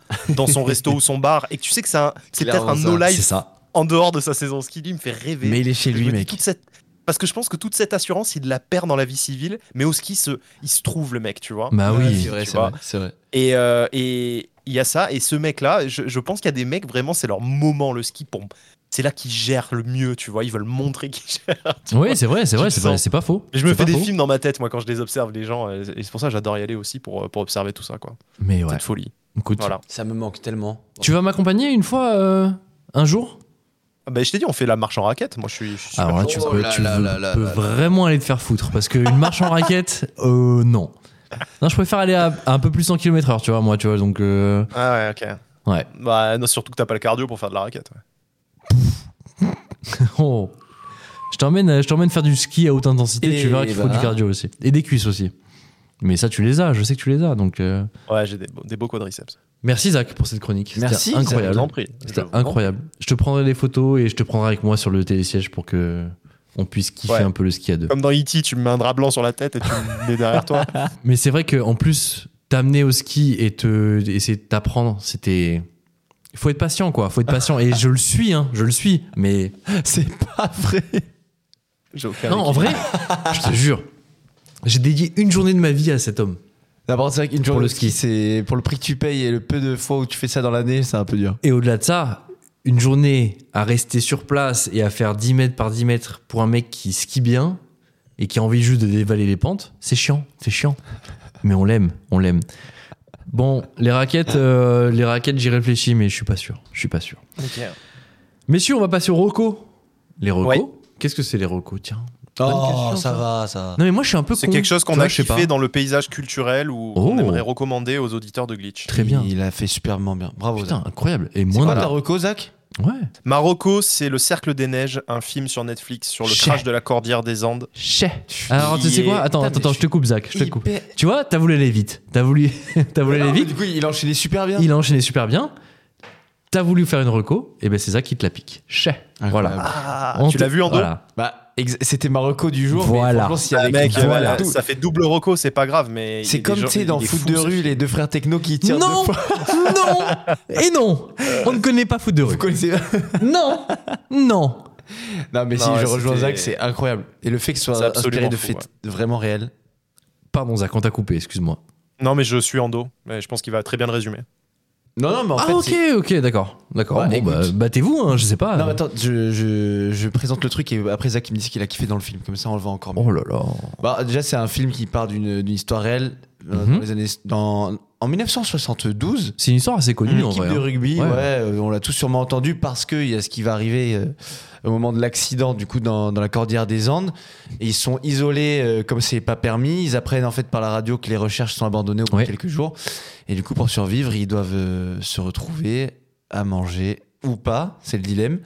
dans son resto ou son bar, et que tu sais que c'est un- c'est peut-être un no life
ça.
en dehors de sa saison ski. Lui, il me fait rêver.
Mais il est chez
Je me
lui,
dis,
mec.
toute cette- Parce que je pense que toute cette assurance, il la perd dans la vie civile, mais au ski, se... il se trouve le mec, tu vois.
Bah
Ouais,
oui.
c'est vrai,
Tu
Ah c'est
vois.
vrai, c'est vrai.
Et euh, et il y a ça. Et ce mec-là, je, je pense qu'il y a des mecs, vraiment, c'est leur moment, le ski pompe. C'est là qu'ils gèrent le mieux, tu vois. Ils veulent montrer qu'ils gèrent. tu vois.
Oui, c'est vrai, c'est vrai,
le
c'est pas,
sens.
c'est pas faux.
Et je me
C'est
fais
pas
des
faux.
films dans ma tête, moi, quand je les observe, les gens. euh, Et c'est pour ça que j'adore y aller aussi pour, euh, pour observer tout ça, quoi.
Mais ouais,
Cette folie.
écoute.
Voilà.
Ça me manque tellement.
Tu vas m'accompagner une fois, euh, un jour
Ah, bah, je t'ai dit, on fait la marche en raquette. Moi, je suis. je suis super
Alors là,
chaud.
Ah, tu
chaud.
peux,
Oh là
tu
là
veux-
là là
peux
là là.
vraiment aller te faire foutre parce qu'une marche en raquette, euh, non. Non, je préfère aller à, à un peu plus 100 km/h, tu vois, moi, tu vois, donc. euh,
Ah ouais, ok.
Ouais.
Bah, non, surtout que t'as pas le cardio pour faire de la raquette. ouais.
oh. Je t'emmène, euh, je t'emmène faire du ski à haute intensité,
Et
tu verras qu'il faut
bah.
du cardio aussi. Et des cuisses aussi. Mais ça, tu les as, je sais que tu les as, donc. euh,
Ouais, j'ai des, beaux- des beaux quadriceps.
Merci Zach pour cette chronique. C'était
Merci, Zach.
incroyable.
Je vous en prie.
C'était
Je vous en
incroyable. Je te prendrai les photos et je te prendrai avec moi sur le télésiège pour que on puisse kiffer
Ouais.
un peu le ski à deux.
prie. Comme dans E.T., tu me mets un drap blanc sur la tête et tu me mets derrière toi.
Mais c'est vrai qu'en plus, t'amener au ski et te essayer de t'apprendre, c'était. Il faut être patient, quoi. faut être patient. Et je le suis, hein. Je le suis. Mais.
C'est pas vrai.
J'ai aucun
Non, en vrai, je te jure. J'ai dédié une journée de ma vie à cet homme.
D'abord, c'est vrai qu'une
Pour
journée
le
de ski,
ski.
c'est pour le prix que tu payes et le peu de fois où tu fais ça dans l'année, c'est un peu dur.
Et au-delà de ça, une journée à rester sur place et à faire 10 mètres par 10 mètres pour un mec qui skie bien et qui a envie juste de dévaler les pentes, c'est chiant, c'est chiant. Mais on l'aime, on l'aime. Bon, les raquettes, euh, les raquettes, j'y réfléchis, mais je suis pas sûr, je suis pas sûr.
Ok.
Messieurs, on va passer aux recos. Les recos
Ouais.
Qu'est-ce que c'est les recos Tiens.
Oh, ça va, ça.
Non mais moi je suis un peu
C'est
con.
quelque chose
Tu
qu'on
vois,
a
je sais
kiffé
pas.
dans le paysage culturel ou
Oh.
on aimerait recommander aux auditeurs de Glitch.
Très bien.
Il a fait superment bien. Bravo.
Putain, incroyable. Et
Zach. C'est
moins
quoi
de-
ta reco, Zach
Ouais.
Marocco, c'est Le Cercle des Neiges, un film sur Netflix sur le
Chais.
crash de la cordillère des Andes.
Chais. Alors tu sais quoi Attends,
Putain, mais
attends,
je
je te coupe Zach, je te coupe.
Hyper-
Tu vois, t'as voulu aller vite. T'as voulu, t'as voulu aller
Ah, mais
vite.
Du coup, il enchaînait super bien.
Il a enchaîné super bien. T'as voulu faire une reco, et ben c'est ça qui te la pique. Chais. Voilà.
Ah,
On
tu
te-
l'as vu en deux
voilà.
Bah, ex- c'était ma reco du jour. mais
Voilà.
franchement, s'il y
Ah,
avait
mec,
quelqu'un-
voilà,
Tout-
ça fait double Rocco, c'est pas grave, mais. il y
C'est
a
comme
des
tu
gens-
sais
il
dans
est
foot
fou,
de
ce
rue,
film.
les deux frères techno qui tirent
Non,
deux fois.
non et non. On ne connaît pas foot de rue.
Vous connaissez
Non, non.
Non, mais si
Non,
je
ouais,
rejoins
c'était-
Zach, c'est incroyable. Et le fait que ce
C'est
soit
absolument
inspiré de
fou,
faits vraiment réels.
Pardon Zach, on t'a coupé. Excuse-moi.
Non, mais je suis en dos. Mais je pense qu'il va très bien le résumer.
Non, non, mais en
ah
fait.
ok,
c'est-
ok, d'accord, d'accord.
Bah,
bon,
écoute.
bah, battez-vous, hein, je sais pas.
Non, mais attends, je, je- je présente le truc et après Zach il me dit ce qu'il a kiffé dans le film. Comme ça, on le voit encore mieux.
Oh là là.
Bah, déjà, c'est un film qui part d'une d'une histoire réelle. euh,
Mhm.
dans les années, dans, en 1972,
C'est une histoire assez connue
une
en
équipe
vrai.
de
hein.
rugby, ouais.
Ouais.
euh, on l'a tous sûrement entendu parce qu'il y a ce qui va arriver euh, au moment de l'accident du coup dans, dans la cordillère des Andes. Et ils sont isolés euh, comme c'est pas permis. Ils apprennent en fait par la radio que les recherches sont abandonnées au bout
Ouais.
de quelques jours. Et du coup, pour survivre, ils doivent euh, se retrouver à manger ou pas. C'est le dilemme.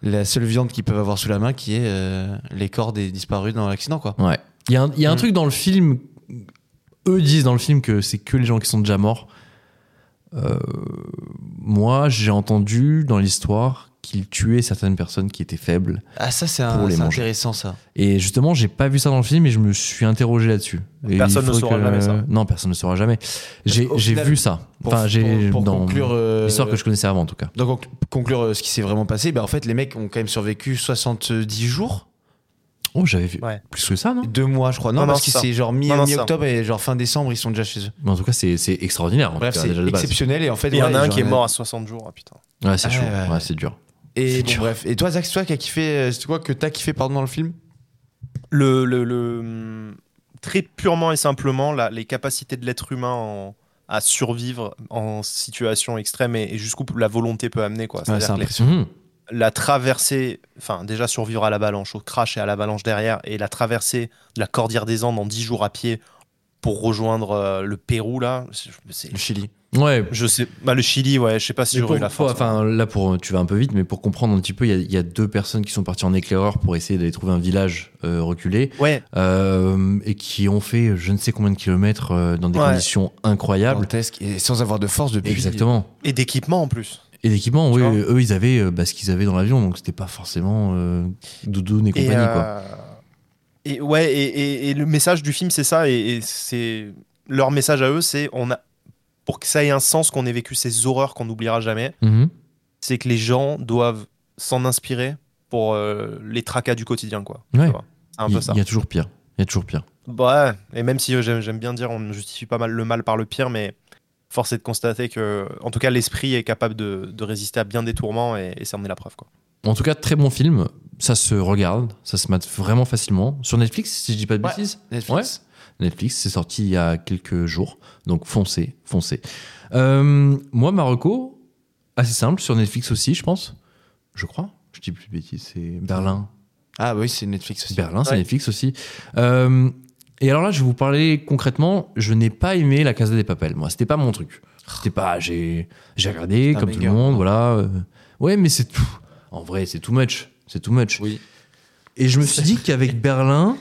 La seule viande qu'ils peuvent avoir sous la main qui est euh, les corps des disparus dans l'accident quoi.
Ouais. Il y a un, il y a un
Mm.
truc dans le film. Eux disent dans le film que c'est que les gens qui sont déjà morts. Euh, moi, j'ai entendu dans l'histoire qu'ils tuaient certaines personnes qui étaient faibles.
Ah ça c'est
Pour
un-
les
c'est
manger.
intéressant ça.
Et justement, j'ai pas vu ça dans le film et je me suis interrogé là-dessus. Et
Personne
il
ne
faudrait
saura jamais ça.
Non, personne ne saura jamais. J'ai
qu'au
j'ai
final,
vu ça.
Pour-
enfin, j'ai
pour-
dans
pour euh,
l'histoire que je connaissais avant en tout cas.
Donc, on conclure euh, ce qui s'est vraiment passé, bah, en fait, les mecs ont quand même survécu 70 jours,
Oh, j'avais vu
Ouais.
plus que ça, non
deux mois, je crois. Mmh. Non,
Non, non,
parce que
ça.
c'est genre mi-
Non, non,
mi-octobre et genre fin décembre, ils sont déjà chez eux.
Mais en tout cas, c'est c'est extraordinaire. en
Bref,
tout cas,
c'est
déjà de base.
exceptionnel et en fait,
Il y en
voilà,
a un
genre,
qui est
euh,
mort à 60 jours, ah putain.
Ouais, c'est
Ah,
chaud.
ouais, ouais.
Ouais, c'est dur.
Et
C'est
bon,
dur.
bref. Et toi, Zach, c'est toi qui as kiffé, euh, c'est quoi que t'as kiffé, pardon, dans le film
le, le- le, hum, très purement et simplement la- les capacités de l'être humain en- à survivre en situation extrême et, et jusqu'où la volonté peut amener quoi. C'est-à-dire que les-
Mhm.
la traversée, enfin déjà survivre à l'avalanche, au crash et à l'avalanche derrière, et la traversée de la Cordillère des Andes en 10 jours à pied pour rejoindre euh, le Pérou là, c'est- c'est-
Le Chili.
Mmh. Ouais,
je sais, bah, le Chili ouais, je sais pas si
Mais pour-
j'aurais eu la
pour-
force. hein.
enfin, là, pour, euh, tu vas un peu vite, mais pour comprendre un petit peu, il y a- il y, a deux personnes qui sont parties en éclaireur pour essayer d'aller trouver un village euh, reculé
ouais,
euh, et qui ont fait je ne sais combien de kilomètres euh, dans des
Ouais.
conditions incroyables.
Gigantesque et sans avoir de force depuis.
Exactement.
et d'équipement en plus.
Et l'équipement,
Tu
oui,
vois
eux, ils avaient euh, bah, ce qu'ils avaient dans l'avion, donc c'était pas forcément euh, doudoune et compagnie. quoi.
euh, et ouais, et, et- et le message du film, c'est ça. Et, et c'est leur message à eux, c'est on a pour que ça ait un sens, qu'on ait vécu ces horreurs qu'on n'oubliera jamais,
Mhm.
c'est que les gens doivent s'en inspirer pour euh, les tracas du quotidien, quoi. tu
Ouais.
vois. C'est un
il,
peu ça.
il y a toujours pire. Il y a toujours pire.
Bah, ouais. et même si euh, j'aime j'aime bien dire, on justifie pas mal le mal par le pire, mais force est de constater que, en tout cas, l'esprit est capable de, de résister à bien des tourments, et, et ça en est la preuve, quoi.
En tout cas, très bon film. Ça se regarde, ça se mate vraiment facilement. Sur Netflix, si je dis pas de
Ouais.
bêtises.
Netflix.
Netflix, c'est sorti il y a quelques jours. Donc foncez, foncez. Euh, moi, Marocco, assez simple, sur Netflix aussi, je pense. Je crois. Je dis plus de bêtises, c'est Berlin.
Ah, bah oui, c'est Netflix aussi.
Berlin, c'est
Ouais.
Netflix aussi. Euh, Et alors là, je vais vous parler concrètement. Je n'ai pas aimé La Casa des Papels. Moi, c'était pas mon truc. C'était pas. J'ai j'ai regardé
un
comme tout le
banger.
monde, voilà. euh. Ouais, mais c'est tout. En vrai, c'est too much. C'est too much.
Oui.
Et je me suis dit qu'avec Berlin,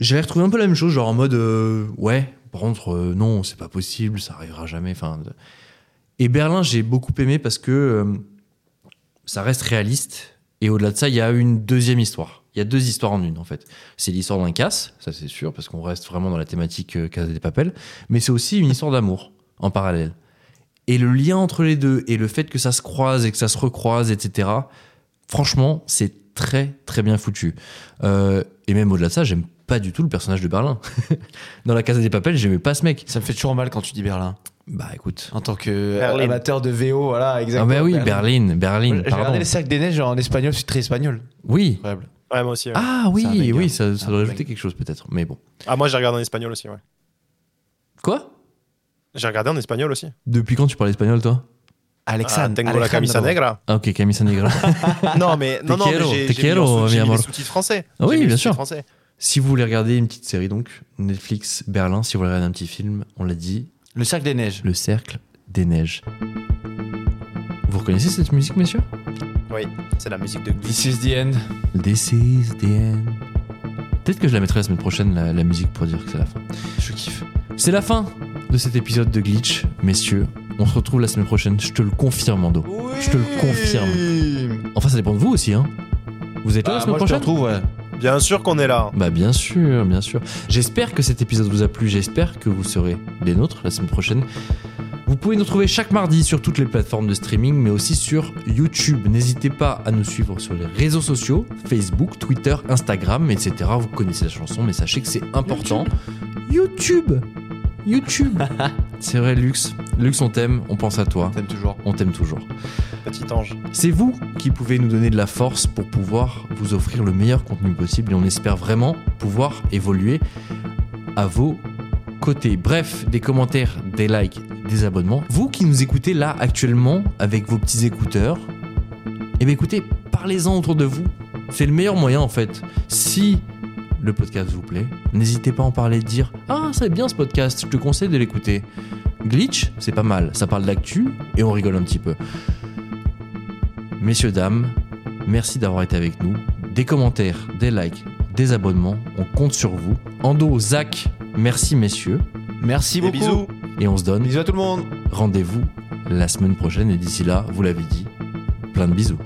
j'allais retrouver un peu la même chose, genre en mode euh, ouais, par contre, euh, non, c'est pas possible, ça arrivera jamais. Enfin, euh, et Berlin, j'ai beaucoup aimé parce que euh, ça reste réaliste. Et au-delà de ça, il y a une deuxième histoire. Il y a deux histoires en une, en fait. C'est l'histoire d'un casse, ça c'est sûr, parce qu'on reste vraiment dans la thématique euh, Casa des Papels. Mais c'est aussi une histoire d'amour en parallèle. Et le lien entre les deux et le fait que ça se croise et que ça se recroise, etc. Franchement, c'est très très bien foutu. Euh, et même au-delà de ça, j'aime pas du tout le personnage de Berlin. dans la Casa des Papels, j'aimais pas ce mec.
Ça me fait toujours mal quand tu dis Berlin.
Bah écoute.
En tant que euh,
Berlin.
amateur de VO, voilà,
Ah
exactement.
bah oui, Berlin, Berlin,
J'ai regardé
pardon.
les cercles des neiges en espagnol, c'est très espagnol.
Oui.
Incroyable.
Ouais, moi aussi. ouais. Ah.
Ah
C'est un
oui,
banger.
oui, ça, ça
C'est un
doit
banger.
ajouter quelque chose peut-être. Mais bon.
moi, j'ai regardé en espagnol aussi, ouais.
Quoi
J'ai regardé en espagnol aussi.
Depuis quand tu parles espagnol, toi
Ah,
Alexandre.
tengo la camisa negra.
Ah ok, Camisa Negra.
non, mais, non, non, mais
quiero, te
j'ai j'ai mis,
quiero,
en sous- j'ai
mi
mis les
amor.
sous-titres français.
Ah oui,
J'ai mis les
bien
sous-titres
sûr.
français.
si vous voulez regarder une petite série, donc, Netflix, Berlin, si vous voulez regarder un petit film, on l'a dit,
Le cercle des neiges.
Le Cercle des Neiges. Vous reconnaissez cette musique, messieurs
C'est la musique de Glee.
This is the end.
This is the end. Peut-être que je la mettrai la semaine prochaine, la, la musique, pour dire que c'est la fin.
Je kiffe.
C'est la fin de cet épisode de Glitch, messieurs. On se retrouve la semaine prochaine, je te le confirme, Mando. Je te le confirme.
confirme.
Enfin, ça dépend de vous aussi, hein. Vous êtes là la semaine
Bah, moi, je
prochaine
te retrouve, ouais.
Bien sûr qu'on est là.
Bah bien sûr, bien sûr. J'espère que cet épisode vous a plu, j'espère que vous serez des nôtres la semaine prochaine. Vous pouvez nous trouver chaque mardi sur toutes les plateformes de streaming, mais aussi sur YouTube. N'hésitez pas à nous suivre sur les réseaux sociaux, Facebook, Twitter, Instagram, etc. Vous connaissez la chanson, mais sachez que c'est important. YouTube YouTube C'est vrai, Lux. Lux, on t'aime, on pense à toi,
T'aimes toujours.
on t'aime toujours.
Petit ange.
C'est vous qui pouvez nous donner de la force pour pouvoir vous offrir le meilleur contenu possible et on espère vraiment pouvoir évoluer à vos côtés. Bref, des commentaires, des likes, des abonnements. Vous qui nous écoutez là actuellement avec vos petits écouteurs, eh bien écoutez, parlez-en autour de vous. C'est le meilleur moyen en fait. Si le podcast vous plaît, n'hésitez pas à en parler, dire Ah, c'est bien ce podcast, je te conseille de l'écouter. Glitch, c'est pas mal, ça parle d'actu et on rigole un petit peu. Messieurs, dames, merci d'avoir été avec nous. Des commentaires, des likes, des abonnements, on compte sur vous. Ando, Zach, merci messieurs.
Merci
Des
beaucoup.
bisous.
Et on se donne
Bisous à tout le monde.
rendez-vous la semaine prochaine. Et d'ici là, vous l'avez dit, plein de bisous.